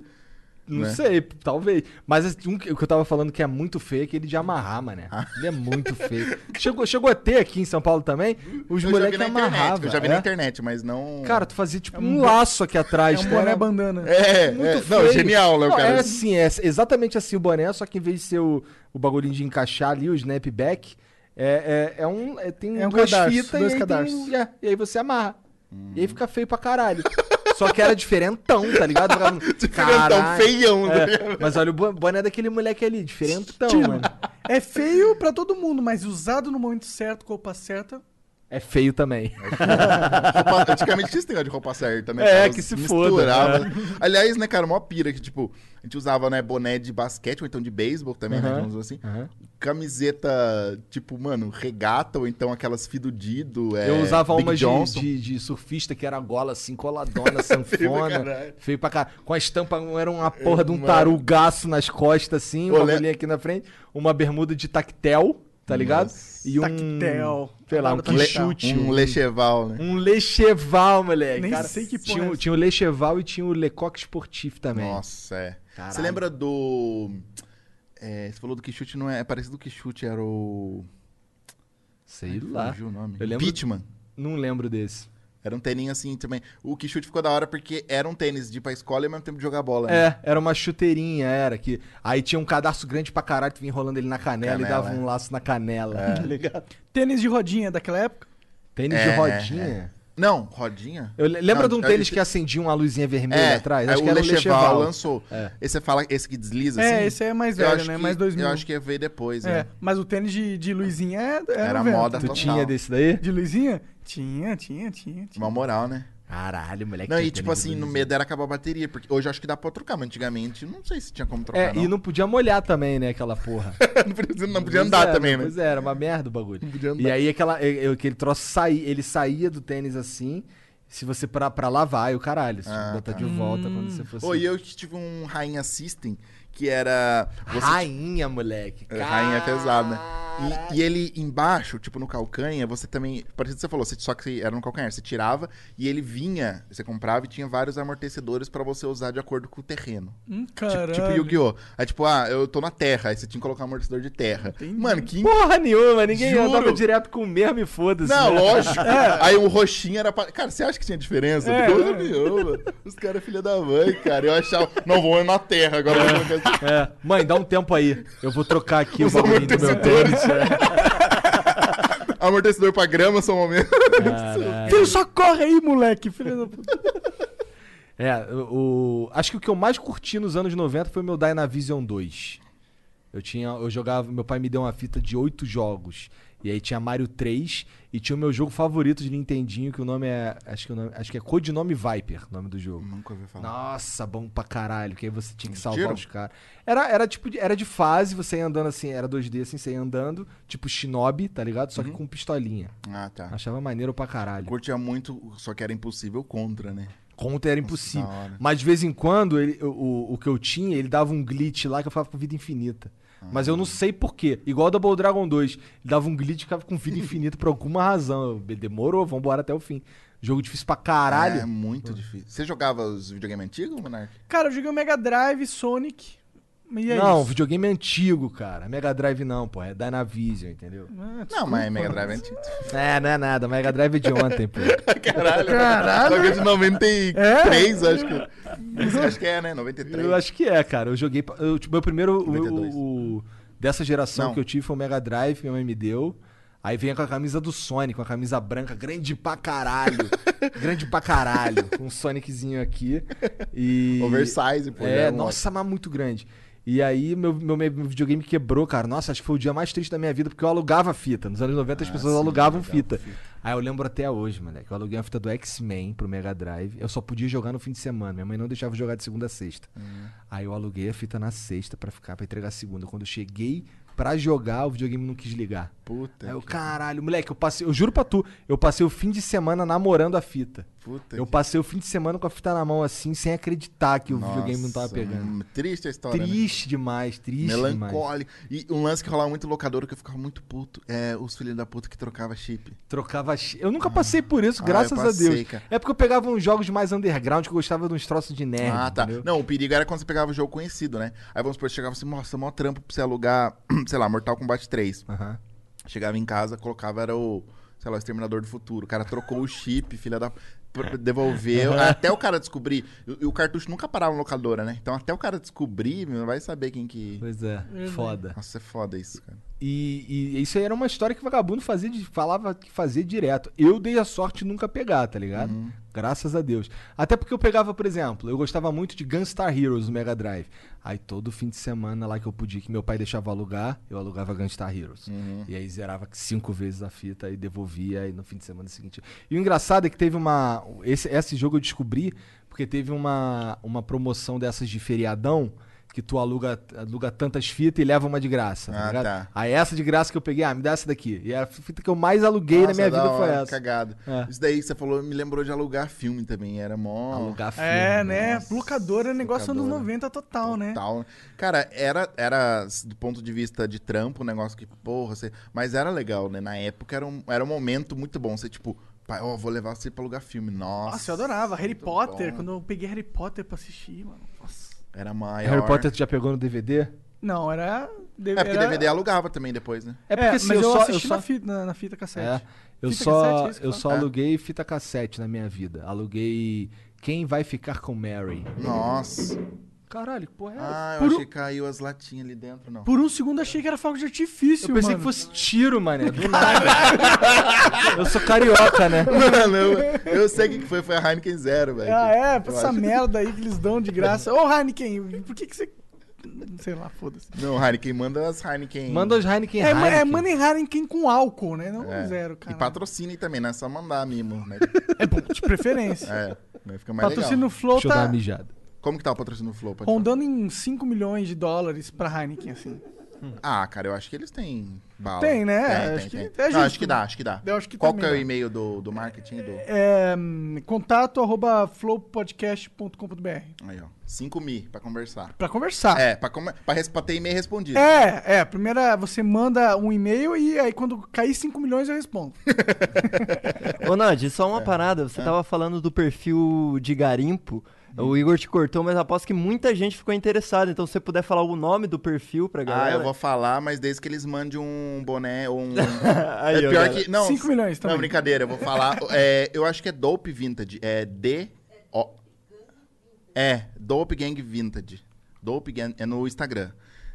Não né? sei, talvez. Mas assim, um que o que eu tava falando que é muito feio é aquele de amarrar, mané. Ah. Ele é muito feio. chegou, chegou a ter aqui em São Paulo também, os eu já vi moleques na internet, amarravam. eu já vi é? na internet, mas não. Cara, tu fazia tipo um laço aqui É atrás. tá? um boné bandana. é, Muito é, feio. não, genial, né, Não, É cara? assim, é exatamente assim o boné, só que em vez de ser o, o bagulhinho de encaixar ali, o snapback, é, é, é um. é- tem É um duas cadarço, fitas dois e, aí tem cadarços. um- é, e aí você amarra. E aí fica feio pra caralho. só que era diferentão, tá ligado? Ficava- Diferentão, Caralho. feião. né? É, mas olha o bo- boné daquele moleque ali, diferentão, Tira. mano. É feio pra todo mundo, mas usado no momento certo, com a roupa certa. É feio também. Roupa- antigamente tinha esse negócio de roupa certa, né? É, cara? que Os- se misturava. foda, Aliás, né, cara, mó pira que, tipo, a gente usava, né, boné de basquete ou então de beisebol também, né, Aham. digamos assim. Aham. Camiseta, tipo, mano, regata ou então aquelas fidudido. É, Eu usava Big uma de, Johnson. de, de surfista que era gola assim, coladona, sanfona. caralho. feio pra caralho. Com a estampa, um- era uma porra de um Mano. tarugaço nas costas, assim, uma Olé. mulher aqui na frente, uma bermuda de tactel, tá ligado? Nossa. E um. Tactel. Sei lá, um Adoro tactel. quichute. Um lecheval, né? Um lecheval, moleque. Nem cara. sei que porra tinha, é o- essa. tinha o lecheval e tinha o lecoque esportivo também. Nossa, é. Caralho. Você lembra do. é, você falou do Quixote, não é? É parecido do Quixote, era o. é Sei lá. Fugiu o nome. Eu lembro- Pitman. Não lembro desse. Era um tênis assim também. O Quixote ficou da hora porque era um tênis de ir pra escola e ao mesmo tempo de jogar bola. né? É, era uma chuteirinha, era. que Aí tinha um cadarço grande pra caralho, tu vinha enrolando ele na canela, e Canela, dava é. um laço na canela. Tá ligado? Tênis de rodinha daquela época. Tênis É, de rodinha? Não, rodinha? Eu le- lembra Não, de um é- tênis que acendia uma luzinha vermelha é, atrás? Aí Acho o que era o Lecheval Lecheval. É. lançou. Esse você fala, esse que desliza, É, assim? esse é mais Eu velho, acho né? que- Mais 2000. Eu acho que ia ver depois, É, né? mas o tênis de, de luzinha é, era, Era 90. moda Tu total. tinha desse daí? De luzinha? Tinha, tinha, tinha. tinha. Uma moral, né? Caralho, moleque. não, tinha e tipo É tênis de assim, no luzinha. medo era acabar a bateria, porque hoje eu acho que dá pra trocar, mas antigamente não sei se tinha como trocar. É, não. e não podia molhar também, né, aquela porra. não podia, não podia andar Pois é, também, né? Pois é, era uma merda o bagulho. podia andar. E aí aquela, e- e- aquele troço saía, ele saía do tênis assim, se você pra, pra lavar, e o caralho, se Ah, botar tá. de volta quando você fosse... Ô, Assim. e eu que tive um Rainha System, que era. você Rainha, moleque. É, Rainha é pesado, né? Caralho. E, e ele embaixo, tipo no calcanha, você também. Parecido que você falou, você- só que era no calcanhar. Você tirava e ele vinha, você comprava e tinha vários amortecedores pra você usar de acordo com o terreno. Hum, Tipo, caralho. tipo Yu-Gi-Oh! Aí tipo, ah, eu tô na terra, aí você tinha que colocar um amortecedor de terra. Mano, que. Porra nenhuma, ninguém Juro. andava direto com o mesmo e foda-se. Não, né? lógico. Aí o roxinho era. pra- Cara, você acha que tinha diferença? É, Coisa é. nenhuma. Os caras, é filha da mãe, cara. Eu achava. Não, vou na terra agora. eu vou colocar- É. Mãe, dá um tempo aí. Eu vou trocar aqui o Os bagulho do meu amortecedores. tênis. É. Amortecedor pra grama só um momento. Filho, só corre aí, moleque. Filho da puta. É, o, o- acho que o que eu mais curti nos anos 90 foi o meu Dynavision 2. Eu tinha, eu jogava, meu pai me deu uma fita de oito jogos. E aí tinha Mario 3 e tinha o meu jogo favorito de Nintendinho, que o nome é, acho que o nome, acho que é Codinome Viper, o nome do jogo. Nunca ouvi Hum. falar. Nossa, bom pra caralho, que aí você tinha que salvar Tiro? os caras. Era, era tipo, de- era de fase, você ia andando assim, era 2D assim, você ia andando, tipo Shinobi, tá ligado? Só Uhum. que com pistolinha. Ah, tá. Achava maneiro pra caralho. Curtia muito, só que era impossível contra, né? Conta era impossível. da hora. Mas de vez em quando, ele- o- o, o que eu tinha, ele dava um glitch lá que eu ficava com vida infinita. Mas Ah. eu não sei porquê. Igual o Double Dragon 2. Ele dava um glitch e ficava com vida infinita por alguma razão. Eu, "Be- Demorou, vambora até o fim. Jogo difícil pra caralho. É muito difícil. Você jogava os videogame antigos, Monark? Cara, eu joguei o Mega Drive, Sonic. E é não, isso. videogame antigo, cara. Mega Drive não, pô. É Dynavision, entendeu? Não, mas é Mega Drive antigo. É, não é nada. Mega Drive é de ontem, pô. Caralho. Caralho. Joguei de 93, acho que. Acho que é, né? 93. É? Eu acho que é, cara. Eu joguei. pa- eu, tipo, meu primeiro. o- 92. o- o- dessa geração Não. que eu tive foi o Mega Drive, minha mãe me deu. Aí vem com a camisa do Sonic, uma camisa branca, grande pra caralho. grande pra caralho. Com um Soniczinho aqui. E. Oversize, pô. É, era um- nossa, mas muito grande. E aí, meu, meu, meu videogame quebrou, cara. Nossa, acho que foi o dia mais triste da minha vida, porque eu alugava fita. Nos anos Ah, 90 as pessoas alugavam fita. Aí eu lembro até hoje, moleque. Eu aluguei uma fita do X-Men pro Mega Drive. Eu só podia jogar no fim de semana. Minha mãe não deixava eu jogar de segunda a sexta. Hum. Aí eu aluguei a fita na sexta pra ficar, pra entregar a segunda. Quando eu cheguei pra jogar, o videogame não quis ligar. Puta. Aí eu, que- caralho, moleque, eu passei, eu juro pra tu, eu passei o fim de semana namorando a fita. Puta. Eu que- passei é o fim de semana com a fita na mão assim, sem acreditar que o videogame não tava Nossa, pegando. hum, Triste a história. né? Triste demais, triste demais. Melancólico. E um lance que rolava muito locador que eu ficava muito puto. É os filhos da puta que trocava chip. Trocava. chi- Eu nunca passei por isso, Ah, graças eu a passei, Deus. cara. É porque eu pegava uns jogos mais underground que eu gostava de uns troços de nerd. ah, tá. entendeu? Não, o perigo era quando você pegava o jogo conhecido, né? Aí vamos supor, você chegava assim, nossa, mó trampo pra você alugar, sei lá, Mortal Kombat 3. Aham. Chegava em casa, colocava, era o, sei lá, o Exterminador do Futuro. O cara trocou o chip, filha da. pra- É. pra- Devolveu. Até o cara descobrir. E e o cartucho nunca parava na locadora, né? Então até o cara descobrir, meu, vai saber quem que. Pois é, foda. Nossa, é foda isso, cara. E, e isso aí era uma história que o vagabundo fazia de- falava que fazia direto. Eu dei a sorte de nunca pegar, tá ligado? Graças a Deus. Até porque eu pegava, por exemplo, eu gostava muito de Gunstar Heroes no Mega Drive. Aí todo fim de semana lá que eu podia, que meu pai deixava alugar, eu alugava Gunstar Heroes. E aí zerava cinco vezes a fita e devolvia e no fim de semana seguinte. E o engraçado é que teve uma. Esse, esse jogo eu descobri porque teve uma, uma promoção dessas de feriadão. Que tu aluga, aluga tantas fitas e leva uma de graça. tá Ah, ligado? tá. Aí essa de graça que eu peguei, ah, me dá essa daqui. E a fita que eu mais aluguei na Nossa, é minha da vida foi hora, essa. Cagado. É. Isso daí que você falou me lembrou de alugar filme também. Era mó. Alugar filme. né? É, né? Nossa, Locadora é negócio anos locadora. 90 total, né? Tal. Cara, era, era do ponto de vista de trampo, um negócio que, porra, você... mas era legal, né? Na época era um, era um momento muito bom. Você, tipo, pai, ó, vou levar você pra alugar filme. Nossa. Nossa, eu adorava. Harry muito Potter, bom. quando eu peguei Harry Potter pra assistir, mano. Nossa. Era maior. Harry Potter tu já pegou no DVD? Não, era. É porque DVD alugava também depois, né? É porque assim, mas eu, eu, só. assisti eu só... Na, fita, na, na fita É, cassete. eu Fita só, cassete, é isso que eu fala? só É. aluguei fita cassete na minha vida. Aluguei Quem Vai Ficar com Mary. Nossa. Caralho, que porra é essa? Ah, eu Por achei um- que caiu as latinhas ali dentro, não. Por um segundo achei que era fogo de artifício, Eu pensei mano. que fosse tiro, mané. Do nada. eu sou carioca, né? Mano, eu, Ah, eu sei o que que foi, foi a Heineken Zero, velho. Ah, é? Eu Essa acho- merda aí que eles dão de graça. Ô, Heineken, por que que você... Sei lá, foda-se. Não, Heineken, manda as Heineken. Manda os Heineken É, ma- Heineken. é Money Heineken com álcool, né? Não com É. zero, E cara. patrocine também, não é só mandar mimo, né? É bom, de preferência. É, mas fica mais Patrocínio legal. Flow Deixa eu dar tá uma mijada. Como que tá o patrocínio do Flow? Pode falar. rondando em 5 milhões de dólares pra Heineken, assim. Ah, cara, eu acho que eles têm bala. Tem, né? Tem, Acho que tem, tem. é Não, justo, acho que dá, acho que dá. Eu acho que Qual também que é o dá. e-mail do, do marketing? Do... É, hum, contato arroba flowpodcast.com.br Aí, ó. 5 mi pra conversar. Pra conversar. É, pra, come... pra, res- pra ter e-mail respondido. Ah. É, é. Primeira, você manda um e-mail e aí quando cair 5 milhões eu respondo. Ô, Nandi, só É. uma parada. Você tava falando do perfil de garimpo. Hum. O Igor te cortou, mas aposto que muita gente ficou interessada. Então, se você puder falar o nome do perfil pra Ah, galera. É. eu vou falar, mas desde que eles mandem um boné ou um. Aí, é ó, pior galera. que. Não, 5 milhões Não, também. brincadeira, eu vou falar. É, eu acho que é Dope Vintage. É D. O. É, Dope Gang Vintage. Dope Gang é no Instagram.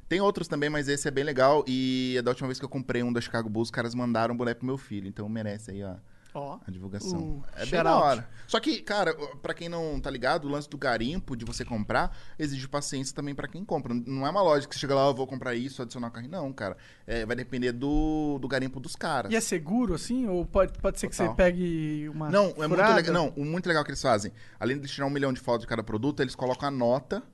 Tem outros também, mas esse é bem legal. E é da última vez que eu comprei um da Chicago Bulls, os caras mandaram um boné pro meu filho. Então merece aí, ó. Ó. A divulgação. Uh, é bem shout da out. hora. Só que, cara, pra quem não tá ligado, o lance do garimpo, de você comprar, exige paciência também pra quem compra. Não é uma loja que você chega lá, eu vou comprar isso, adicionar o carro. Não, cara. É, vai depender do, do garimpo dos caras. E é seguro, assim? Ou pode, pode ser que Total. você pegue uma. Não, é muito furada? legal. Não, o muito legal que eles fazem. Além de tirar um milhão de fotos de cada produto, eles colocam a nota.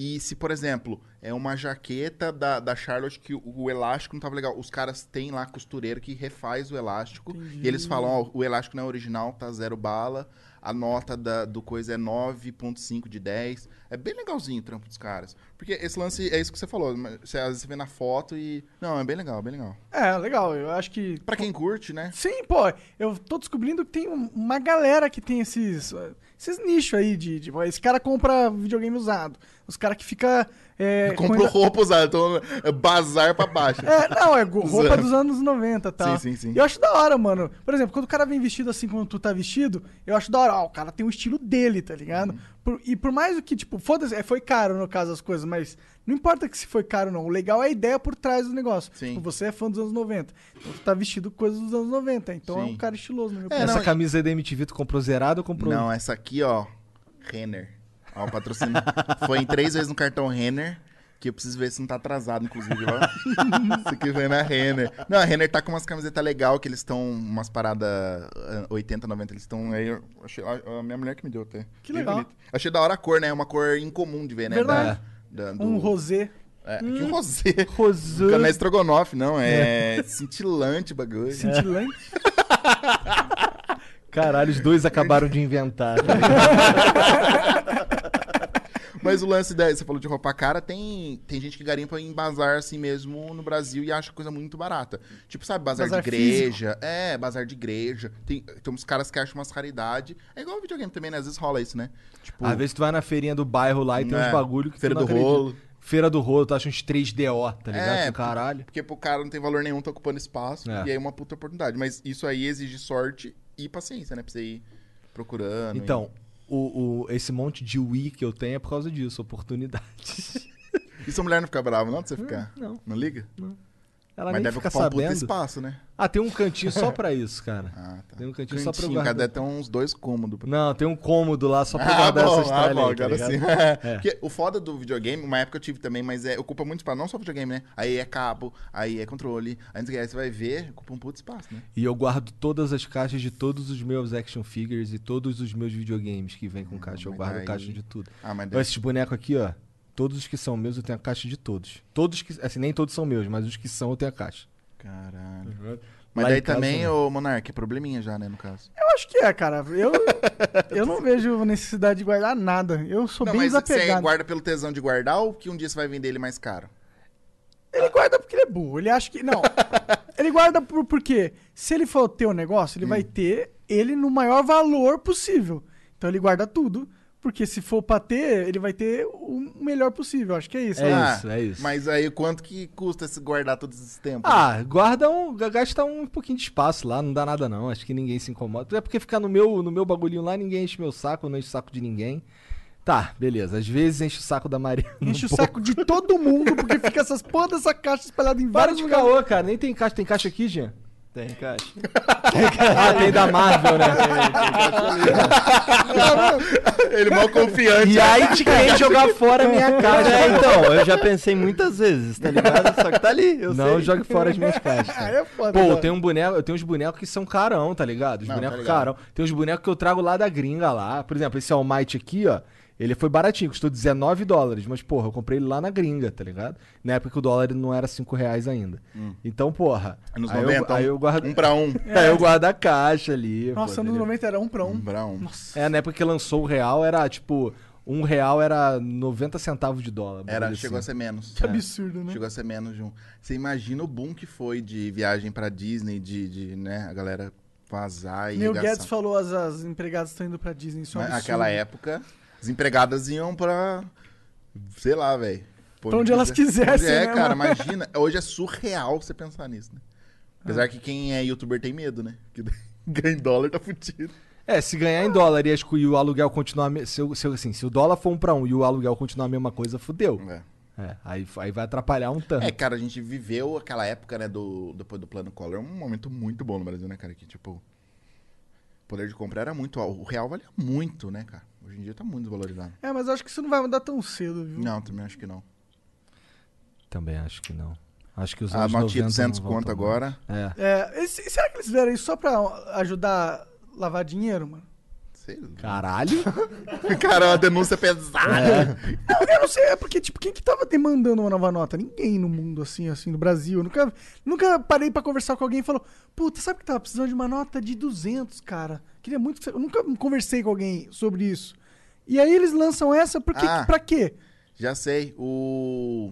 E se, por exemplo, é uma jaqueta da, da Charlotte que o, o elástico não tava legal, os caras têm lá costureiro que refaz o elástico. E eles falam, ó, o elástico não é original, tá zero bala. A nota da- do coisa é 9.5 de 10. É bem legalzinho o trampo dos caras. Porque esse lance é isso que você falou. mas Você, às vezes você vê na foto e... Não, é bem legal, bem legal. É, legal. Eu acho que. Pra quem curte, né? Sim, pô. Eu tô descobrindo que tem um- uma galera que tem esses. uh, Esses nichos aí de. de esse cara compra videogame usado. Os caras que fica. É, Comprou com- roupa usada, então é bazar pra baixo. É, não, é go- roupa dos anos 90, tá? Sim, sim, sim. E eu acho da hora, mano. Por exemplo, quando o cara vem vestido assim como tu tá vestido, eu acho da hora. Ó, o cara tem o estilo dele, tá ligado? Uhum. Por- e por mais do que, tipo, foda-se, é, foi caro no caso as coisas, mas não importa que se foi caro ou não. O legal é a ideia por trás do negócio. Sim. Tipo, você é fã dos anos 90. Então tu tá vestido coisas dos anos 90. Então é Sim. um cara estiloso, no meu É, ponto. Essa não, e- camisa aí da MTV tu comprou zerado ou comprou... Não, essa aqui, ó. Renner. Ó, o patrocínio. Foi em três vezes no cartão Renner. Que eu preciso ver se não tá atrasado, inclusive, lá. Isso aqui vem na Renner. Não, a Renner tá com umas camisetas legal, que eles estão. Umas paradas ah, 80, 90. Eles estão aí. eu Achei, a, a minha mulher que me deu até. Que Bem legal. bonito. Achei da hora a cor, né? É uma cor incomum de ver, né? Verdade. Da, da- do- Um rosé. É, que rosé. Rosé. Não é estrogonofe, não. É cintilante o bagulho. Cintilante. Caralho, os dois acabaram de inventar. Mas o lance da. Você falou de roupa cara, tem, tem gente que garimpa em bazar assim mesmo no Brasil e acha coisa muito barata. Tipo, sabe, bazar, Bazar de igreja. É, bazar de igreja. Tem, tem uns caras que acham umas raridades. É igual videogame também, né? Às vezes rola isso, né? Tipo, Às vezes tu vai na feirinha do bairro lá e tem É, uns bagulho que feira tu não do acredita. rolo. Feira do rolo, tu acha uns 3DO, tá ligado? É, Tu, caralho. porque pro cara não tem valor nenhum, tá ocupando espaço. É. E aí é uma puta oportunidade. Mas isso aí exige sorte e paciência, né? Pra você ir procurando. e- Então, o, o- esse monte de Wii que eu tenho é por causa disso, oportunidades. E sua mulher não fica brava, não? De você ficar? Não. Não liga? Ela Mas Hum, nem deve fica ocupar um puta sabendo. espaço, né? Ah, tem um cantinho só pra isso, cara. Ah, tá. Tem um cantinho, só pra eu Cantinho, guardar. cada tem uns dois cômodos pra Não, tem um cômodo lá só pra Ah, guardar bom, essas ah, tralhas bom, aí, tá agora ligado? É. sim. É, Porque o foda do videogame, uma época eu tive também, mas é, ocupa muito espaço. Não só videogame, né? Aí é cabo, aí é controle. Aí não sei o que, aí você vai ver, ocupa um puto espaço, né? E eu guardo todas as caixas de todos os meus action figures e todos os meus videogames que vem com caixa. Eu Hum, mas guardo daí- caixa de tudo. Então, Ah, mas Esses bonecos aqui, ó. Todos os que são meus, eu tenho a caixa de todos. Todos que. Assim, nem todos são meus, mas os que são, eu tenho a caixa. Caralho. Lá Mas em daí casa, né? também, não. ô Monark, é probleminha já, né, no caso. Eu acho que é, cara. Eu, eu não vejo necessidade de guardar nada. Eu sou não, bem mas é você desapegado. guarda pelo tesão de guardar ou que um dia você vai vender ele mais caro? Ele guarda porque ele é burro. Ele acha que. Não. ele guarda por, porque se ele for ter o negócio, ele vai Hum. ter ele no maior valor possível. Então ele guarda tudo. Porque se for pra ter, ele vai ter o melhor possível. Acho que é isso. É né? isso, é isso. Ah, Mas aí quanto que custa se guardar todos esses tempos? Ah, guarda um. Gasta um pouquinho de espaço lá, não dá nada É não. Acho que ninguém se incomoda. Até porque ficar no meu, no meu bagulhinho lá, ninguém enche meu saco, não enche o saco de ninguém. Tá, beleza. Às vezes enche o saco da Marina. Enche um o saco de todo mundo, porque fica essas porra dessa caixa espalhada em Para vários de lugares. caô, cara. Nem tem caixa. Tem caixa aqui, Jean? Tem caixa. Ah, tem da Marvel, né? Ele mal confiante. né? E aí te querem jogar fora a minha caixa. É, então, eu já pensei muitas vezes, tá ligado? Só que tá ali, eu não sei. jogue fora as minhas caixas. Ah, cara. é foda. Pô, eu mano. tenho um boneco, eu tenho uns bonecos que são carão, tá ligado? Os então. Não, bonecos tá ligado. carão. Tem uns bonecos que eu trago lá da gringa lá. Por exemplo, esse Almighty aqui, ó. Ele foi baratinho, custou 19 dólares, mas, porra, eu comprei ele lá na gringa, tá ligado? Na época que o dólar não era 5 reais ainda. Então, porra. Nos aí, 90, eu, aí eu guardo. Hum. um pra um. Aí eu guardo a caixa ali. Nossa, pô, anos entendeu? 90 era um pra um. Um pra um. É, na época que lançou o real, era tipo. Um real era 90 centavos de dólar. Era, bagulho chegou a assim. ser menos. Que absurdo, né? é. Chegou a ser menos de um. Você imagina o boom que foi de viagem pra Disney, de, de né, a galera vazar e Neil regaçar. Guedes falou as, as empregadas estão indo pra Disney. Isso é um Mas absurdo. Naquela época, as empregadas iam pra. sei lá, velho. Pra Pra onde elas quisessem, né, É, cara, mano? imagina. Hoje é surreal você pensar nisso, né? Apesar que quem é youtuber tem medo, né? Que ganha em dólar tá fudido. É, se ganhar em dólar e, as co- e o aluguel continuar. a me- Se, o- se o- assim, se o dólar for um pra um e o aluguel continuar a mesma coisa, fudeu. É. É, aí, aí vai atrapalhar um tanto. É, cara, a gente viveu aquela época, né, do, depois do plano Collor, um momento muito bom no Brasil, né, cara? Que, tipo, o poder de compra era muito alto. O real valia muito, né, cara? Hoje em dia tá muito desvalorizado. É, mas eu acho que isso não vai mudar tão cedo, viu? Não, também acho que não. Também acho que não. Acho que os A anos notinha 90 de 200 não voltam, Ah, conto não. agora, É. É, e se- será que eles fizeram isso só pra ajudar a lavar dinheiro, mano? sei lá. Caralho? Cara, é uma denúncia pesada. Não, eu não sei, é porque, tipo, quem que tava demandando uma nova nota? Ninguém no mundo, assim, assim, no Brasil. Eu nunca, nunca parei pra conversar com alguém e falou, puta, sabe que tava precisando de uma nota de 200, cara? Queria muito que você... Eu nunca conversei com alguém sobre isso. E aí eles lançam essa, porque, Ah. pra quê? Já sei, o...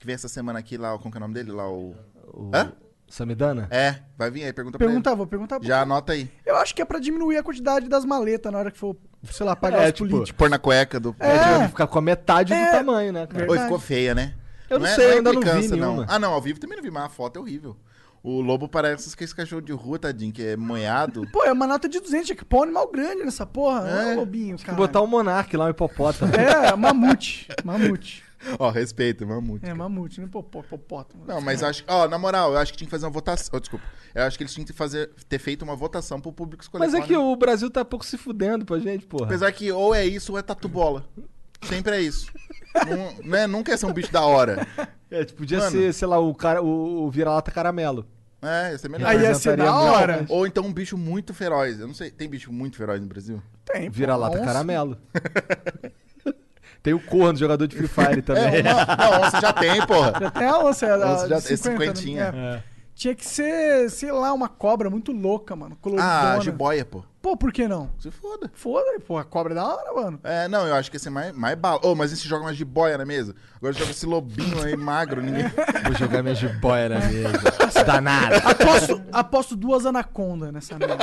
Que vem essa semana aqui lá, como que é o nome dele? Lá, o... O Hã? Samidana? É, vai vir aí, pergunta, pra Perguntar, vou perguntar. ele. Já anota aí. Eu acho que é pra diminuir a quantidade das maletas na hora que for, sei lá, pagar É, os tipo, políticos. Pôr na cueca do... É, tipo, ficar com a metade É. do tamanho, né, cara? Oi, ficou feia, né? Eu não sei, eu ainda não vi implicância, nenhuma. Ah, não, ao vivo também não vi, mas a foto é horrível. O lobo parece que esse cachorro de rua, tadinho, que é manhado. Pô, é uma nota de 200, é que pô, animal grande nessa porra. É, É. lobinho, Tem cara. que botar um monarca lá, um hipopótamo. É, mamute. Mamute. Ó, respeito, mamute. É, cara. mamute, não popó, popótamo. Não, mas acho que. Ó, na moral, eu acho que tinha que fazer uma votação. Ó, desculpa. Eu acho que eles tinham que fazer, ter feito uma votação pro público escolher. Mas é qual, que né? o Brasil tá pouco se fudendo pra gente, porra. Apesar que ou é isso ou é tatu bola. Sempre é isso. Nun- né? Nunca é ser um bicho da hora. É, tipo, podia Mano. ser, sei lá, o, cara, o, o vira-lata caramelo. É, ia ser melhor. Aí ia ser da Representaria hora. Ou então um bicho muito feroz. Eu não sei. Tem bicho muito feroz no Brasil? Tem, pô, Vira-lata onça. caramelo. Tem o corno, jogador de Free Fire É, também. uma, não, onça já tem, porra. É a onça, é a Onça já- de é 50, né? cinquentinha. É. Tinha que ser, sei lá, uma cobra muito louca, mano. Coloridona. Ah, jiboia, pô. Pô, por que não? Se foda. Foda-se, pô, a cobra é da hora, mano. É, não, eu acho que ia ser mais, mais bala. Ô, mas e se joga uma jiboia na mesa? Agora joga esse lobinho aí magro, ninguém. Vou É. jogar minha jiboia na mesa. Ah, Danado. Aposto, aposto duas anacondas nessa merda.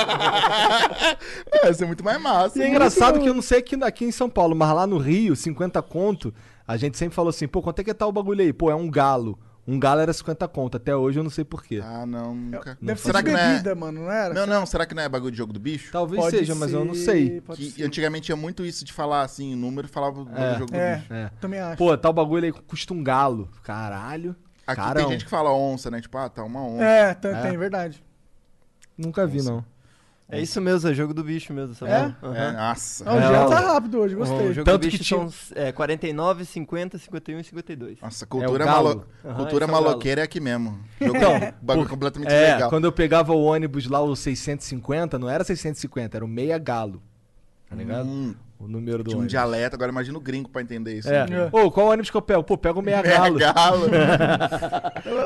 é, ia ser muito mais massa. E é engraçado que eu não sei aqui, aqui em São Paulo, mas lá no Rio, 50 conto, a gente sempre falou assim, pô, quanto é que tá o bagulho aí? Pô, é um galo. Um galo era 50 conto, até hoje eu não sei porquê. Ah, não, nunca. É, Deve ser será de que não é- bebida, mano, não era? Não, não, será que não é bagulho de jogo do bicho? Talvez Pode seja, mas eu não ser, sei. pode que ser. antigamente tinha muito isso de falar assim, o número falava o nome do jogo do É, bicho. É. também acho. Pô, tal bagulho aí custa um galo. Caralho. Aqui Caramba. tem gente que fala onça, né? Tipo, ah, tá uma onça. é, tem, tem, verdade. Nunca vi, não. É isso mesmo, é jogo do bicho mesmo, sabe? É? Aham. É, nossa. Ah, o É, Jean ó. tá rápido hoje, gostei. O jogo Tanto do bicho que tinha- são é, 49, 50, 51 e 52. Nossa, cultura, É o galo. malo- Aham, cultura esse é o maloqueira é aqui mesmo. Jogo Então, bagulho por- completamente É, legal. quando eu pegava o ônibus lá, o 650, não era 650, era o meia galo. Tá ligado? Hum, O número do tinha um ônibus. dialeto, agora imagina o gringo pra entender isso. É. né? Ô, qual ônibus que eu pego? Pô, pego o meia É, galo. galo.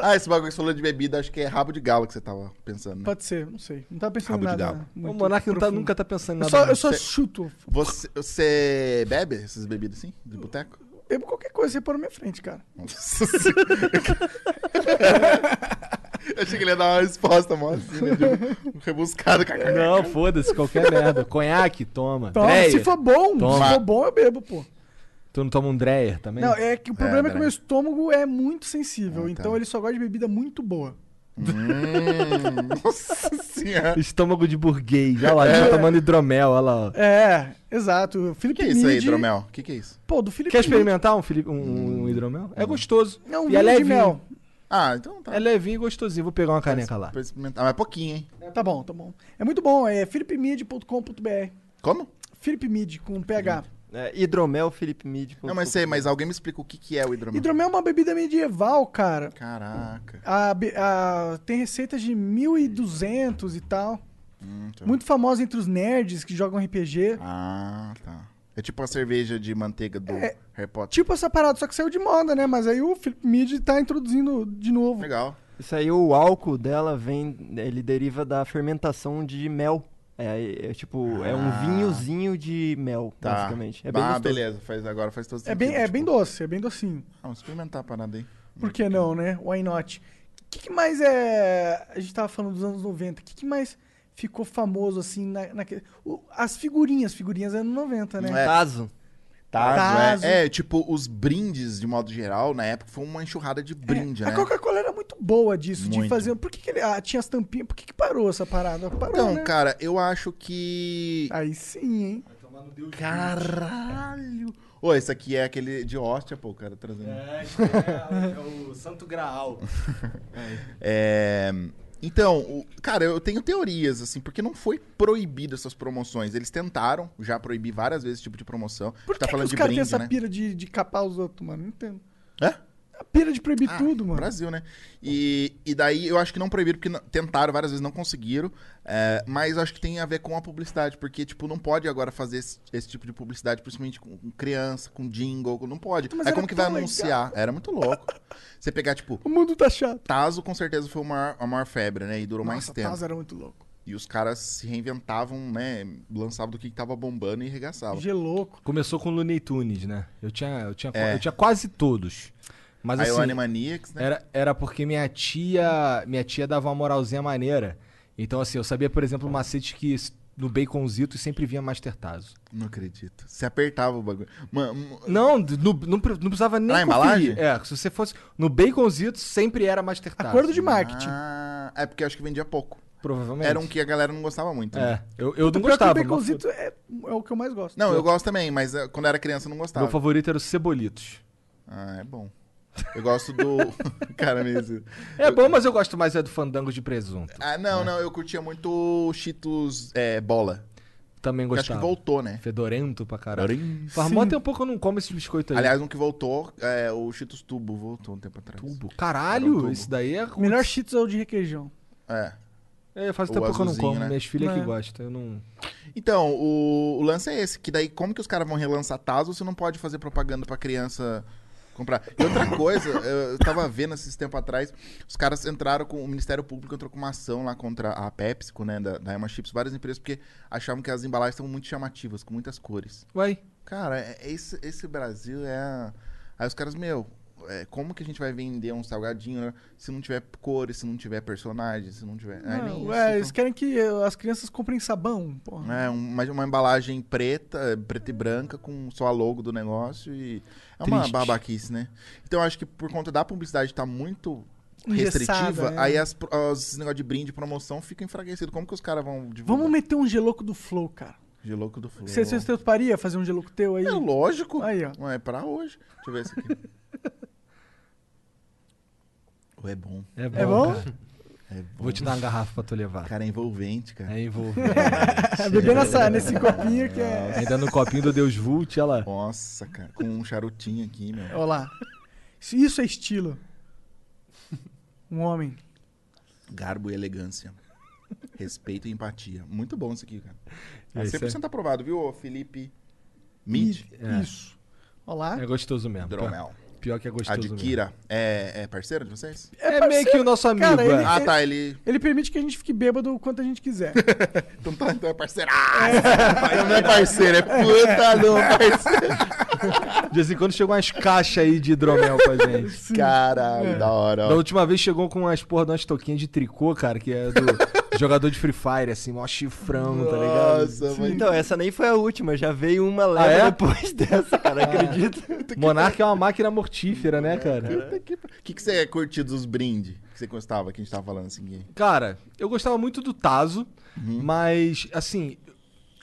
ah, esse bagulho que você falou de bebida, acho que é rabo de galo que você tava pensando. Né? Pode ser, não sei. Não tava pensando Rabo em de nada. né? galo. O muito Monark não tá- profundo. nunca tá pensando em nada. Eu só, não. eu só Cê- chuto. Você, você bebe essas bebidas assim, de boteco? Bebo qualquer coisa, você põe na minha frente, cara. Nossa senhora. Eu achei que ele ia dar uma resposta mó assim, né? de um rebuscado. Não, foda-se, qualquer merda. Conhaque, toma. Toma, Dreyer. se for bom, Toma. se for bom, eu bebo, pô. Tu não toma um Dreyer também? Não, é que o problema é, que peraí. o meu estômago é muito sensível, Ah, tá. então ele só gosta de bebida muito boa. Hum, nossa senhora. Estômago de burguês. Olha lá, É. já tomando hidromel, olha lá. ó. É, exato. O Felipe Que isso aí, Midi- hidromel? O que, que é isso? Pô, do Felipe Quer experimentar um, Felipe- um- Hum. um hidromel? É gostoso. Midi- É um e é vinho de levinho. mel. Ah, então tá. É levinho e gostosinho. Vou pegar uma caneca lá. Pra experimentar. Ah, mas pouquinho, hein? Tá bom, tá bom. É muito bom, é filipemid.com.br. Como? Filipemid com PH. É, hidromel Felipe Mid. Não, mas sei, mas alguém me explica o que, que é o hidromel. Hidromel é uma bebida medieval, cara. Caraca. A be- a- tem receitas de 1200 e tal. Hum, tá. Muito famosa entre os nerds que jogam RPG. Ah, tá. É tipo a cerveja de manteiga do Harry Potter. Tipo essa parada, só que saiu de moda, né? Mas aí o Felipe Mid tá introduzindo de novo. Legal. Isso aí, o álcool dela vem. Ele deriva da fermentação de mel. É, é tipo, é um Ah. vinhozinho de mel, Tá. basicamente. É bem ah, gostoso. beleza. Faz, agora faz todo É sentido. bem, é tipo. bem doce, é bem docinho. Ah, Vamos experimentar a parada aí. Por que não, né? Why not? O que, que mais é. A gente tava falando dos anos 90. O que, que mais ficou famoso, assim, na, naque- o- as figurinhas, figurinhas anos 90, né? É. Tazo. Tazo. Tazo, é. é, tipo, os brindes, de modo geral, na época, foi uma enxurrada de brinde, A né? É, Coca-Cola era muito boa disso, de Muito. fazer. Por que, que ele. Ah, tinha as tampinhas. Por que, que parou essa parada? Parou. Então, né? cara, eu acho que... Aí sim, hein? Caralho! Ô, esse aqui é aquele de hóstia, pô, o cara trazendo. É, o Santo Graal. É, Então, o- cara, eu tenho teorias, assim, porque não foi proibido essas promoções. Eles tentaram já proibir várias vezes esse tipo de promoção. Por que, tá que falando os de caras têm brinde, essa né? pira de, de capar os outros, mano? Não entendo. Hã? A pira de proibir Ah, tudo, mano. Brasil, né? E, e daí eu acho que não proibiram, porque não- tentaram várias vezes, não conseguiram. é, mas acho que tem a ver com a publicidade, porque, tipo, não pode agora fazer esse, esse tipo de publicidade, principalmente com, com criança, com jingle, com- não pode. Mas Aí era como que vai tão legal. anunciar? Era muito louco. Você pegar, tipo, O mundo tá chato. Tazo com certeza foi a maior, a maior febre, né? E durou mais Nossa, tempo. Tazo é era muito louco. E os caras se reinventavam, né? Lançavam do que, que tava bombando e arregaçavam. Gelouco. Começou com Looney Tunes, né? Eu tinha, eu tinha, É. eu tinha quase todos. Mas Aí assim, o Animaniacs, é. né? Era, era porque minha tia, minha tia dava uma moralzinha maneira. Então, assim, eu sabia, por exemplo, o macete que s- no baconzito sempre vinha Master Tazo. Não acredito. Se apertava o bagulho. Mano, Não, d- no- não, pre- não precisava nem Na conferir. embalagem? É, se você fosse... No baconzito sempre era Master Tazo. Acordo de marketing. Ah, é porque eu acho que vendia pouco. Provavelmente. Era um que a galera não gostava muito. né? É, eu, eu não O pior é que gostava. O mas baconzito é, é o que eu mais gosto. Não, eu gosto também, mas eh, quando era criança eu não Meu gostava. favorito era o Cebolitos. Ah, é bom. Eu gosto do. Cara, mesmo. É bom, mas eu gosto mais é do fandango de presunto. Ah, não, não, eu curtia muito Cheetos é, Bola. Também Que acho que gostava. É voltou, né? Fedorento pra caralho. Fedorento. Faz mó tempo que eu não como esse biscoito aí. Aliás, um que voltou é o Cheetos Tubo, voltou um tempo atrás. tubo. Era um Caralho, tubo. esse daí é O melhor cheetos é o de requeijão. É. É, faz O tempo que eu não azulzinho, como. né? Minhas filhas É. que gostam. Eu não. Então, o, o lance é esse, que daí como que os caras vão relançar Tazo se não pode fazer propaganda pra criança comprar? E outra coisa, eu eu tava vendo esses tempos atrás, os caras entraram com, o Ministério Público entrou com uma ação lá contra a PepsiCo, né, da, da Emma Chips, várias empresas, porque achavam que as embalagens estavam muito chamativas, com muitas cores. Vai. Cara, é- é esse, esse Brasil é... a- Aí os caras, meu, é, como que a gente vai vender um salgadinho né, se não tiver cores, se não tiver personagens, se não tiver... Ah, nem Não, isso, é, então. eles querem que eh, as crianças comprem sabão. Porra. É, um- mas uma embalagem preta, eh, preta e branca, com só a logo do negócio e. É uma Triste. babaquice, né? Então eu acho que por conta da publicidade estar muito Engessada, restritiva, né? aí as, pro- as- esse negócio de brinde e promoção fica enfraquecido. Como que os caras vão divulgar? Vamos meter um geloco do Flow, cara. De louco do flow. Você se você toparia fazer um geloco teu aí? É lógico. Aí, ó. Não é pra hoje. Deixa eu ver esse aqui. Ou é bom. É bom. bom? cara. É bom. Vou te dar uma garrafa pra tu levar. Cara, é envolvente, cara. Aí vou. É, beber nessa, nesse copinho que é. Ainda no copinho do Deus Vult, olha lá. Nossa, cara. Com um charutinho aqui, meu. Olha lá. Isso, isso é estilo. Um homem. Garbo e elegância. Respeito e empatia. Muito bom isso aqui, cara. É Esse 100% aprovado, viu, Felipe? Mid. É. Isso. Olha lá. É gostoso mesmo. Dromel. Pior- Pior que é gostoso mesmo. Adquira. É, é parceiro de vocês? É, meio que o nosso amigo, Cara, ele- é. Ah, tá. Ele. Ele permite que a gente fique bêbado o quanto a gente quiser. Então, tá, então é parceiro. Ah, não é parceiro, é puta não parceiro. Ah, De vez em quando chegam umas caixas aí de hidromel pra gente. Caralho, da hora. Da Ó. última vez chegou com umas porra de umas toquinhas de tricô, cara, que é do Jogador de Free Fire, assim, mó chifrão, tá ligado? Nossa, mas... Então, essa nem foi a última, já veio uma leva Ah, é? depois dessa, cara, acredito. Monark é uma máquina mortífera, né, cara? Puta que pa- O que, que você curtiu dos brindes que você gostava, que a gente tava falando assim? que- Cara, eu gostava muito do Tazo, Uhum. mas, assim,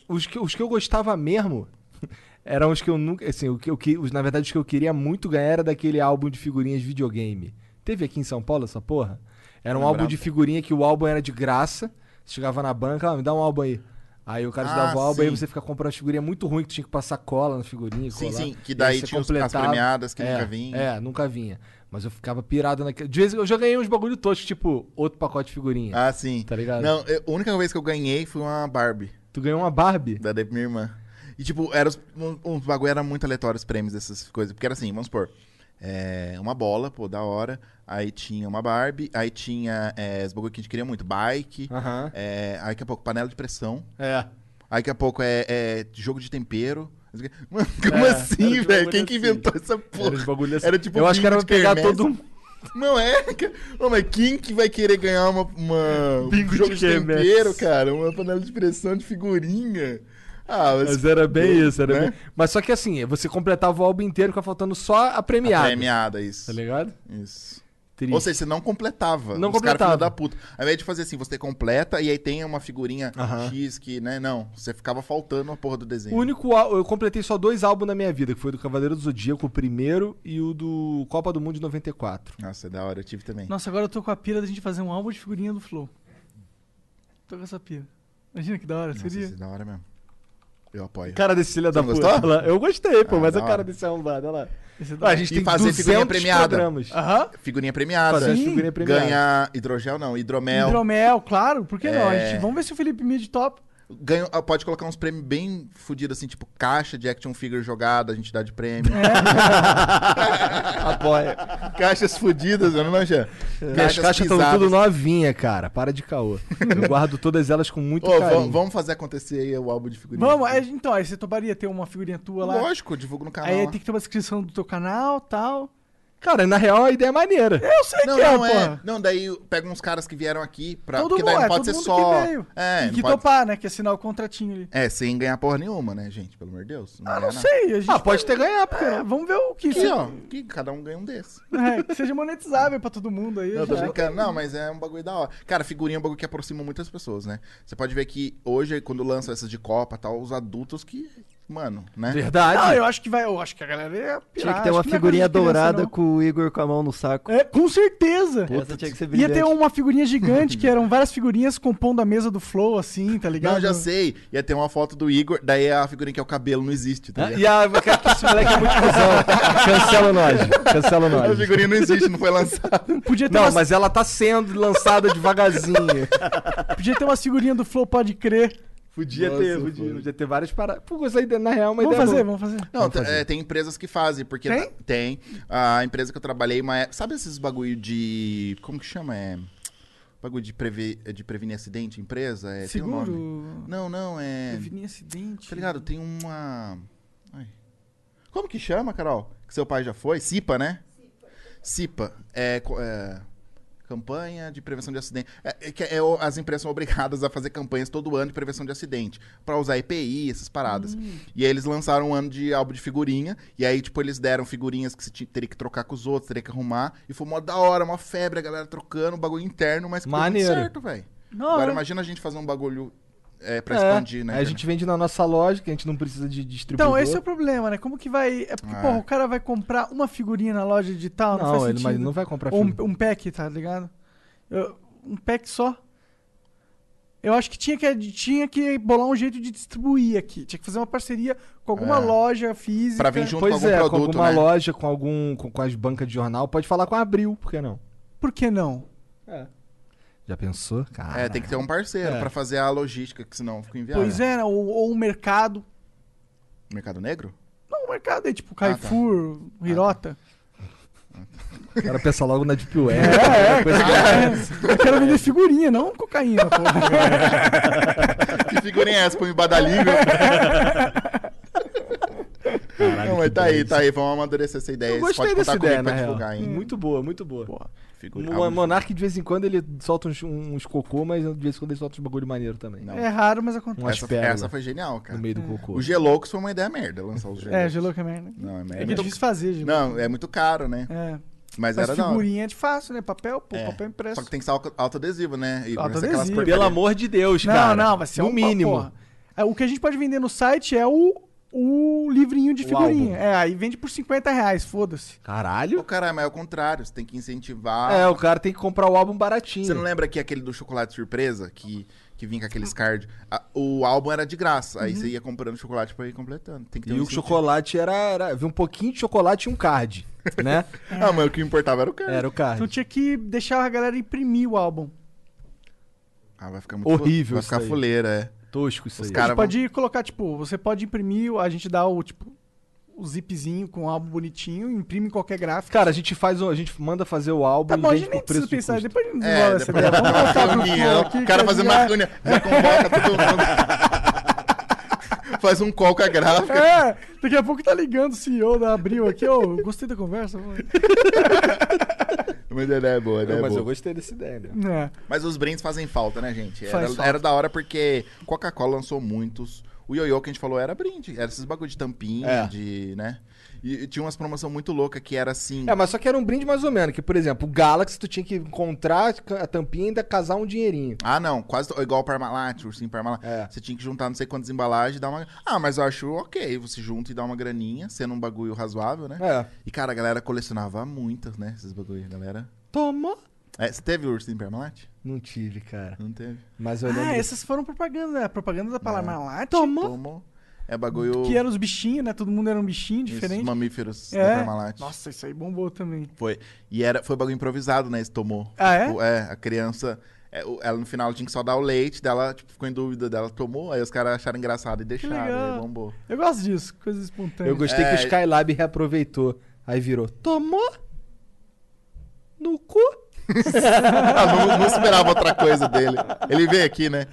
os que, os que eu gostava mesmo eram os que eu nunca. Assim, o que, o que, os, na verdade, os que eu queria muito ganhar era daquele álbum de figurinhas de videogame. Teve aqui em São Paulo essa porra? Era um Lembrava. álbum de figurinha que o álbum era de graça. Você chegava na banca, ah, me dá um álbum aí. Aí o cara te Ah, dava o álbum, aí sim. você fica comprando figurinha muito ruim, que tu tinha que passar cola na figurinha. Sim, colar. sim, que E aí daí você tinha os- as completava. premiadas que é, nunca vinham. É, nunca vinha. Mas eu ficava pirado naquele. De vez em- eu já ganhei uns bagulho tosco, tipo, outro pacote de figurinha. Ah, sim. Tá ligado? Não, eu- a única vez que eu ganhei foi uma Barbie, Tu ganhou uma Barbie? da da minha irmã. E, tipo, era os, um- uns bagulho era muito aleatório os prêmios dessas coisas. Porque era assim, vamos supor, é, uma bola, pô, da hora. Aí tinha uma Barbie, aí tinha é, os bagulho que a gente queria muito, bike. Aham. é, aí daqui a pouco panela de pressão. É. Aí daqui a pouco é, é jogo de tempero. Mano, como É, era assim, uns velho? bagulho Quem que assim. inventou essa porra? Era uns bagulho assim. Era tipo eu acho que era pra bingo de pegar quermesse. todo um mundo. Não é, cara. Ô, mas quem que vai querer ganhar uma, uma Bingo um jogo de né? de quermesse. tempero, cara? Uma panela de pressão de figurinha? Ah, Mas era bem isso, era né? bem. Mas só que assim, você completava o álbum inteiro, ficava faltando só a premiada. Premiada, É isso. é Tá ligado? Isso. Triste. Ou seja, você não completava. Não Os caras filho completava. da puta. Ao invés de fazer assim, você completa e aí tem uma figurinha Aham. X que, né? Não, você ficava faltando a porra do desenho. O único álbum, eu completei só dois álbuns na minha vida, que foi do Cavaleiro do Zodíaco, o primeiro, e o do Copa do Mundo de 94. Nossa, é da hora, eu tive também. Nossa, agora eu tô com a pira da gente fazer um álbum de figurinha do Flow. Tô com essa pira. Imagina que da hora Nossa, seria. isso é da hora mesmo. Eu apoio. Cara desse filho da não puta. gostou? olha lá. Eu gostei, pô, Ah, mas da a cara hora. desse arrombado, olha lá. Esse é da Ué, a hora. gente E tem fazer 200 figurinha premiada. programas. Aham. Figurinha premiada. Fazer Sim. figurinha premiada. Ganhar hidrogel, não, hidromel. Hidromel, claro, por que não? A É. gente, vamos ver se o Felipe Mid top. Ganho, ah, pode colocar uns prêmios bem fodidos, assim, tipo caixa de action figure jogada, a gente dá de prêmio. É. Apoia. Caixas fodidas, eu não manjo. Minhas É. caixas estão tudo novinha, cara. Para de caô. Eu guardo todas elas com muito carinho. vamos, vamos fazer acontecer aí o álbum de figurinha. Vamos, aí, então, aí você toparia ter uma figurinha tua lá. Lógico, eu divulgo no canal. Aí é lá. tem que ter uma descrição do teu canal tal. Cara, na real a ideia é maneira. Eu sei Não, que é, não, é. porra. Não, daí pega uns caras que vieram aqui pra. Todo porque daí mundo, não é, pode todo ser mundo só. que veio. É, Tem não que pode- topar, né? Que assinar o contratinho ali. É, sem ganhar porra nenhuma, né, gente? Pelo amor de Deus. Ah, ganha não nada. sei. A gente Ah, pode ter ganhado, porque É, vamos ver o que, né? Aqui, se- ó, que cada um ganha um desse. é, que seja monetizável pra todo mundo aí. Não, tô já. brincando. Não, mas é um bagulho da hora. Cara, figurinha é um bagulho que aproxima muitas pessoas, né? Você pode ver que hoje, quando lançam essas de Copa e tal, os adultos que. Mano, né? Verdade. Não, eu acho que vai. Eu acho que a galera ia pirar, Ah, Tinha que acho ter uma não é coisa de figurinha criança, dourada não. com o Igor com a mão no saco. É, com certeza. Essa tinha que é um ser Ia brilhante. ter uma figurinha gigante, que eram várias figurinhas compondo a mesa do Flow, assim, tá ligado? Não, já sei. Ia ter uma foto do Igor, daí a figurinha que é o cabelo não existe, tá Ah, ligado? E a, cara, que esse moleque é muito cuzão. Cancela nós. Cancela A nós. figurinha não existe, não foi lançada. Podia ter, Não, umas, mas ela tá sendo lançada devagarzinho. podia ter umas figurinhas do Flow, pode crer. Podia Nossa, ter, podia, foi. podia ter várias paradas. Pô, essa ideia, na real, é uma Vamos ideia fazer, boa. vamos fazer. Não, t- é, tem empresas que fazem, porque Tem? t- tem. A empresa que eu trabalhei, mas sabe esses bagulho de. Como que chama? É. Bagulho de, prever, de prevenir acidente, empresa? É, tem um nome. Seguro. Não, não, é. Prevenir acidente. Tá ligado? Tem uma. Ai. Como que chama, Carol? Que seu pai já foi? CIPA, né? CIPA. É, co- é, Campanha de prevenção de acidente. É, é que é o- as empresas são obrigadas a fazer campanhas todo ano de prevenção de acidente. Pra usar EPI, essas paradas. Hum. E aí eles lançaram um ano de álbum de figurinha. E aí, tipo, eles deram figurinhas que você tinha- teria que trocar com os outros, teria que arrumar. E foi mó da hora, uma febre, a galera trocando, um bagulho interno, mas que deu muito Maneiro. certo, velho. Não, Agora é. imagina a gente fazer um bagulho é, pra É, expandir, né? aí A gente vende na nossa loja, que a gente não precisa de distribuidor. Então, esse é o problema, né? Como que vai. É porque, Ah. porra, o cara vai comprar uma figurinha na loja digital, não, Não, faz ele mas sentido. não vai comprar Ou filme. um, um pack, tá ligado? Eu- um pack só. Eu acho que tinha, que tinha que bolar um jeito de distribuir aqui. Tinha que fazer uma parceria com alguma É. loja física. Pra vir junto Pois com algum é, produto, com alguma né? loja, com algum. Com, com as bancas de jornal, pode falar com a Abril, por que não? Por que não? Já pensou? Cara. É, tem que ter um parceiro pra fazer a logística, que senão fica inviável. Pois é, né? ou, ou um mercado. Mercado Negro? Não, um mercado é tipo tá. Carrefour, Hirota. O um- cara pensa logo na Deep Web. É, Eu quero vender figurinha, não cocaína, porra. Que figurinha é essa pra me badalinho? Caralho, Não, mas que tá aí, doido. tá aí. Vamos amadurecer essa ideia. É, Eu Você gostei pode contar dessa comigo ideia, pra na real. é divulgar, hein? Muito boa, muito boa. Figura- O Monark, de vez em quando, ele solta uns, uns cocô, mas de vez em quando ele solta uns bagulho maneiro também. Não. É raro, mas acontece. Umas essa, pérolas essa foi genial, cara. no meio do cocô. O Geloucos foi uma ideia merda, lançar os Geloucos. É, gelou que é merda. Não, é merda. É muito difícil fazer, gelou. Não, é muito caro, né? É. Mas, Mas era da hora. figurinha é de fácil, né? Papel, pô, É. papel impresso. Só que tem que ser auto- autoadesivo, né? E Autoadesivo. aquelas Pelo é. Pelo porcaria. amor de Deus, Não, cara. não, vai ser No uma mínimo. porra. É, O que a gente pode vender no site é o, o livrinho de O figurinha. álbum. É, aí vende por 50 reais, foda-se. Ô, Caralho. caralho, mas é o contrário. Você tem que incentivar. É, o cara tem que comprar o álbum baratinho. Você não lembra que aquele do chocolate surpresa? Que, que vinha com aqueles cards. o álbum era de graça. Aí você ia comprando chocolate pra ir completando. Tem que ter E um o incentivo. chocolate era, era... Viu um pouquinho de chocolate e um card, né? Ah, mas o que importava era o card. Era o Então card. tinha que deixar a galera imprimir o álbum. Ah, vai ficar muito Horrível Vai isso ficar daí. fuleira, é. Tosco isso Os aí. caras- Cara, você pode colocar, tipo, você pode imprimir, a gente dá o, tipo, o zipzinho com o álbum bonitinho, imprime em qualquer gráfico. Cara, a gente faz um- a gente manda fazer o álbum Tá e bom, a vende gente por nem precisa preço de pensar, custo. depois a gente É, desenvolve essa depois ideia. vai Vamos uma voltar pro reunião. flow aqui, O cara que fazer já- uma reunião. Já convoca todo mundo. Faz um call com a gráfica. É, daqui a pouco tá ligando o CEO da Abril aqui, ó, eu gostei da conversa. vamos aí. Mas a ideia é boa, a Não, ideia é mas boa. eu gostei dessa ideia, né? É. Mas os brindes fazem falta, né, gente? Era, Faz falta. era da hora porque Coca-Cola lançou muitos. O ioiô que a gente falou era brinde. Era esses bagulho de tampinha, É. de. né? E, e tinha umas promoção muito louca que era assim. É, mas só que era um brinde mais ou menos, que, por exemplo, o Galaxy tu tinha que encontrar a tampinha e ainda casar um dinheirinho. Ah, não, quase to- igual o Parmalat, o ursinho Parmalat. É. Você tinha que juntar não sei quantas embalagens e dar uma. Ah, mas eu acho ok. Você junta e dá uma graninha, sendo um bagulho razoável, né? É. E, cara, a galera colecionava muitas, né? Esses bagulho, a galera. Toma! É, você teve o ursinho Parmalat? Não tive, cara. Não teve. Mas eu lembro. Ah, essas foram propaganda, né? Propaganda da tipo, Parmalat. Tomou. É bagulho. Que eram os bichinhos, né? Todo mundo era um bichinho esses diferente. mamíferos da é. Parmalat. Nossa, isso aí bombou também. Foi. E era, foi bagulho improvisado, né? Esse tomou. Ah, é? Tipo, é, a criança. é, o- Ela no final tinha que só dar o leite, dela tipo, ficou em dúvida, dela tomou, aí os caras acharam engraçado e deixaram, e aí legal. bombou. Eu gosto disso, coisas espontâneas. Eu gostei É. que o Skylab reaproveitou. Aí virou, tomou? No cu? Ah, não, não esperava outra coisa dele. Ele veio aqui, né?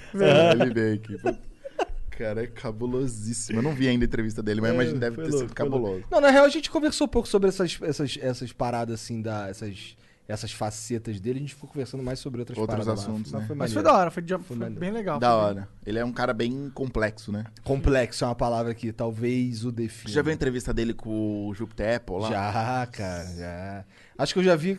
Ele veio aqui. Cara, é cabulosíssimo. Eu não vi ainda a entrevista dele, mas eu imagino que deve Foi ter louco, sido foi louco. cabuloso. Não, na real a gente conversou um pouco sobre essas, essas, essas paradas assim, da, essas, essas facetas dele. A gente ficou conversando mais sobre outras Outros paradas lá. assuntos, Mas né? foi Mas foi maneiro. da hora, foi, de- foi maneiro. bem legal. Da foi bem- hora. Ele é um cara bem complexo, né? Complexo é uma palavra que talvez o Você defina. já viu a entrevista dele com o Júpiter Apple lá? Já, cara, já. Acho que eu já vi.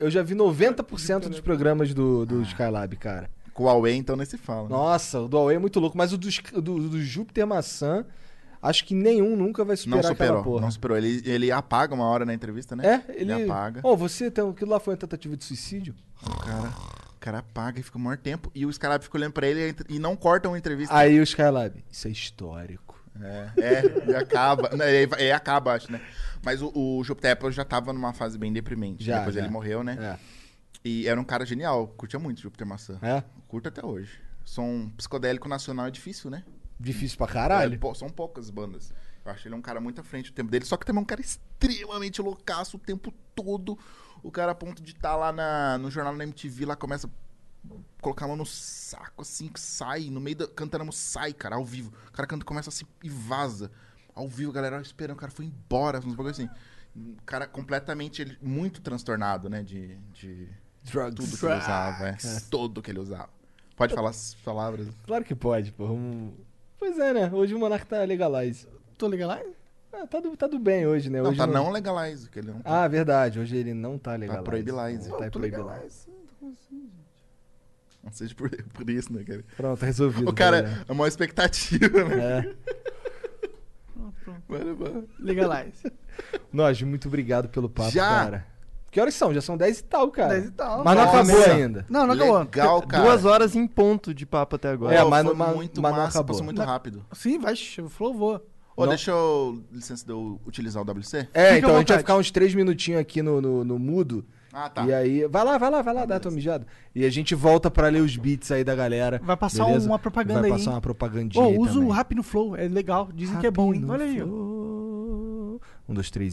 Eu já vi 90% dos programas do, Ah. do Skylab, cara. Com o Huawei, então nem se fala. né? Nossa, o do Huawei é muito louco, mas o do, Sk- do, do Júpiter Maçã, acho que nenhum nunca vai Não superar aquela superou, porra. não superou. Ele, ele apaga uma hora na entrevista, né? É, ele. apaga. Ô, você tem. Aquilo lá foi uma tentativa de suicídio? O cara, o cara apaga e fica o maior tempo. E os caras ficam olhando pra ele e a entre- e não cortam a entrevista. Aí o Skylab, isso é histórico. É, e acaba. Não, e, e acaba, acho, né? Mas o, o Júpiter Apple já tava numa fase bem deprimente. Já, Depois já. ele morreu, né? É. E era um cara genial. Curtia muito Júpiter Maçã. É? Curto até hoje. Som psicodélico nacional é difícil, né? Difícil pra caralho. É, pô, são poucas bandas. Eu acho ele um cara muito à frente do tempo dele. Só que também é um cara extremamente loucaço o tempo todo. O cara a ponto de estar lá na- no jornal na MTV, lá começa a colocar a mão no saco, assim, que sai. No meio da. Cantando a música, sai, cara, ao vivo. O cara canta, começa assim e vaza. Ao vivo, a galera esperando, o cara foi embora, uns bagulho assim. Um cara completamente, ele- muito transtornado, né? De, de Drugs. tudo que ele usava, é. Todo que ele usava. Pode falar as palavras. Claro que pode, pô. Um- Pois é, né? Hoje o Monark tá legalize. Tô legal lá? Ah, tá, do, tá do bem hoje, né? Não, hoje tá não legalize, que ele não Ah, verdade. Hoje ele não tá legalize. proibilize. Não, Tá proibilize. assim, Não seja por, por isso, né, cara? Pronto, resolvido. O cara, galera. a maior expectativa, né? É. Mano, mano. Legalize. Nós, muito obrigado pelo papo, Já? cara. Que horas são? Já são 10 e tal, cara. 10 e tal. É. Tá, Mas não Nossa. acabou ainda. Não, não acabou. Legal, cara. Duas horas em ponto de papo até agora. É, Pô, mas foi não- mas- muito mas não massa, acabou. passou muito Não- rápido. Sim, vai, o flow voa. Ô, Não. deixa eu, licença de eu utilizar o WC? É, Fica à então a gente vai vontade. ficar uns 3 minutinhos aqui no, no, no mudo. Ah, tá. E aí. Vai lá, vai lá, vai lá, dá tua mijada. E a gente volta pra ler os beats aí da galera. Vai passar uma propaganda Vai aí, passar hein? uma propagandinha. Ô, aí Um usa o é também. rap no flow, é legal. Dizem que é bom, hein? Olha aí, ó. Um, dois, três.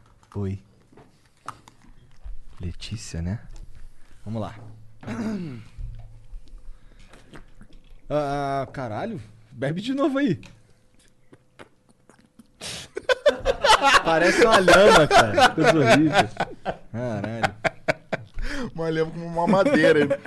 Oi. Letícia, né? Vamos lá. Ah, caralho. Bebe de novo aí. Parece uma lama, cara. Coisa horrível. Caralho. Malhamos como uma madeira.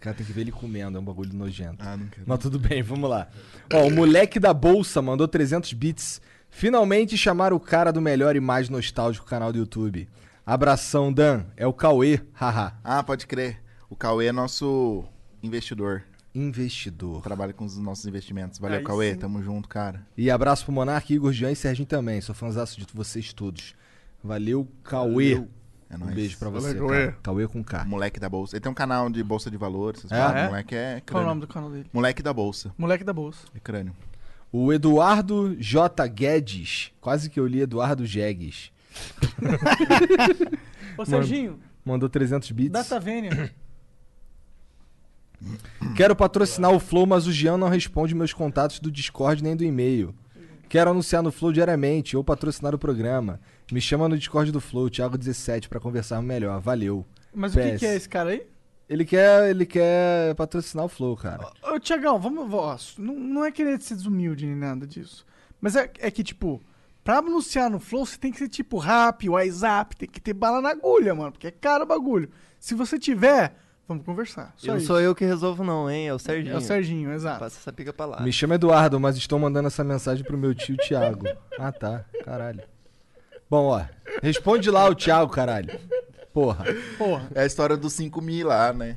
Cara, tem que ver ele comendo, é um bagulho nojento. ah, não quero. Mas tudo bem, vamos lá. Ó, o moleque da bolsa mandou 300 bits. Finalmente chamaram o cara do melhor e mais nostálgico canal do YouTube. Abração, Dan. É o Cauê, haha. Ah, pode crer. O Cauê é nosso investidor. Investidor. Trabalha com os nossos investimentos. Valeu, Cauê. Tamo junto, cara. E abraço pro Monark, Igor, Jean e Serginho também. Sou fãzaço de vocês todos. Valeu, Cauê. É Um nóis. beijo pra você, Valeu, cara. Cauê. Cauê com K. Moleque da Bolsa. Ele tem um canal de Bolsa de Valores. Vocês É? falam, É? Moleque é crânio. Qual é o nome do canal dele? Moleque da Bolsa. Moleque da Bolsa. É crânio. O Eduardo J. Guedes. Quase que eu li Eduardo Jegues. Ô, Serginho, Mandou 300 bits. Datavênia. Quero patrocinar o Flow, mas o Jean não responde meus contatos do Discord nem do e-mail. Quero anunciar no Flow diariamente ou patrocinar o programa. Me chama no Discord do Flow, Thiago17, pra conversar melhor. Valeu. Mas o que, PS. que é esse cara aí? Ele quer, ele quer patrocinar o Flow, cara. Ô, Tiagão, vamos. ó, não, não é querer ser desumilde nem nada disso. Mas é, é que, tipo, pra anunciar no Flow, você tem que ser tipo rap, WhatsApp, tem que ter bala na agulha, mano, porque é caro o bagulho. Se você tiver, vamos conversar. Só não isso. sou eu que resolvo, não, hein? É o Serginho. É o Serginho, exato. Passa essa pica pra lá. Me chama Eduardo, mas estou mandando essa mensagem pro meu tio Thiago. Ah, tá. Caralho. Bom, ó. Responde lá o Thiago, caralho. Porra. Porra. É a história dos 5 mil lá, né?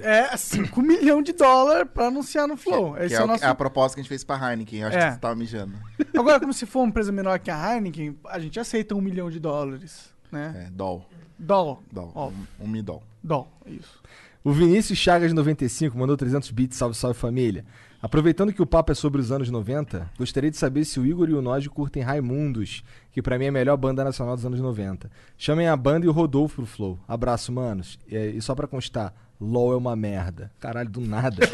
É 5 milhões de dólares pra anunciar no Flow. que Esse é, é o o- nosso... é a proposta que a gente fez pra Heineken. Eu acho É. que você tava mijando. Agora, como se for uma empresa menor que a Heineken, a gente aceita um milhão de dólares, né? É, doll. Dó, Doll. Ó. Um, um midol. dó, é isso. O Vinícius Chagas 95 mandou 300 bits, salve, salve família. Aproveitando que o papo é sobre os anos 90, gostaria de saber se o Igor e o Nod curtem Raimundos, que pra mim é a melhor banda nacional dos anos 90. Chamem a banda e o Rodolfo pro Flow. Abraço, manos. É, E, só pra constar, LOL é uma merda. Caralho, do nada.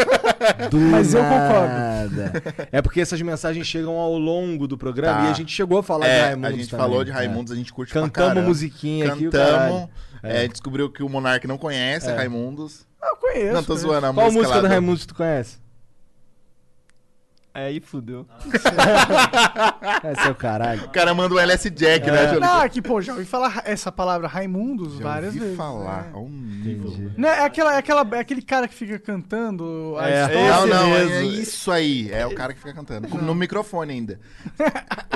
Do Mas eu concordo. concordo. É porque essas mensagens chegam ao longo do programa Tá. e a gente chegou a falar de É, Raimundos a gente também. falou de É. Raimundos, a gente curte pra Cantamos caramba. musiquinha aqui, o Cantamos. caralho. É. é, descobriu que o Monark não conhece Raimundos. Ah, eu conheço. Não, tô conheço. zoando a Qual música música lá do do- Raimundos tu conhece? Aí fudeu. É seu caralho. O cara manda o LS Jack, né, Júlio? Não, é que, pô, já ouvi falar ra- essa palavra Raimundos Já várias ouvi vezes. falar. né? Olha o nível. Não, é, aquela, é, aquela, é aquele cara que fica cantando. a É, história. Não, Esse não, é- é mesmo. isso aí. É o cara que fica cantando. Com- No microfone ainda. O-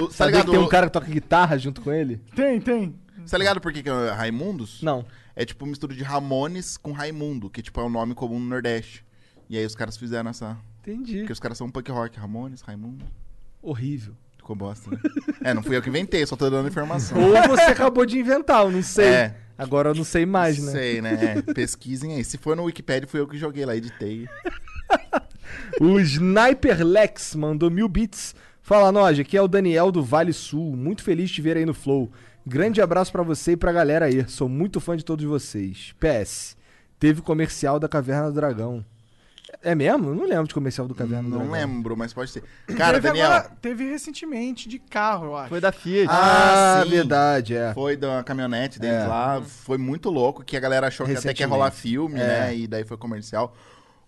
tá, Sabia ligado, que tem um cara que toca guitarra junto com ele? Tem, tem. tá ligado por que que é Raimundos? Não. É tipo mistura de Ramones com Raimundo, que tipo é o nome comum no Nordeste. E aí os caras fizeram essa. Entendi. Porque os caras são punk rock, Ramones, Raimundo. Horrível. Ficou bosta, né? é, não fui eu que inventei, só tô dando informação. Ou você acabou de inventar, eu não sei. É. Agora eu não sei mais, né? Sei, né? É, pesquisem aí. Se for no Wikipedia, fui eu que joguei lá, editei. O Sniper Lex mandou mil bits. Fala, Noj, aqui é o Daniel do Vale Sul. Muito feliz de ver aí no Flow. Grande abraço pra você e pra galera aí. Sou muito fã de todos vocês. PS, teve comercial da Caverna do Dragão. É mesmo? Eu não lembro de comercial do Caverna do Dragão. Não lembro, mas pode ser. Cara, teve Daniel. agora- teve recentemente de carro, eu acho. Foi da Fiat. Ah, Ah, sim. verdade, é. Foi da caminhonete deles É. lá, foi muito louco, que a galera achou que até que ia rolar filme, É. né? E daí foi comercial.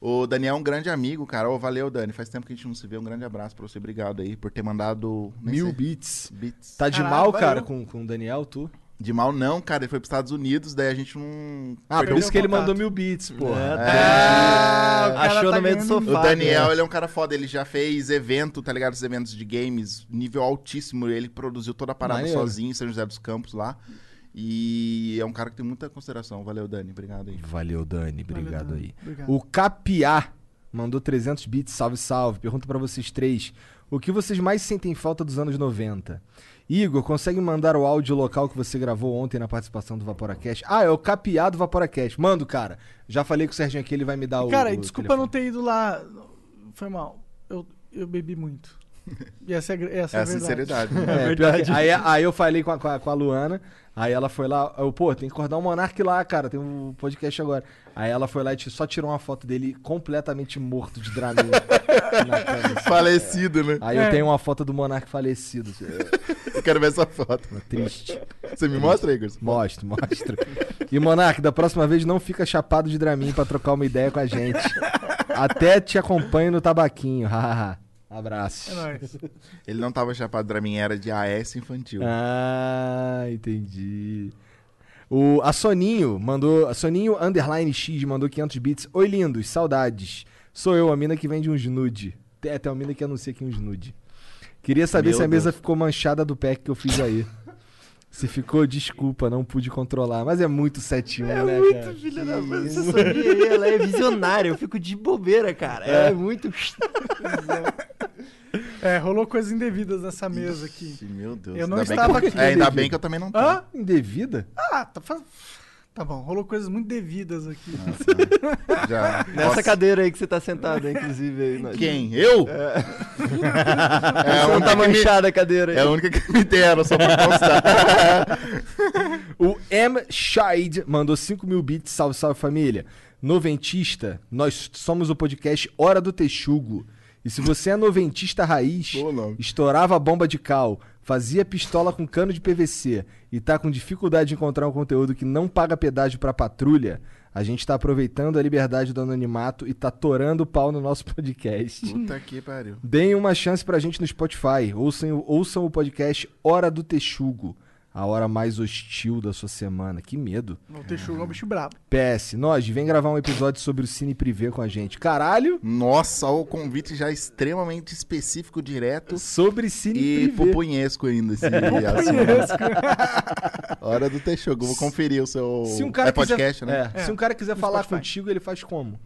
O Daniel é um grande amigo, cara. Ô, valeu, Dani. Faz tempo que a gente não se vê. Um grande abraço pra você. Obrigado aí por ter mandado nem Mil sei, bits. bits. Tá de Caralho, mal, valeu. cara, com, com o Daniel, tu? De mal não, cara. Ele foi pros Estados Unidos, daí a gente não... Ah, Perdeu por isso meu que ele contato. mandou mil bits, porra. É, Ah, o cara Achou tá no meio do ganhando- sofá. O né? Daniel, ele é um cara foda, ele já fez evento, tá ligado? Os eventos de games, nível altíssimo. Ele produziu toda a parada Maneiro. sozinho em São José dos Campos lá. E é um cara que tem muita consideração. Valeu, Dani. Obrigado aí. Valeu, Dani. Obrigado aí. Obrigado. O Capiá mandou 300 bits. Salve, salve. Pergunta pra vocês três. O que vocês mais sentem falta dos anos 90? Igor, consegue mandar o áudio local que você gravou ontem na participação do Vaporacast? Ah, é o capiado Vaporacast. Mando, cara. Já falei com o Serginho aqui, ele vai me dar o. Cara, o desculpa telefone. não ter ido lá. Foi mal. Eu, eu bebi muito. E essa é, a gr- essa é É a a verdade. sinceridade. É, né? pior que- aí, aí eu falei com a, com a- com a Luana, aí ela foi lá, eu, pô, tem que acordar o Monark lá, cara, tem um podcast agora. Aí ela foi lá e te- só tirou uma foto dele completamente morto de Dramil. na cama, assim. Falecido, né? Aí É. eu tenho uma foto do Monark falecido. assim, Eu quero ver essa foto. é Triste. Você me mostra, Igor? Mostra, mostra. E Monark, da próxima vez não fica chapado de Dramin pra trocar uma ideia com a gente. Até te acompanho no tabaquinho. hahaha. Abraço. É nóis. Ele não tava chapado pra mim, era de AS infantil. Ah, entendi. O, a Soninho mandou. A Soninho Underline X mandou 500 bits. Oi, lindos, saudades. Sou eu, a mina que vende uns nude. Tem até uma mina que anuncia aqui uns nude. Queria saber Meu se a mesa Deus. ficou manchada do pack que eu fiz aí. se ficou, desculpa, não pude controlar. Mas é muito 7 né, cara? Filha da mãe, você sabia aí, ela é visionária, eu fico de bobeira, cara. Ela é muito. É, rolou coisas indevidas nessa mesa aqui. Ixi, Meu Deus. Eu não Ainda bem estava que... aqui. É, ainda Entendi. bem que eu também não tô. Hã? Indevida? Ah, tá, fa- tá bom. Rolou coisas muito devidas aqui. Ah. Já. Nessa Posso- cadeira aí que você tá sentado, inclusive. Aí, nós. Quem? Eu? É, a Não única tá é que me- manchada a cadeira aí. é a única que me deram, só pra constar. O M. Shide mandou 5 mil bits. Salve, salve família. Noventista, nós somos o podcast Hora do Texugo. E se você é noventista raiz, Boa nome. estourava a bomba de cal, fazia pistola com cano de PVC e tá com dificuldade de encontrar um conteúdo que não paga pedágio pra patrulha, a gente tá aproveitando a liberdade do anonimato e tá torando o pau no nosso podcast. Puta que pariu. Deem uma chance pra gente no Spotify. Ouçam, o- ouçam o podcast Hora do Texugo. A hora mais hostil da sua semana. Que medo. Não, o Texugo é um bicho brabo. PS, nós vem gravar um episódio sobre o Cine Privé com a gente. Caralho! Nossa, o convite já extremamente específico, direto Sobre Cine e Privé. pupunhesco ainda. É, Esse assunto. Hora do Texugo. Vou conferir o seu é podcast, um quiser, né? é, se um cara quiser falar Spotify. contigo, ele faz como?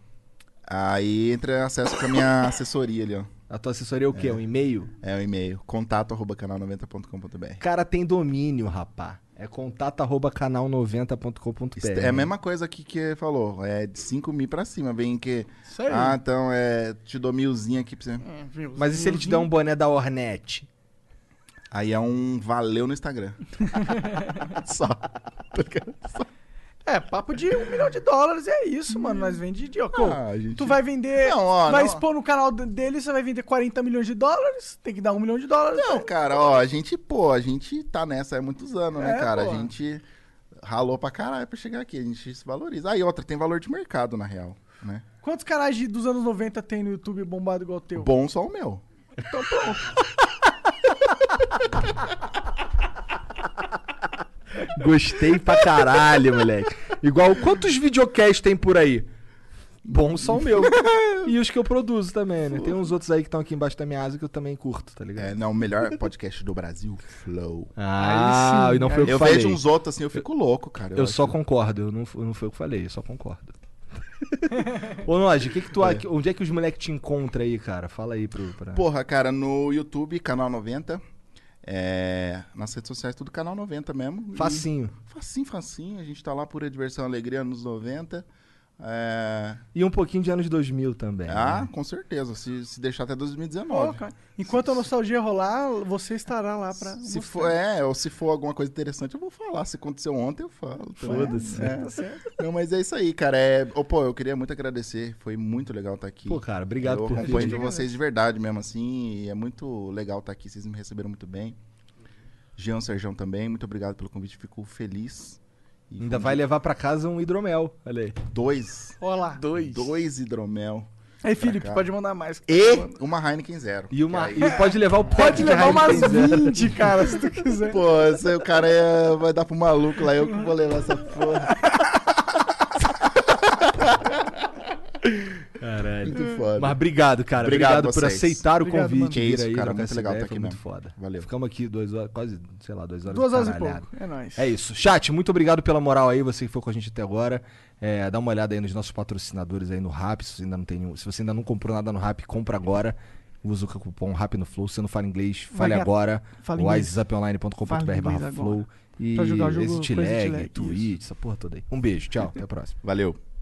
Aí entra acesso pra minha assessoria ali, ó. A tua assessoria é o quê? Um e-mail? É o e-mail, contato arroba canal90.com.br. Cara tem domínio, rapá. É contato arroba canal90.com.br. É a mesma coisa aqui que ele falou, é de 5 mil pra cima, vem que... Isso aí. Ah, então é, te dou milzinho aqui pra você. Hum. É, viu? Mas e se ele te der um boné da Hornet? Aí é um valeu no Instagram. Só. É, papo de um milhão de dólares é isso, mano. Nós vende de. Ó, pô, Ah, gente- Tu vai vender. Não, ó, vai não. expor no canal d- dele, você vai vender 40 milhões de dólares. Tem que dar um milhão de dólares. Não, cara, ó, a gente, pô, a gente tá nessa há muitos anos, né, É, cara? pô. A gente ralou pra caralho pra chegar aqui, a gente se valoriza. Aí outra, tem valor de mercado, na real, né? Quantos canais de- dos anos 90 tem no YouTube bombado igual o teu? Bom só o meu. Gostei pra caralho, moleque. Igual, quantos videocasts tem por aí? Bom, só o meu. E os que eu produzo também, né? Tem uns outros aí que estão aqui embaixo da minha asa que eu também curto, tá ligado? É, não, o melhor podcast do Brasil, Flow. Ah, e não foi o que Eu eu falei. vejo uns outros assim, eu fico louco, cara. Eu só acho- concordo, eu não, eu não foi o que eu falei, eu só concordo. Ô, Noge, que que tu, acha- onde é que os moleques te encontram aí, cara? Fala aí pro... Pra... Porra, cara, no YouTube, Canal 90. É, nas redes sociais, tudo Canal 90 mesmo. E- Facinho. Facinho, facinho. A gente tá lá por diversão e alegria nos 90. É, E um pouquinho de anos 2000 também. Ah, né? com certeza. Se, se deixar até 2019. Pô, cara. Enquanto a nostalgia rolar, você estará lá pra. Se mostrar. for, é, ou se for alguma coisa interessante, eu vou falar. Se aconteceu ontem, eu falo. também. Foda-se. É. Não, mas é isso aí, cara. É, ô, pô, eu queria muito agradecer. Foi muito legal estar aqui. Pô, cara, obrigado eu por acompanho vir. de vocês de verdade mesmo, assim. E é muito legal estar aqui. Vocês me receberam muito bem. Jean Serjão também, muito obrigado pelo convite. Fico feliz. E Ainda foi vai levar pra casa um hidromel, olha aí. dois. Ó lá. Dois. Dois hidromel. Aí, Felipe, cá. pode mandar mais. E uma Heineken zero. E, uma, Que aí- e pode levar o pote Pode de levar umas Heineken zero. 20, cara, se tu quiser. Pô, esse- o cara é- vai dar pro maluco lá, eu que vou levar essa porra. Caralho. é Muito foda. Mas obrigado, cara. Obrigado, Obrigado por vocês. aceitar o Obrigado, convite. mano. vir Que isso, aí, cara, trocar muito essa legal ideia, tá Foi aqui muito mesmo. foda. Valeu. Ficamos aqui duas horas, quase, sei lá, duas horas. Duas de horas e caralhada. pouco. É nóis. É isso. Chat, muito obrigado pela moral aí, você que foi com a gente até agora. É, dá uma olhada aí nos nossos patrocinadores aí no Rap, se você ainda não tem nenhum. Se você ainda não comprou nada no Rap, compra agora. Usa o cupom RAP no Flow. Se não fala inglês, fale Vai, agora. fala inglês. Fala WhatsApponline.com.br inglês barra Flow. E Pra jogar o jogo exit com exit lag, lag, Twitch, essa porra toda aí. Um beijo, tchau, até a próxima. Valeu.